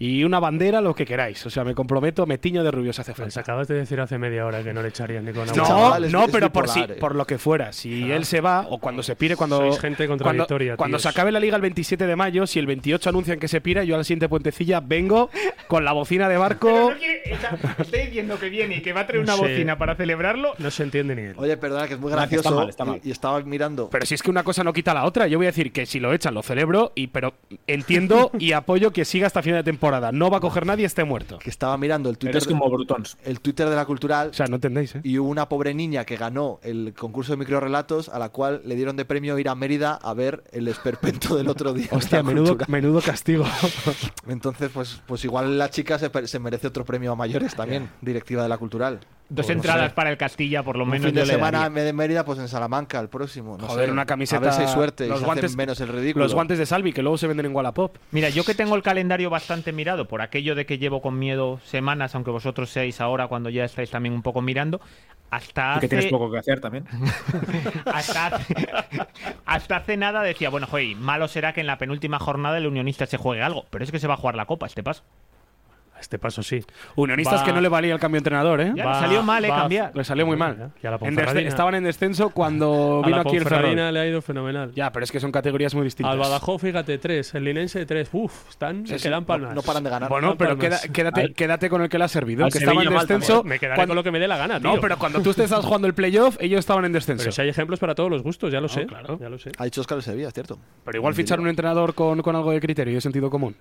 Speaker 3: y una bandera, lo que queráis. O sea, me comprometo, me tiño de rubio si hace
Speaker 4: Pues
Speaker 3: falta.
Speaker 4: acabas de decir hace media hora que no le echarían ni con agua.
Speaker 3: No,
Speaker 1: chaval, es-
Speaker 3: no,
Speaker 1: es
Speaker 3: pero por, si,
Speaker 1: bipolar, eh.
Speaker 3: por lo que fuera. Si él se va o cuando se pire, cuando.
Speaker 4: Sois gente contradictoria,
Speaker 3: Cuando, cuando
Speaker 4: tíos.
Speaker 3: se acabe la liga el 27 de mayo, si el 28 anuncian que se pira, yo al siguiente puentecilla vengo con la bocina de barco.
Speaker 6: estoy diciendo que viene y que va a traer
Speaker 4: una bocina
Speaker 6: para celebrarlo
Speaker 4: No se entiende ni él.
Speaker 1: Oye, perdona, que es muy
Speaker 10: No, que está
Speaker 1: gracioso.
Speaker 10: mal, está mal.
Speaker 1: Y, y estaba mirando.
Speaker 3: Pero si es que una cosa no quita la otra, yo voy a decir que si lo echan lo celebro, y pero entiendo y apoyo que siga hasta final de temporada. No va a coger nadie, esté muerto.
Speaker 1: Que estaba mirando el Twitter,
Speaker 10: Eres como Brutons.
Speaker 1: el Twitter de la cultural.
Speaker 3: O sea, no entendéis, ¿eh?
Speaker 1: y hubo una pobre niña que ganó el concurso de microrelatos a la cual le dieron de premio ir a Mérida a ver el esperpento del otro día.
Speaker 3: Hostia,
Speaker 1: La
Speaker 3: menudo,
Speaker 1: cultura.
Speaker 3: menudo castigo.
Speaker 1: Entonces, pues, pues igual la chica se, per- se merece otro premio a mayores también, directiva de la cultural.
Speaker 6: dos
Speaker 1: Pues no
Speaker 6: entradas
Speaker 1: sé.
Speaker 6: para el Castilla por lo
Speaker 1: Un
Speaker 6: menos
Speaker 1: fin de
Speaker 6: yo le
Speaker 1: semana
Speaker 6: daría.
Speaker 1: en vez de Mérida, pues en Salamanca, el próximo. No
Speaker 3: Joder,
Speaker 1: sé.
Speaker 3: una camiseta.
Speaker 1: A ver si hay suerte. y
Speaker 3: Los
Speaker 1: se hacen
Speaker 3: guantes,
Speaker 1: menos el ridículo.
Speaker 3: Los guantes de Salvi, que luego se venden en Wallapop.
Speaker 6: mira yo que tengo el calendario bastante mirado por aquello de que llevo con miedo semanas aunque vosotros seáis ahora cuando ya estáis también un poco mirando Hasta
Speaker 8: Y que tienes
Speaker 6: hace,
Speaker 8: poco que hacer también.
Speaker 6: hasta, hace, hasta hace nada decía, bueno, joder, malo será que en la penúltima jornada el unionista se juegue algo, pero es que se va a jugar la copa este paso.
Speaker 3: A este paso sí. Unionistas
Speaker 4: Va-
Speaker 3: que no le valía el cambio de entrenador, ¿eh?
Speaker 6: Ya, le salió mal, ¿eh? Cambiar.
Speaker 3: Le salió muy mal.
Speaker 4: Y a la
Speaker 3: En
Speaker 4: Ponferradina.
Speaker 3: desde- estaban en descenso cuando
Speaker 4: A
Speaker 3: vino
Speaker 4: la
Speaker 3: aquí el
Speaker 4: Ponferradina
Speaker 3: Ferrol.
Speaker 4: le ha ido fenomenal.
Speaker 3: Ya, pero es que son categorías muy distintas.
Speaker 4: Al Badajoz, fíjate, tres. El Linense, tres. Uf, están,
Speaker 3: Sí, sí.
Speaker 4: quedan palmas.
Speaker 1: No paran de ganar.
Speaker 3: Bueno,
Speaker 4: Están
Speaker 3: pero
Speaker 4: palmas.
Speaker 3: queda- quédate,
Speaker 4: Al-
Speaker 3: quédate con el que le ha servido.
Speaker 4: al
Speaker 3: que
Speaker 4: Sevilla
Speaker 3: estaba en
Speaker 4: mal
Speaker 3: descenso.
Speaker 4: también. Me quedaré
Speaker 3: ¿eh? cuando-
Speaker 4: con lo que me dé la gana, tío.
Speaker 3: No, pero cuando tú te estás jugando el playoff, ellos estaban en descenso.
Speaker 4: Pero
Speaker 3: Pero,
Speaker 4: si hay ejemplos para todos los gustos, ya lo sé.
Speaker 3: claro.
Speaker 4: Ya lo sé.
Speaker 1: Ha dicho Oscar el Sevilla, es cierto.
Speaker 3: igual fichar un entrenador con, con algo de criterio y de sentido común.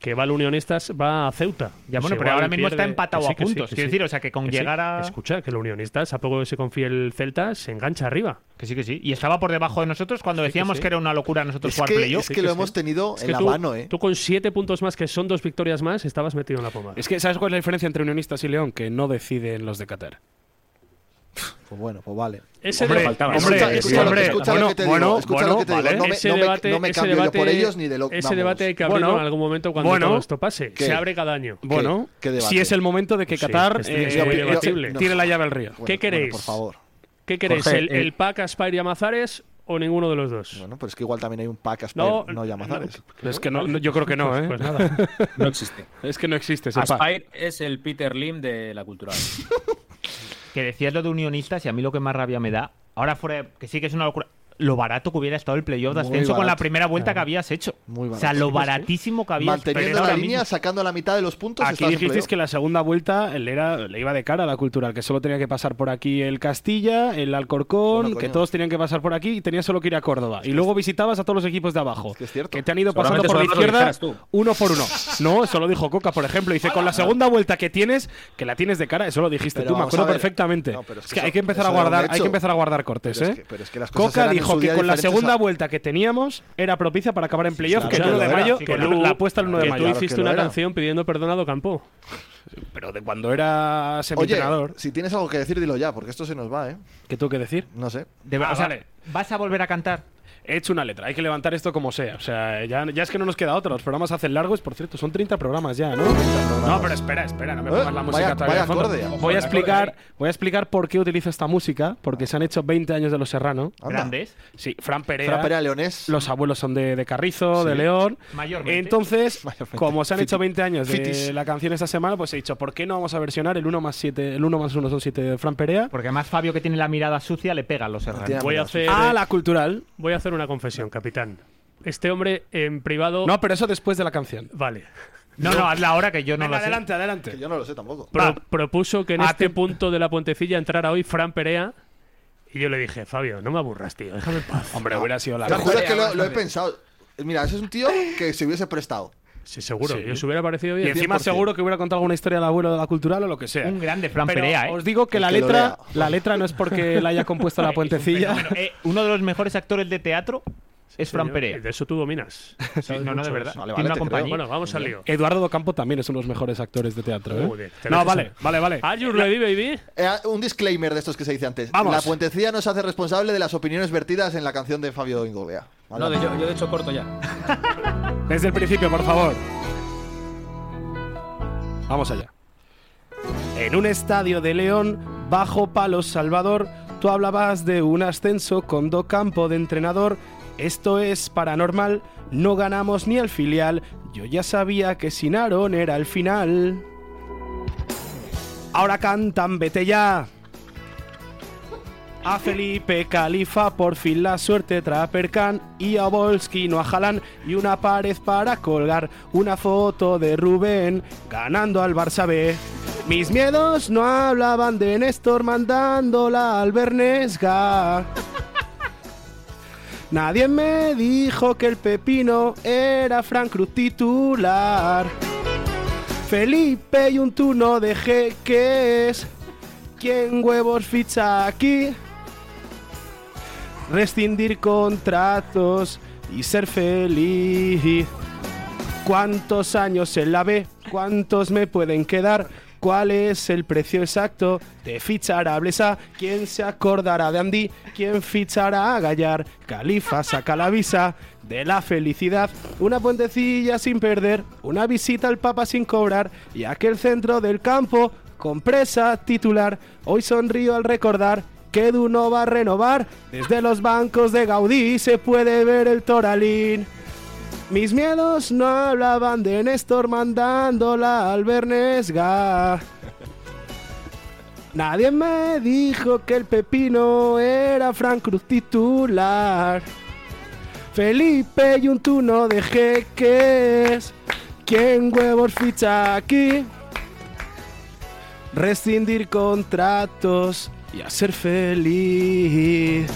Speaker 4: Que va el Unionistas, va a Ceuta.
Speaker 6: Ya,
Speaker 4: Pues
Speaker 6: bueno, pero
Speaker 4: igual
Speaker 6: ahora mismo
Speaker 4: pierde-
Speaker 6: está empatado
Speaker 4: que sí,
Speaker 6: a
Speaker 4: que sí,
Speaker 6: puntos.
Speaker 4: que
Speaker 6: Quiero
Speaker 4: sí.
Speaker 6: decir, o sea, que con
Speaker 4: Que sí.
Speaker 6: llegar a.
Speaker 4: Escucha, que el Unionistas, a poco que se confíe el Celta, se engancha arriba.
Speaker 6: Que sí, que sí. Y estaba por debajo de nosotros cuando decíamos
Speaker 4: sí.
Speaker 6: que era una locura
Speaker 1: Es
Speaker 6: nosotros jugar
Speaker 1: que,
Speaker 6: playoff.
Speaker 1: es que lo hemos tenido
Speaker 4: Es
Speaker 1: en
Speaker 4: que
Speaker 1: la
Speaker 4: tú,
Speaker 1: mano, ¿eh?
Speaker 4: tú con siete puntos más, que son dos victorias más, estabas metido en la pomada.
Speaker 3: Es que, ¿sabes cuál es la diferencia entre Unionistas y León? Que no deciden los de Qatar.
Speaker 1: Pues bueno, pues vale.
Speaker 4: Ese
Speaker 8: Hombre,
Speaker 4: de-
Speaker 8: faltaba.
Speaker 3: hombre,
Speaker 1: escucha, escucha
Speaker 3: hombre,
Speaker 1: lo, escucha
Speaker 3: bueno,
Speaker 1: lo que te
Speaker 3: bueno,
Speaker 1: digo. Escucha
Speaker 3: bueno,
Speaker 1: lo que te
Speaker 3: vale.
Speaker 1: digo. No me,
Speaker 4: ese
Speaker 1: no me-
Speaker 4: debate,
Speaker 1: no me
Speaker 4: ese
Speaker 1: cambio yo
Speaker 4: debate-
Speaker 1: por ellos ni de lo
Speaker 4: Ese
Speaker 1: vamos.
Speaker 4: debate hay que abrirlo
Speaker 3: Bueno,
Speaker 4: en algún momento cuando
Speaker 3: bueno,
Speaker 4: todo esto pase.
Speaker 1: ¿qué?
Speaker 4: Se abre cada año.
Speaker 3: Bueno,
Speaker 1: qué debate?
Speaker 3: si es el momento de que
Speaker 4: Sí,
Speaker 3: Qatar
Speaker 4: es-
Speaker 3: eh,
Speaker 4: es
Speaker 1: yo-
Speaker 4: muy
Speaker 1: yo-
Speaker 4: debatible.
Speaker 1: no.
Speaker 3: tire la llave al río.
Speaker 1: Bueno,
Speaker 4: ¿Qué queréis?
Speaker 1: Bueno, por favor.
Speaker 4: ¿Qué queréis?
Speaker 8: Jorge,
Speaker 4: ¿El,
Speaker 8: eh,
Speaker 4: el PAC, Aspire y Amazares o ninguno de los dos?
Speaker 1: Bueno, pero es que igual también hay un pack Asper,
Speaker 4: No,
Speaker 1: no, Llamazares.
Speaker 3: Es que no, no- yo creo que no, ¿eh?
Speaker 4: Pues nada.
Speaker 8: No existe.
Speaker 3: Es que no existe. sepa.
Speaker 8: Aspire es el Peter Lim de la cultural.
Speaker 6: Que decías lo de unionistas y a mí lo que más rabia me da, ahora fuera, que sí que es una locura, lo barato que hubiera estado el playoff de
Speaker 1: Muy
Speaker 6: ascenso con la
Speaker 1: barato.
Speaker 6: primera vuelta que habías hecho.
Speaker 1: Muy
Speaker 6: o sea,
Speaker 1: barato.
Speaker 6: lo baratísimo que habías
Speaker 1: Manteniendo
Speaker 6: pero
Speaker 1: la
Speaker 6: ahora
Speaker 1: línea,
Speaker 6: mismo-
Speaker 1: sacando la mitad de los puntos.
Speaker 3: Aquí
Speaker 1: estás en
Speaker 3: dijisteis
Speaker 1: playoff.
Speaker 3: que la segunda vuelta le, era, le iba de cara a la cultural, que solo tenía que pasar por aquí el Castilla, el Alcorcón,
Speaker 1: Bueno, coño.
Speaker 3: que todos tenían que pasar por aquí y tenías solo que ir a Córdoba. Y luego visitabas a todos los equipos de abajo,
Speaker 1: Es que es cierto.
Speaker 3: te han ido pasando
Speaker 8: Seguramente
Speaker 3: por la
Speaker 8: solo lo
Speaker 3: izquierda
Speaker 8: dijeras tú.
Speaker 3: uno por uno. No, eso lo dijo Coca, por ejemplo. Dice, con la segunda vuelta que tienes, que la tienes de cara, eso lo dijiste
Speaker 1: Pero
Speaker 3: tú, me
Speaker 1: vamos
Speaker 3: acuerdo
Speaker 1: a ver.
Speaker 3: perfectamente.
Speaker 1: No, pero
Speaker 3: es que hay
Speaker 1: eso-
Speaker 3: que empezar a
Speaker 1: eso era un
Speaker 3: guardar, hay
Speaker 1: hecho.
Speaker 3: que empezar a guardar cortes,
Speaker 1: Pero es
Speaker 3: ¿eh?
Speaker 1: que- pero es que las cosas
Speaker 3: Coca
Speaker 1: eran en
Speaker 3: dijo
Speaker 1: su
Speaker 3: que
Speaker 1: día
Speaker 3: con la
Speaker 1: diferentes
Speaker 3: segunda
Speaker 1: a-
Speaker 3: vuelta que teníamos era propicia para acabar en playoff,
Speaker 1: claro
Speaker 3: que el
Speaker 1: que
Speaker 3: 1 de
Speaker 1: lo era,
Speaker 3: mayo,
Speaker 1: sí,
Speaker 3: que
Speaker 4: claro.
Speaker 3: la- la apuesta el 1 de
Speaker 4: Que
Speaker 3: mayo.
Speaker 4: tú hiciste
Speaker 1: que lo
Speaker 4: una
Speaker 1: era.
Speaker 4: canción pidiendo perdón a Docampo.
Speaker 3: Pero de cuando era
Speaker 1: Oye,
Speaker 3: semientrenador.
Speaker 1: si tienes algo que decir, dilo ya, porque esto se nos va, ¿eh?
Speaker 3: ¿Qué tengo que decir?
Speaker 1: No sé.
Speaker 6: de verdad,
Speaker 3: Ah,
Speaker 6: o sea,
Speaker 3: vale.
Speaker 6: ¿Vas a volver a cantar?
Speaker 3: He hecho una letra, hay que levantar esto como sea. O sea, ya, ya es que no nos queda otra. Los programas se hacen largos, por cierto, son 30 programas ya, ¿no? No, pero espera, espera, no me
Speaker 1: Eh,
Speaker 3: pongas la música
Speaker 1: vaya-
Speaker 3: todavía.
Speaker 1: vaya
Speaker 3: de fondo.
Speaker 1: acorde.
Speaker 3: Voy a explicar, voy a explicar por qué utilizo esta música, porque se han hecho 20 años de los Serrano.
Speaker 1: Anda.
Speaker 6: Grandes.
Speaker 3: Sí, Fran Perea.
Speaker 1: Fran Perea Leonés.
Speaker 3: eh. Los abuelos son de, de Carrizo, de León.
Speaker 6: Mayormente.
Speaker 3: Entonces,
Speaker 1: Mayormente.
Speaker 3: como se han hecho 20 años de
Speaker 1: Fitis.
Speaker 3: la canción esta semana, pues he dicho, ¿por qué no vamos a versionar el 1 más 7, el 1 más 1 son 7 de Fran Perea?
Speaker 6: Porque además Fabio, que tiene la mirada sucia, le pega a los
Speaker 1: Tiene
Speaker 6: herranos.
Speaker 1: la
Speaker 4: Voy
Speaker 1: mirada
Speaker 4: a hacer,
Speaker 3: A Ah, la cultural.
Speaker 4: voy a hacer una confesión, capitán. Este hombre en privado.
Speaker 3: No, pero eso después de la canción.
Speaker 4: Vale.
Speaker 6: No, no, hazla ahora que yo no
Speaker 3: Venga,
Speaker 6: la sé.
Speaker 3: adelante, adelante.
Speaker 1: Que yo no lo sé tampoco.
Speaker 4: Pro- propuso que en
Speaker 3: Ah,
Speaker 4: este
Speaker 3: te-
Speaker 4: punto de la puentecilla entrara hoy Fran Perea. Y yo le dije, Fabio, no me aburras, tío. Déjame en paz.
Speaker 3: Hombre, hubiera sido la
Speaker 1: Te
Speaker 3: leche.
Speaker 1: juro que lo, lo he pensado. Mira, ese es un tío que se hubiese prestado.
Speaker 4: Sí, seguro.
Speaker 3: Sí.
Speaker 4: Yo os hubiera parecido bien.
Speaker 3: Y encima
Speaker 1: 100%.
Speaker 3: seguro que hubiera contado alguna historia del abuelo de la cultural o lo que sea.
Speaker 6: Un grande Fran
Speaker 3: Pero
Speaker 6: Perea, ¿eh?
Speaker 3: Os digo que
Speaker 1: El
Speaker 3: la
Speaker 1: que lo
Speaker 3: letra,
Speaker 1: lea.
Speaker 3: la letra no es porque la haya compuesto la puentecilla.
Speaker 6: Bueno, eh, uno de los mejores actores de teatro es
Speaker 4: Sí,
Speaker 6: Fran
Speaker 4: señor.
Speaker 6: Perea.
Speaker 4: De eso tú dominas.
Speaker 6: no,
Speaker 4: Sabes
Speaker 6: no, de
Speaker 4: mucho
Speaker 6: verdad.
Speaker 4: eso.
Speaker 1: Vale, vale,
Speaker 6: tiene una
Speaker 1: te creo.
Speaker 6: compañía.
Speaker 4: Bueno, vamos al lío.
Speaker 3: Eduardo Campo también es uno de los mejores actores de teatro, ¿eh?
Speaker 4: Joder, te
Speaker 3: no,
Speaker 4: metes
Speaker 3: vale,
Speaker 4: en-
Speaker 3: vale, vale.
Speaker 4: Are you ready, baby?
Speaker 1: Eh, un disclaimer de estos que se dice antes.
Speaker 3: Vamos.
Speaker 1: La puentecilla no se hace responsable de las opiniones vertidas en la canción de Fabio Ingolea.
Speaker 8: No, de- yo, yo de hecho corto ya.
Speaker 3: Desde el principio, por favor. Vamos allá. En un estadio de León, bajo palos Salvador, tú hablabas de un ascenso con Do Campo de entrenador. Esto es paranormal, no ganamos ni el filial. Yo ya sabía que sin Aaron era el final. Ahora cantan, vete ya. A Felipe Califa por fin la suerte trapercan y a Volsky no a Haaland, y una pared para colgar una foto de Rubén ganando al Barça B. Mis miedos no hablaban de Néstor mandándola al Bernesga. Nadie me dijo que el Pepino era Frank Cruz titular. Felipe y un turno de jeques. ¿Quién huevos ficha aquí? Rescindir contratos y ser feliz. ¿Cuántos años en la B? ¿Cuántos me pueden quedar? ¿Cuál es el precio exacto de fichar a Blesa? ¿Quién se acordará de Andy? ¿Quién fichará a Gallar? Califa saca la visa de la felicidad. Una puentecilla sin perder, una visita al Papa sin cobrar y aquel centro del campo compresa titular. Hoy sonrío al recordar que Edu no va a renovar. Desde los bancos de Gaudí se puede ver el Toralín. Mis miedos no hablaban de Néstor mandándola al Bernesga. Nadie me dijo que el pepino era Frank Cruz titular. Felipe y un tuno de jeques. ¿Quién huevos ficha aquí? Rescindir contratos y a ser feliz.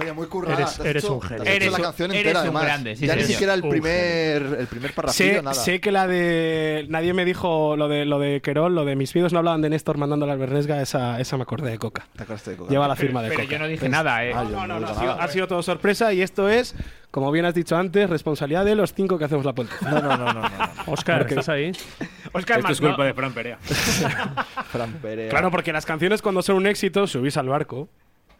Speaker 1: Oye, muy currada.
Speaker 2: Eres-
Speaker 1: te has
Speaker 2: eres
Speaker 1: hecho-
Speaker 2: un genio.
Speaker 1: te has hecho
Speaker 2: Eres
Speaker 1: la
Speaker 2: un-
Speaker 1: canción
Speaker 2: eres
Speaker 1: entera,
Speaker 2: un
Speaker 1: además.
Speaker 2: grande, sí,
Speaker 1: ya ni
Speaker 2: señor.
Speaker 1: siquiera el
Speaker 2: Un
Speaker 1: primer, el primer parrafillo,
Speaker 3: Sé,
Speaker 1: nada.
Speaker 3: sé que la de. Nadie me dijo lo de lo de Querol, lo de mis vídeos no hablaban de Néstor mandando a la Bernesga, esa, esa me acordé de Coca.
Speaker 1: Te acordaste de Coca.
Speaker 3: Lleva la firma de
Speaker 2: Pero
Speaker 3: Coca.
Speaker 2: yo no dije nada, ¿eh?
Speaker 1: Ah, yo no digo
Speaker 3: Ha sido,
Speaker 1: nada.
Speaker 3: ha sido todo sorpresa y esto es, como bien has dicho antes, responsabilidad de los cinco que hacemos la puerta.
Speaker 1: No, no, no, no, no, no.
Speaker 4: Oscar, ¿estás ahí?
Speaker 2: Oscar
Speaker 8: Esto es
Speaker 2: Magno-
Speaker 8: culpa de Fran Perea.
Speaker 1: Fran Perea.
Speaker 3: Claro, porque las canciones cuando son un éxito subís al barco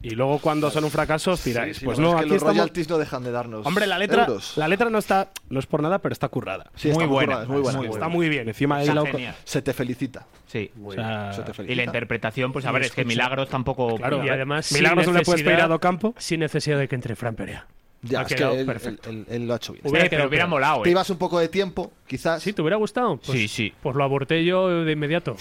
Speaker 3: y luego cuando son un fracaso os tiráis.
Speaker 1: Sí, sí,
Speaker 3: pues
Speaker 1: la
Speaker 3: no,
Speaker 1: verdad es que
Speaker 3: aquí
Speaker 1: los
Speaker 3: estamos-
Speaker 1: royalties no dejan de darnos.
Speaker 3: Hombre, la letra,
Speaker 1: euros.
Speaker 3: la letra no está, no es por nada, pero está currada.
Speaker 1: Sí, está
Speaker 2: muy buena,
Speaker 1: currada, es muy buena.
Speaker 2: muy
Speaker 3: Está muy bien. Encima ahí
Speaker 2: Está
Speaker 3: la-
Speaker 2: genial.
Speaker 1: Se te felicita.
Speaker 2: Sí.
Speaker 3: o sea,
Speaker 1: Se te felicita.
Speaker 2: Y la interpretación, pues a ver, es que Milagros tampoco.
Speaker 3: claro,
Speaker 4: Y además,
Speaker 3: Milagros
Speaker 4: sin
Speaker 3: no le puedes
Speaker 4: necesidad-
Speaker 3: pedir a Docampo.
Speaker 4: Sin necesidad de que entre Fran Perea.
Speaker 1: Ya,
Speaker 4: Ha
Speaker 1: es que
Speaker 4: quedado
Speaker 1: él,
Speaker 4: perfecto.
Speaker 1: él- él- él lo ha hecho bien.
Speaker 2: Hubiera, pero hubiera molado,
Speaker 1: Te
Speaker 2: ¿eh?
Speaker 1: ibas un poco de tiempo, quizás.
Speaker 4: ¿Sí? ¿Te hubiera gustado? Pues,
Speaker 2: Sí, sí.
Speaker 4: Pues lo aborté yo de inmediato.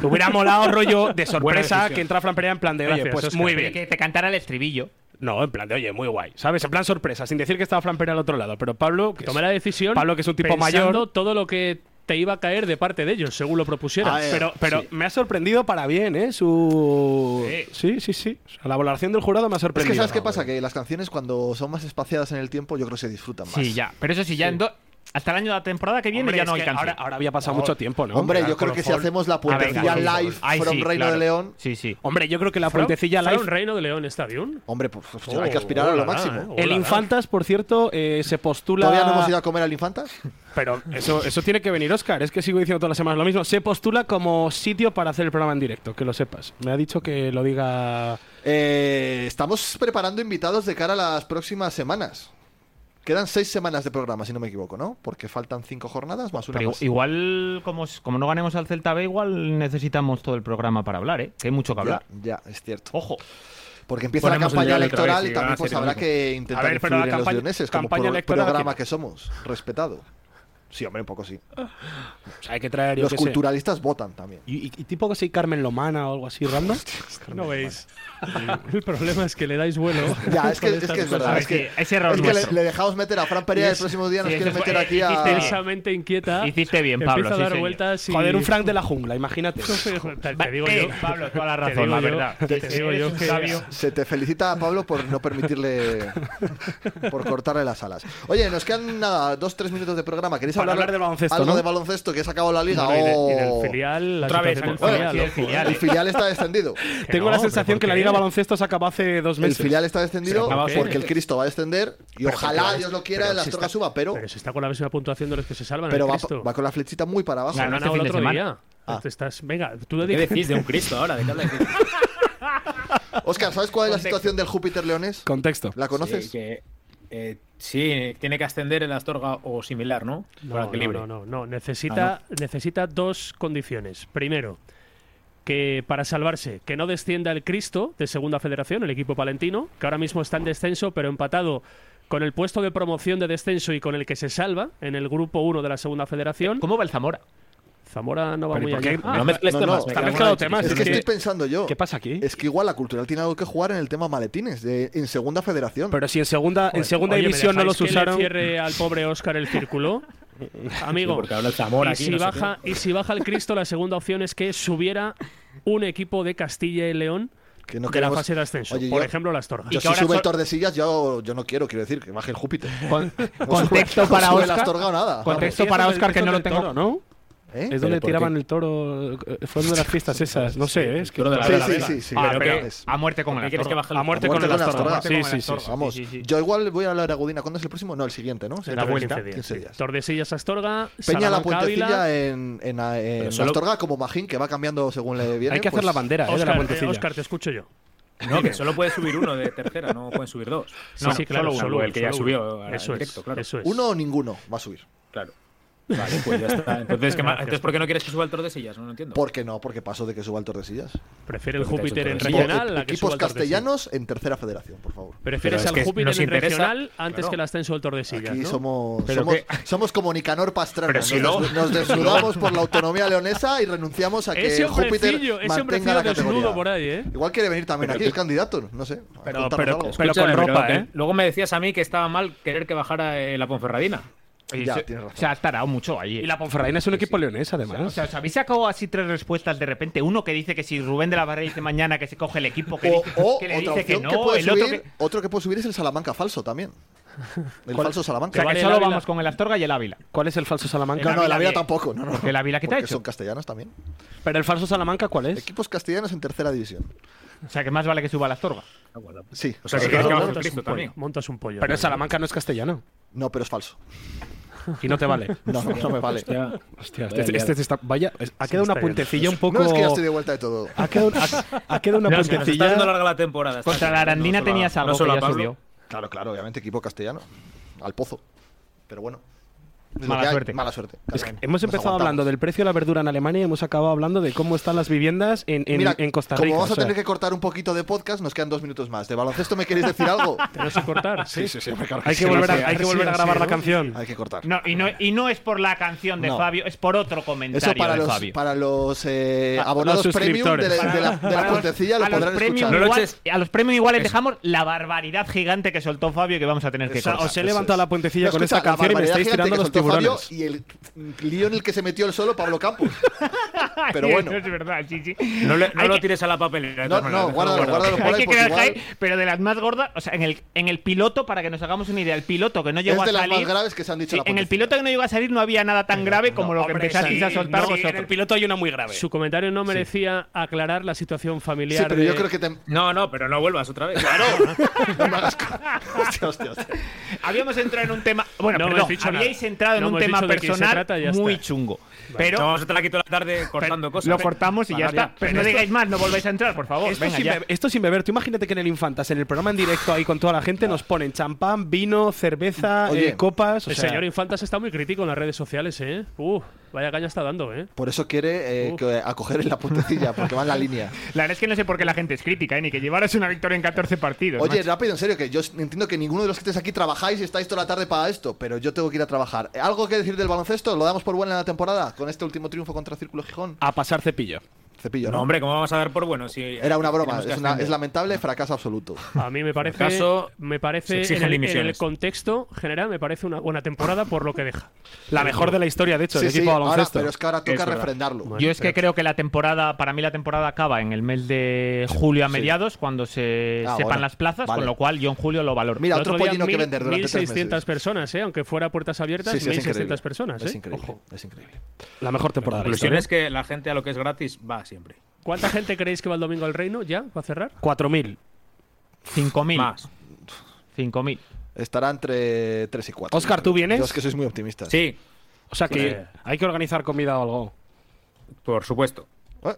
Speaker 3: Te hubiera molado rollo de
Speaker 4: Buena
Speaker 3: sorpresa
Speaker 4: decisión.
Speaker 3: que entra Fran Perea en plan de gracias.
Speaker 4: Gracias,
Speaker 3: pues
Speaker 4: Óscar.
Speaker 3: muy
Speaker 4: Oye,
Speaker 3: bien.
Speaker 2: Que te cantara el estribillo.
Speaker 3: No, en plan de oye, muy guay. ¿Sabes? En plan sorpresa, sin decir que estaba Fran Perea al otro lado. Pero Pablo, que es-
Speaker 4: Tomé la decisión
Speaker 3: Pablo, que es un tipo
Speaker 4: pensando
Speaker 3: mayor.
Speaker 4: todo lo que te iba a caer de parte de ellos, según lo propusieras.
Speaker 1: Ah, eh.
Speaker 3: Pero, pero me ha sorprendido para bien, ¿eh? Su. Sí, sí, sí. O sea, la valoración del jurado me ha
Speaker 1: Es
Speaker 3: sorprendido.
Speaker 1: que sabes qué pasa, que las canciones cuando son más espaciadas en el tiempo, yo creo que se disfrutan más.
Speaker 2: Sí, ya. Pero eso sí, ya en do- hasta el año de la temporada que viene
Speaker 3: Hombre,
Speaker 2: ya
Speaker 3: es
Speaker 2: no hay
Speaker 3: que
Speaker 2: canción.
Speaker 3: ahora, ahora había pasado mucho tiempo, ¿no?
Speaker 1: Hombre, yo creo que si
Speaker 2: Colofón.
Speaker 1: hacemos la
Speaker 2: Ah, venga,
Speaker 1: puentecilla
Speaker 2: Colofón.
Speaker 1: live
Speaker 2: Ay,
Speaker 1: from
Speaker 2: sí,
Speaker 1: Reino
Speaker 2: claro.
Speaker 1: de León,
Speaker 2: Sí, sí.
Speaker 3: Hombre, yo creo que la
Speaker 4: Fran-
Speaker 3: puentecilla
Speaker 4: Fran
Speaker 3: live.
Speaker 4: Reino de León está bien.
Speaker 1: hombre, pues, pues,
Speaker 4: Oh,
Speaker 1: hay que aspirar a lo
Speaker 4: hola,
Speaker 1: máximo.
Speaker 4: eh,
Speaker 3: El
Speaker 4: hola,
Speaker 3: Infantas, por cierto, eh, se postula.
Speaker 1: ¿Todavía no hemos ido a comer al Infantas?
Speaker 3: Pero eso, eso tiene que venir, Oscar. Es que sigo diciendo todas las semanas lo mismo. Se postula como sitio para hacer el programa en directo, que lo sepas. Me ha dicho que lo diga.
Speaker 1: Eh, estamos preparando invitados de cara a las próximas semanas. Quedan seis semanas de programa, si no me equivoco, ¿no? Porque faltan cinco jornadas más una
Speaker 2: Pero
Speaker 1: más.
Speaker 2: igual, como, como no ganemos al Celta B, igual necesitamos todo el programa para hablar, ¿eh? Que hay mucho que hablar.
Speaker 1: Ya, ya, es cierto.
Speaker 2: Ojo.
Speaker 1: Porque empieza
Speaker 8: Ponemos
Speaker 1: la
Speaker 8: el
Speaker 1: campaña
Speaker 8: dial otra
Speaker 1: electoral
Speaker 8: vez
Speaker 1: y
Speaker 8: y
Speaker 1: también
Speaker 8: va a
Speaker 1: pues
Speaker 8: ser lo
Speaker 1: habrá
Speaker 8: mismo.
Speaker 1: que intentar
Speaker 3: A ver, pero
Speaker 1: influir
Speaker 3: la
Speaker 1: en los
Speaker 3: campaña-
Speaker 1: leoneses, como
Speaker 3: campaña
Speaker 1: pro-
Speaker 3: electoral
Speaker 1: programa
Speaker 3: hacia-
Speaker 1: que somos, respetado. Sí, hombre, un poco sí.
Speaker 3: O sea, hay que traer. yo
Speaker 1: Los
Speaker 3: qué sé.
Speaker 1: culturalistas votan también.
Speaker 3: Y, y- y tipo que soy Carmen Lomana o algo así, random. eh,
Speaker 4: No veis. El problema es que le dais vuelo.
Speaker 1: Ya, es que
Speaker 4: con
Speaker 1: es,
Speaker 4: estas
Speaker 1: que es
Speaker 4: cosas.
Speaker 1: verdad.
Speaker 2: ver,
Speaker 1: Es que,
Speaker 2: sí, es error
Speaker 1: es que le,
Speaker 2: nuestro.
Speaker 1: le dejamos meter a Fran Perea el próximo día, nos
Speaker 2: sí,
Speaker 1: quiere
Speaker 2: eso fue-
Speaker 1: meter aquí a.
Speaker 2: hiciste bien.
Speaker 4: Intensamente inquieta.
Speaker 2: Hiciste bien,
Speaker 4: empieza
Speaker 2: Pablo,
Speaker 4: a
Speaker 2: sí,
Speaker 4: dar
Speaker 2: señor.
Speaker 4: vueltas y...
Speaker 3: Joder, un Frank de la jungla, imagínate.
Speaker 4: Te, te digo
Speaker 2: Eh,
Speaker 4: yo.
Speaker 2: Pablo, toda la
Speaker 4: Te
Speaker 2: razón,
Speaker 4: digo
Speaker 2: la
Speaker 4: yo-
Speaker 2: verdad.
Speaker 4: te digo
Speaker 2: Eres
Speaker 4: yo
Speaker 2: un
Speaker 4: que-
Speaker 2: sabio.
Speaker 1: Se te felicita a Pablo por no permitirle. por cortarle las alas. Oye, nos quedan nada, dos, tres minutos de programa. ¿Queréis
Speaker 3: Para
Speaker 1: hablar,
Speaker 3: hablar de baloncesto,
Speaker 1: Algo
Speaker 3: ¿no?
Speaker 1: de baloncesto que se ha acabado la liga.
Speaker 4: Bueno, y, de- y
Speaker 1: Oh.
Speaker 4: del filial, la
Speaker 2: Otra vez,
Speaker 4: situación del
Speaker 2: bueno,
Speaker 4: filial,
Speaker 2: sí, el
Speaker 4: ojo.
Speaker 2: filial.
Speaker 1: El filial está descendido.
Speaker 3: Tengo
Speaker 4: no,
Speaker 3: la
Speaker 4: pero
Speaker 3: sensación
Speaker 4: ¿por
Speaker 3: que la
Speaker 4: qué?
Speaker 3: Liga Baloncesto se acabó hace dos
Speaker 1: El
Speaker 3: meses.
Speaker 1: filial está descendido
Speaker 3: acaba de-
Speaker 1: porque el Cristo va a descender y ojalá Dios lo quiera,
Speaker 4: Pero
Speaker 1: la
Speaker 4: si
Speaker 1: Astorga
Speaker 4: está-
Speaker 1: suba, pero,
Speaker 4: Pero si está con la misma puntuación de los que se salvan.
Speaker 1: pero
Speaker 4: el
Speaker 1: va,
Speaker 4: Cristo.
Speaker 1: va con la flechita muy para abajo.
Speaker 2: Ganó este
Speaker 4: Ganó el
Speaker 2: fin de
Speaker 4: otro
Speaker 2: semana.
Speaker 4: día.
Speaker 1: Ah.
Speaker 4: Estás, venga, tú
Speaker 8: ¿Qué
Speaker 4: dedícate.
Speaker 8: decís de un Cristo ahora? ¿De qué habláis?
Speaker 1: Oscar, ¿sabes cuál es la situación del Júpiter Leones?
Speaker 3: Contexto.
Speaker 1: ¿La conoces?
Speaker 8: Sí, que, eh, sí, tiene que ascender el Astorga o similar, ¿no? Para
Speaker 4: No,
Speaker 8: que libre.
Speaker 4: no, no, no. Necesita, necesita dos condiciones. Primero, que para salvarse, que no descienda el Cristo de Segunda Federación, el equipo palentino, que ahora mismo está en descenso, pero empatado con el puesto de promoción de descenso y con el que se salva en el grupo 1 de la Segunda Federación.
Speaker 2: ¿Cómo va el Zamora?
Speaker 4: Zamora no va
Speaker 3: Pero ¿y
Speaker 4: muy
Speaker 3: por qué?
Speaker 4: allá. Ah,
Speaker 8: No mezcles
Speaker 1: no, no,
Speaker 8: temas. me
Speaker 3: Está
Speaker 8: cago en
Speaker 3: mezclado
Speaker 8: la
Speaker 3: temas.
Speaker 1: Es que
Speaker 3: es
Speaker 1: estoy
Speaker 3: que-
Speaker 1: pensando yo.
Speaker 3: ¿Qué pasa aquí?
Speaker 1: Es que igual la cultural tiene algo que jugar en el tema maletines, de, en segunda federación.
Speaker 3: Pero si en segunda, en segunda
Speaker 4: pues, Oye, ¿me
Speaker 3: división no
Speaker 4: dejáis
Speaker 3: los
Speaker 4: que le
Speaker 3: usaron.
Speaker 4: cierre al pobre Óscar el círculo.
Speaker 8: Sí,
Speaker 4: Amigo,
Speaker 8: porque habla el Zamora
Speaker 4: y,
Speaker 8: aquí,
Speaker 4: si
Speaker 8: no sé
Speaker 4: baja, y si baja el Cristo, la segunda opción es que subiera un equipo de Castilla y León
Speaker 1: que no
Speaker 4: de la
Speaker 1: queremos-
Speaker 4: fase de ascenso.
Speaker 1: Oye,
Speaker 4: Por
Speaker 1: yo-
Speaker 4: ejemplo, las Torgas.
Speaker 1: Yo si sube el Tordesillas, yo, yo no quiero, quiero decir, que baje el Júpiter.
Speaker 2: contexto
Speaker 1: no
Speaker 2: para
Speaker 1: sube el
Speaker 2: Oscar.
Speaker 1: Astorga o nada.
Speaker 2: Contexto
Speaker 3: Sí,
Speaker 2: para
Speaker 3: es donde-
Speaker 2: Oscar
Speaker 3: es
Speaker 2: que no
Speaker 3: donde
Speaker 2: lo
Speaker 3: el
Speaker 2: tengo.
Speaker 3: toro, ¿no?
Speaker 1: ¿Eh?
Speaker 3: Es donde tiraban el toro. eh, Fue una de las fiestas esas. No sé, ¿eh? es que.
Speaker 8: Toro de la
Speaker 1: Sí,
Speaker 8: Vela,
Speaker 1: sí,
Speaker 8: Vela.
Speaker 1: sí, sí.
Speaker 2: Ah,
Speaker 1: Pero
Speaker 2: pero
Speaker 1: que es-
Speaker 2: a muerte con
Speaker 8: ¿Por
Speaker 2: el
Speaker 8: qué quieres
Speaker 2: Astorga.
Speaker 8: que baje el
Speaker 3: A muerte
Speaker 1: Muerte
Speaker 3: con el
Speaker 1: con el
Speaker 3: Astorga.
Speaker 1: Astorga.
Speaker 3: Sí, sí, sí. sí.
Speaker 1: Vamos,
Speaker 2: sí, sí.
Speaker 1: yo igual voy a hablar a Godina. ¿Cuándo es el próximo? No, el siguiente, ¿no?
Speaker 4: La
Speaker 1: Será
Speaker 4: vuelta.
Speaker 1: 15 días.
Speaker 4: Tordesillas Astorga,
Speaker 1: Peña la
Speaker 4: Salamanca Ávila.
Speaker 1: puentecilla en, en, en
Speaker 8: Pero solo-
Speaker 1: Astorga como Magín, que va cambiando según le viene.
Speaker 3: Hay que hacer
Speaker 1: pues,
Speaker 3: la bandera, ¿eh? De la
Speaker 4: Óscar, eh,
Speaker 3: puentecilla.
Speaker 4: Óscar, te escucho yo.
Speaker 8: No, que solo puede subir uno de tercera, no pueden subir dos.
Speaker 4: Sí, sí, claro,
Speaker 8: salvo
Speaker 4: solo
Speaker 8: el que ya
Speaker 4: solo
Speaker 8: subió al
Speaker 4: Eso
Speaker 8: directo,
Speaker 4: es,
Speaker 8: claro.
Speaker 4: Eso es.
Speaker 1: Uno o ninguno va a subir.
Speaker 8: Claro. Vale, pues ya está. Entonces, ¿qué más?
Speaker 6: Gracias.
Speaker 8: Entonces, ¿por qué no quieres que suba el Tordesillas? No lo entiendo.
Speaker 1: ¿Por qué no? Porque paso de que suba el Tordesillas.
Speaker 4: Prefiero el
Speaker 8: Porque te ha hecho
Speaker 4: Júpiter en
Speaker 8: todo el
Speaker 1: Equipo-
Speaker 4: regional a que
Speaker 1: equipos
Speaker 4: suba al Tordesillas.
Speaker 1: castellanos en tercera federación, por favor.
Speaker 4: Prefieres
Speaker 8: Pero es
Speaker 4: al
Speaker 8: que
Speaker 4: Júpiter
Speaker 8: nos
Speaker 4: en
Speaker 8: interesa-
Speaker 4: regional antes
Speaker 8: Claro.
Speaker 4: que el ascenso del Tordesillas,
Speaker 1: Aquí
Speaker 4: ¿no?
Speaker 1: somos,
Speaker 8: Pero
Speaker 1: somos,
Speaker 8: que-
Speaker 1: somos como Nicanor Pastrana.
Speaker 8: Pero si
Speaker 1: nos,
Speaker 8: no-
Speaker 1: des- nos desnudamos por la autonomía leonesa y renunciamos a que
Speaker 4: Ese
Speaker 1: Júpiter
Speaker 4: hombrecillo, ese
Speaker 1: mantenga
Speaker 4: hombrecillo
Speaker 1: la categoría.
Speaker 4: desnudo por ahí, ¿eh?
Speaker 1: Igual quiere venir también
Speaker 8: Pero
Speaker 1: aquí
Speaker 8: que-
Speaker 1: el candidato, no sé. a
Speaker 4: Pero-
Speaker 1: contarnos
Speaker 4: pero-
Speaker 1: algo.
Speaker 4: pero con
Speaker 8: Escúchame,
Speaker 4: ropa,
Speaker 8: que
Speaker 4: ¿eh?
Speaker 8: Luego me decías a mí que estaba mal querer que bajara eh, la Ponferradina.
Speaker 6: Oye,
Speaker 1: Ya,
Speaker 6: se,
Speaker 1: tienes razón.
Speaker 6: se ha tarado mucho allí.
Speaker 3: Y la Ponferradina es un equipo leonés, además.
Speaker 6: O sea, ¿os habéis sacado así tres respuestas de repente? Uno que dice que si Rubén de la Barrera dice mañana que se coge el equipo, que,
Speaker 1: O,
Speaker 6: dice-
Speaker 1: o
Speaker 6: que le
Speaker 1: otra
Speaker 6: dice que
Speaker 1: opción
Speaker 6: no,
Speaker 1: que puede
Speaker 6: el otro
Speaker 1: subir,
Speaker 6: que...
Speaker 1: otro que puede subir es el Salamanca falso también. El falso
Speaker 6: O sea,
Speaker 1: Salamanca.
Speaker 6: que
Speaker 4: vale el
Speaker 6: solo
Speaker 4: Ávila.
Speaker 6: vamos con el Astorga y el Ávila.
Speaker 3: ¿Cuál es el falso Salamanca?
Speaker 1: No, no, el Ávila
Speaker 6: bien.
Speaker 1: tampoco. No, no.
Speaker 6: Porque el Ávila, ¿qué te ha
Speaker 1: Porque
Speaker 6: hecho?
Speaker 1: son castellanos también.
Speaker 3: Pero el falso Salamanca, ¿cuál es?
Speaker 1: Equipos castellanos en tercera división.
Speaker 6: O sea, que más vale que suba el Astorga.
Speaker 1: Sí.
Speaker 8: O sea, que
Speaker 4: Sí,
Speaker 8: quieres que baje
Speaker 4: montas,
Speaker 8: Cristo
Speaker 4: un pollo,
Speaker 8: también.
Speaker 4: montas un pollo.
Speaker 3: Pero el Salamanca no es castellano.
Speaker 1: No, pero es falso.
Speaker 3: Y no te vale.
Speaker 1: No, no, no me vale.
Speaker 8: Ya. Vaya
Speaker 3: Hostia, este, este-
Speaker 8: liada.
Speaker 3: este está. Vaya, es- ha quedado
Speaker 4: está
Speaker 3: una
Speaker 4: liado.
Speaker 3: puntecilla un poco.
Speaker 1: No es que ya estoy de vuelta de todo.
Speaker 3: ha, quedado, ha, ha quedado una
Speaker 8: No, es que nos está
Speaker 3: puntecilla.
Speaker 8: dando larga la temporada. está
Speaker 6: Contra
Speaker 8: claro.
Speaker 6: la Arandina
Speaker 8: No solo a-
Speaker 6: tenías algo
Speaker 8: no solo
Speaker 6: que
Speaker 8: a
Speaker 6: ya
Speaker 8: Pablo.
Speaker 6: subió.
Speaker 1: Claro, claro, obviamente equipo castellano. Al pozo. Pero bueno. Es lo
Speaker 6: Mala
Speaker 1: que hay.
Speaker 6: suerte.
Speaker 1: Mala suerte.
Speaker 3: Es que
Speaker 1: Carmen.
Speaker 3: hemos
Speaker 1: Nos
Speaker 3: empezado
Speaker 1: aguantamos.
Speaker 3: hablando del precio de la verdura en Alemania y hemos acabado hablando de cómo están las viviendas en, en-
Speaker 1: Mira,
Speaker 3: en Costa
Speaker 1: como
Speaker 3: Rica.
Speaker 1: vamos
Speaker 3: o sea.
Speaker 1: a tener que cortar un poquito de podcast, nos quedan dos minutos más. ¿De baloncesto me queréis decir algo?
Speaker 4: ¿Tenemos que cortar? Sí,
Speaker 3: hay que volver a, hay que volver a grabar la canción.
Speaker 1: Hay que cortar.
Speaker 6: No, y, no, y no es por la canción de
Speaker 1: No.
Speaker 6: Fabio, es por otro comentario
Speaker 1: Eso para
Speaker 6: de
Speaker 1: los,
Speaker 6: Fabio.
Speaker 1: para los eh,
Speaker 3: Ah, Para
Speaker 1: abonados
Speaker 3: los
Speaker 1: premium de,
Speaker 3: suscriptores.
Speaker 1: de la, de la
Speaker 6: Para los-
Speaker 1: puentecilla lo
Speaker 6: a los
Speaker 1: podrán
Speaker 6: premium
Speaker 1: escuchar.
Speaker 6: igual-
Speaker 8: Noches.
Speaker 6: a los premios iguales dejamos la barbaridad gigante que soltó Fabio que vamos a tener que
Speaker 3: O sea,
Speaker 6: cortar.
Speaker 3: os he
Speaker 1: eso
Speaker 3: levantado
Speaker 1: es.
Speaker 3: la puentecilla
Speaker 1: No,
Speaker 3: con
Speaker 1: escucha,
Speaker 3: esta
Speaker 1: la
Speaker 3: canción y me
Speaker 1: barbaridad
Speaker 3: estáis
Speaker 1: gigante
Speaker 3: tirando
Speaker 1: que
Speaker 3: los
Speaker 1: soltó
Speaker 3: tiburones.
Speaker 1: Fabio y el lío en el que se metió el solo Pablo Campos. Pero bueno.
Speaker 6: Eso es verdad, sí, sí.
Speaker 8: No, le- no
Speaker 6: Hay
Speaker 8: lo
Speaker 6: que-
Speaker 8: tires a la papelera. de
Speaker 1: No,
Speaker 8: todas maneras,
Speaker 1: no,
Speaker 8: déjalo
Speaker 1: guárdalo,
Speaker 8: guardado.
Speaker 1: guárdalo por
Speaker 6: Hay
Speaker 1: ahí,
Speaker 6: que
Speaker 1: porque
Speaker 6: quedar
Speaker 1: igual
Speaker 6: high, pero de las más gordas, o sea, en el, en el piloto, para que nos hagamos una idea, el piloto que no llegó
Speaker 1: es de
Speaker 6: a
Speaker 1: las
Speaker 6: salir.
Speaker 1: más graves que se han dicho
Speaker 6: sí,
Speaker 1: la
Speaker 6: en el
Speaker 1: puentecilla.
Speaker 6: piloto que no llegó a salir no había nada tan grave como lo que
Speaker 3: Hombre,
Speaker 6: empezasteis
Speaker 3: sí,
Speaker 6: a soltar
Speaker 3: no, sí,
Speaker 6: vosotros.
Speaker 3: en el piloto hay una muy grave.
Speaker 4: Su comentario no merecía aclarar la situación familiar.
Speaker 1: Sí, pero yo
Speaker 4: de-
Speaker 1: creo que te.
Speaker 8: No, no, pero no vuelvas otra vez. Claro.
Speaker 1: No me hagas co- Hostia, hostia, hostia.
Speaker 6: Habíamos entrado en un tema. Bueno,
Speaker 4: No
Speaker 6: perdón,
Speaker 4: hemos dicho nada.
Speaker 6: habíais entrado en
Speaker 4: No
Speaker 6: un
Speaker 4: hemos
Speaker 6: tema
Speaker 4: dicho de qué se
Speaker 6: personal
Speaker 4: trata y ya
Speaker 6: muy
Speaker 4: está. ¿eh?
Speaker 6: chungo. Pero.
Speaker 8: No vamos a estar aquí toda la tarde cortando
Speaker 6: pero
Speaker 8: cosas. ¿eh?
Speaker 6: Lo cortamos y ya está. Pero no digáis más, no volváis a entrar, por favor.
Speaker 3: Esto,
Speaker 6: Venga,
Speaker 3: sin
Speaker 6: ya.
Speaker 3: bebe- esto sin beber, tú imagínate que en el Infantas, en el programa en directo ahí con toda la gente, nos ponen champán, vino, cerveza,
Speaker 1: Oye,
Speaker 3: eh, copas. O
Speaker 4: El
Speaker 3: sea,
Speaker 4: señor Infantas está muy crítico en las redes sociales, ¿eh? Uh, vaya caña está dando, ¿eh?
Speaker 1: Por eso quiere eh, que- acoger en la puentecilla, porque va en la línea.
Speaker 6: La verdad es que no sé por qué la gente es crítica, ¿eh? ni que llevaras una victoria en 14 partidos.
Speaker 1: Oye,
Speaker 6: macho.
Speaker 1: rápido, en serio, que yo entiendo que ninguno de los que estáis aquí trabajáis y estáis toda la tarde para esto, pero yo tengo que ir a trabajar. ¿Algo que decir del baloncesto? ¿Lo damos por buena la temporada con este último triunfo contra Círculo Gijón?
Speaker 3: a pasar cepillo.
Speaker 1: Cepillo,
Speaker 8: No,
Speaker 1: ¿no?
Speaker 8: hombre, ¿cómo vamos a dar por bueno? Si
Speaker 1: Era una broma,
Speaker 8: tenemos que
Speaker 1: es, una-
Speaker 8: ascender?
Speaker 1: es lamentable, fracaso absoluto.
Speaker 4: A mí me parece,
Speaker 8: caso,
Speaker 4: me
Speaker 8: se
Speaker 4: parece
Speaker 8: exigen
Speaker 4: en, el, en el
Speaker 8: dimisiones.
Speaker 4: contexto general, me parece una buena temporada por lo que deja.
Speaker 3: La mejor de la historia, de hecho,
Speaker 1: Sí,
Speaker 3: del
Speaker 1: sí,
Speaker 3: equipo de
Speaker 1: ahora,
Speaker 3: baloncesto.
Speaker 1: pero es que ahora toca
Speaker 8: Es verdad.
Speaker 1: refrendarlo.
Speaker 6: Yo es que creo que la temporada, para mí la temporada acaba en el mes de julio a mediados, cuando se
Speaker 1: Ah,
Speaker 6: sepan
Speaker 1: bueno.
Speaker 6: las plazas,
Speaker 1: Vale.
Speaker 6: con lo cual yo en julio lo valoro.
Speaker 1: Mira,
Speaker 4: El
Speaker 1: otro,
Speaker 4: otro día,
Speaker 1: pollino que
Speaker 4: mil-
Speaker 1: vender durante tres
Speaker 4: 1.600
Speaker 1: meses.
Speaker 4: personas, ¿eh? Aunque fuera puertas abiertas,
Speaker 1: Sí, sí, es increíble.
Speaker 4: 1.600 personas, ¿eh?
Speaker 1: Es increíble,
Speaker 4: Ojo.
Speaker 1: es increíble.
Speaker 3: La mejor temporada.
Speaker 8: La
Speaker 3: de la
Speaker 8: conclusión
Speaker 3: historia.
Speaker 8: es que la gente a lo que es gratis va siempre.
Speaker 4: ¿Cuánta gente creéis que va el domingo al reino ya? ¿Va a cerrar?
Speaker 3: 4.000.
Speaker 6: 5.000.
Speaker 8: Más.
Speaker 6: 5.000.
Speaker 1: Estará entre 3 y 4.
Speaker 3: Óscar, ¿tú vienes?
Speaker 1: Yo es que sois muy optimista.
Speaker 8: Sí,
Speaker 3: O sea que
Speaker 8: Sí.
Speaker 3: hay que organizar comida o algo.
Speaker 8: por supuesto.
Speaker 1: ¿Eh?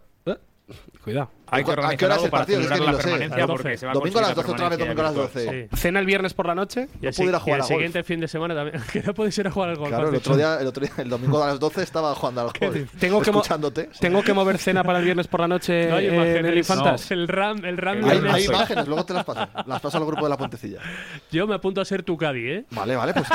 Speaker 3: Cuidado.
Speaker 8: Hay que
Speaker 1: ¿A qué
Speaker 8: organizar
Speaker 1: hora es
Speaker 8: algo
Speaker 1: el
Speaker 8: para
Speaker 1: partido? Es que
Speaker 8: celebrar
Speaker 1: ni
Speaker 8: la
Speaker 1: lo sé.
Speaker 8: permanencia
Speaker 4: A las
Speaker 8: porque
Speaker 4: 12.
Speaker 8: se va a
Speaker 1: Domingo a las
Speaker 8: conseguir
Speaker 1: 12, otra vez domingo a las
Speaker 8: permanencia
Speaker 1: 12.
Speaker 8: virtual.
Speaker 4: Sí.
Speaker 3: ¿Cena el viernes por la noche?
Speaker 4: Y así-
Speaker 1: pudiera jugar
Speaker 4: y el
Speaker 1: al golf.
Speaker 4: siguiente fin de semana también. que no podéis ir a jugar al golf.
Speaker 1: Claro, el
Speaker 4: has
Speaker 1: otro,
Speaker 4: dicho.
Speaker 1: día, el otro día, el domingo a las 12 estaba jugando a los juegos.
Speaker 3: Tengo que, mo-
Speaker 1: Escuchándote.
Speaker 3: tengo que mover cena para el viernes por la noche
Speaker 4: No hay
Speaker 3: eh, en el
Speaker 4: imágenes.
Speaker 3: Infantas.
Speaker 4: El RAM, el RAM.
Speaker 1: Eh, Hay,
Speaker 4: del
Speaker 1: hay
Speaker 4: mes.
Speaker 1: imágenes, luego te las paso. Las paso al grupo de la puentecilla.
Speaker 4: Yo me apunto a ser tu Cadi, ¿eh?
Speaker 1: Vale, vale, pues.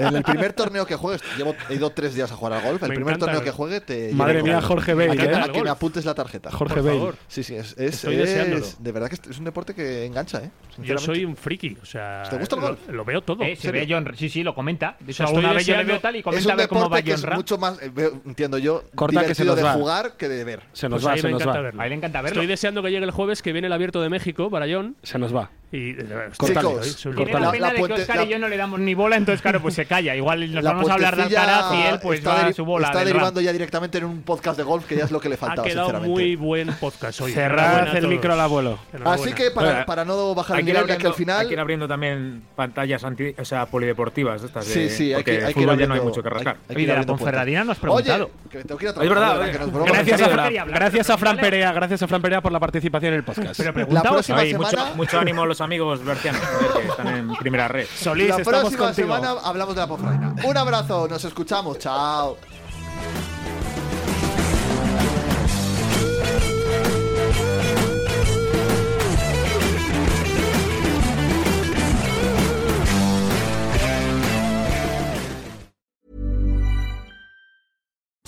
Speaker 1: en el primer torneo que juegues, llevo, he ido tres días a jugar al golf. El
Speaker 4: Me
Speaker 1: primer
Speaker 4: encanta
Speaker 1: torneo
Speaker 4: el
Speaker 1: que
Speaker 4: golf.
Speaker 1: juegue te.
Speaker 3: Madre
Speaker 1: llevo
Speaker 3: mía,
Speaker 1: con-
Speaker 3: Jorge
Speaker 1: a
Speaker 3: Bale,
Speaker 1: que-
Speaker 3: ¿eh?
Speaker 1: A
Speaker 4: Al
Speaker 1: que me
Speaker 4: golf.
Speaker 1: apuntes la tarjeta.
Speaker 3: Jorge
Speaker 4: Por
Speaker 3: Bale.
Speaker 4: favor.
Speaker 1: Sí, sí, es, es-
Speaker 4: Estoy
Speaker 1: es-
Speaker 4: deseándolo.
Speaker 1: De verdad que es- es un deporte que engancha, ¿eh?
Speaker 4: Yo
Speaker 1: Sinceramente.
Speaker 4: soy un friki. O sea,
Speaker 1: ¿Te gusta el
Speaker 4: lo,
Speaker 1: golf?
Speaker 4: lo veo todo.
Speaker 6: Eh, se ve John- sí, sí, lo comenta. De hecho,
Speaker 4: O sea,
Speaker 6: alguna
Speaker 4: estoy
Speaker 6: vez yo le
Speaker 4: deseando-
Speaker 6: veo tal y
Speaker 1: Es
Speaker 6: comenta a
Speaker 1: un
Speaker 6: ver cómo va
Speaker 1: deporte que
Speaker 6: John
Speaker 1: es
Speaker 6: Ram.
Speaker 1: mucho más, eh, veo- entiendo yo,
Speaker 3: Corta que se
Speaker 1: divertido
Speaker 3: nos
Speaker 1: de
Speaker 3: va.
Speaker 1: jugar que de ver.
Speaker 3: Se nos
Speaker 4: Pues
Speaker 3: va,
Speaker 4: ahí
Speaker 3: se
Speaker 4: me
Speaker 3: nos
Speaker 4: encanta
Speaker 3: va.
Speaker 4: verlo.
Speaker 6: A él le encanta verlo.
Speaker 4: Estoy deseando que llegue el jueves que viene el abierto de México para John.
Speaker 3: Se nos va.
Speaker 4: Y, eh,
Speaker 1: Chicos,
Speaker 4: soy- soy-
Speaker 6: Tiene
Speaker 1: Cortale.
Speaker 6: la pena
Speaker 1: La
Speaker 6: de que
Speaker 1: puente-
Speaker 6: Oscar y
Speaker 1: la-
Speaker 6: yo no le damos ni bola, entonces claro, pues se calla. Igual nos
Speaker 1: La
Speaker 6: vamos a hablar de Alcaraz y
Speaker 1: puentecilla
Speaker 6: él pues
Speaker 1: está
Speaker 6: va a
Speaker 1: deri-
Speaker 6: su bola.
Speaker 1: Está
Speaker 6: del
Speaker 1: derivando
Speaker 6: Ram.
Speaker 1: ya directamente en un podcast de golf que ya es lo que le
Speaker 4: Ha
Speaker 1: faltaba,
Speaker 4: quedado
Speaker 1: sinceramente.
Speaker 4: muy buen podcast hoy.
Speaker 3: Cerrad
Speaker 4: Enhorabuena a
Speaker 3: el
Speaker 4: todos.
Speaker 3: micro al abuelo.
Speaker 4: Enhorabuena.
Speaker 1: Así que para, para no bajar
Speaker 8: Hay
Speaker 1: el que ir abriendo
Speaker 6: abriendo-
Speaker 1: aquí al final.
Speaker 6: hay que ir abriendo también pantallas anti, o sea, polideportivas. Estas de-
Speaker 1: Sí, sí, hay
Speaker 6: porque
Speaker 1: que- hay
Speaker 6: el
Speaker 1: que ir
Speaker 6: fútbol ya no hay
Speaker 1: abriendo-
Speaker 6: mucho que rascar.
Speaker 1: hay- hay que
Speaker 4: Y
Speaker 1: ir
Speaker 4: de la
Speaker 1: abriendo puertas.
Speaker 4: Ponferradina no has preguntado.
Speaker 1: Oye, que tengo que ir a
Speaker 6: Es verdad,
Speaker 1: trabajar,
Speaker 6: eh.
Speaker 1: que nos bromas.
Speaker 3: Gracias a,
Speaker 6: Sí,
Speaker 3: Fra-
Speaker 6: la-
Speaker 3: gracias a Fran Perea, gracias a Fran Perea por la participación en el podcast.
Speaker 4: Pero
Speaker 1: La
Speaker 4: preguntaos
Speaker 1: próxima
Speaker 6: Ay,
Speaker 1: semana.
Speaker 6: mucho, mucho ánimo a los amigos bercianos joder, que están en primera red.
Speaker 3: Solís,
Speaker 1: la
Speaker 3: estamos
Speaker 1: próxima
Speaker 3: contigo.
Speaker 1: semana hablamos de la pofraina. Un abrazo, nos escuchamos. Chao.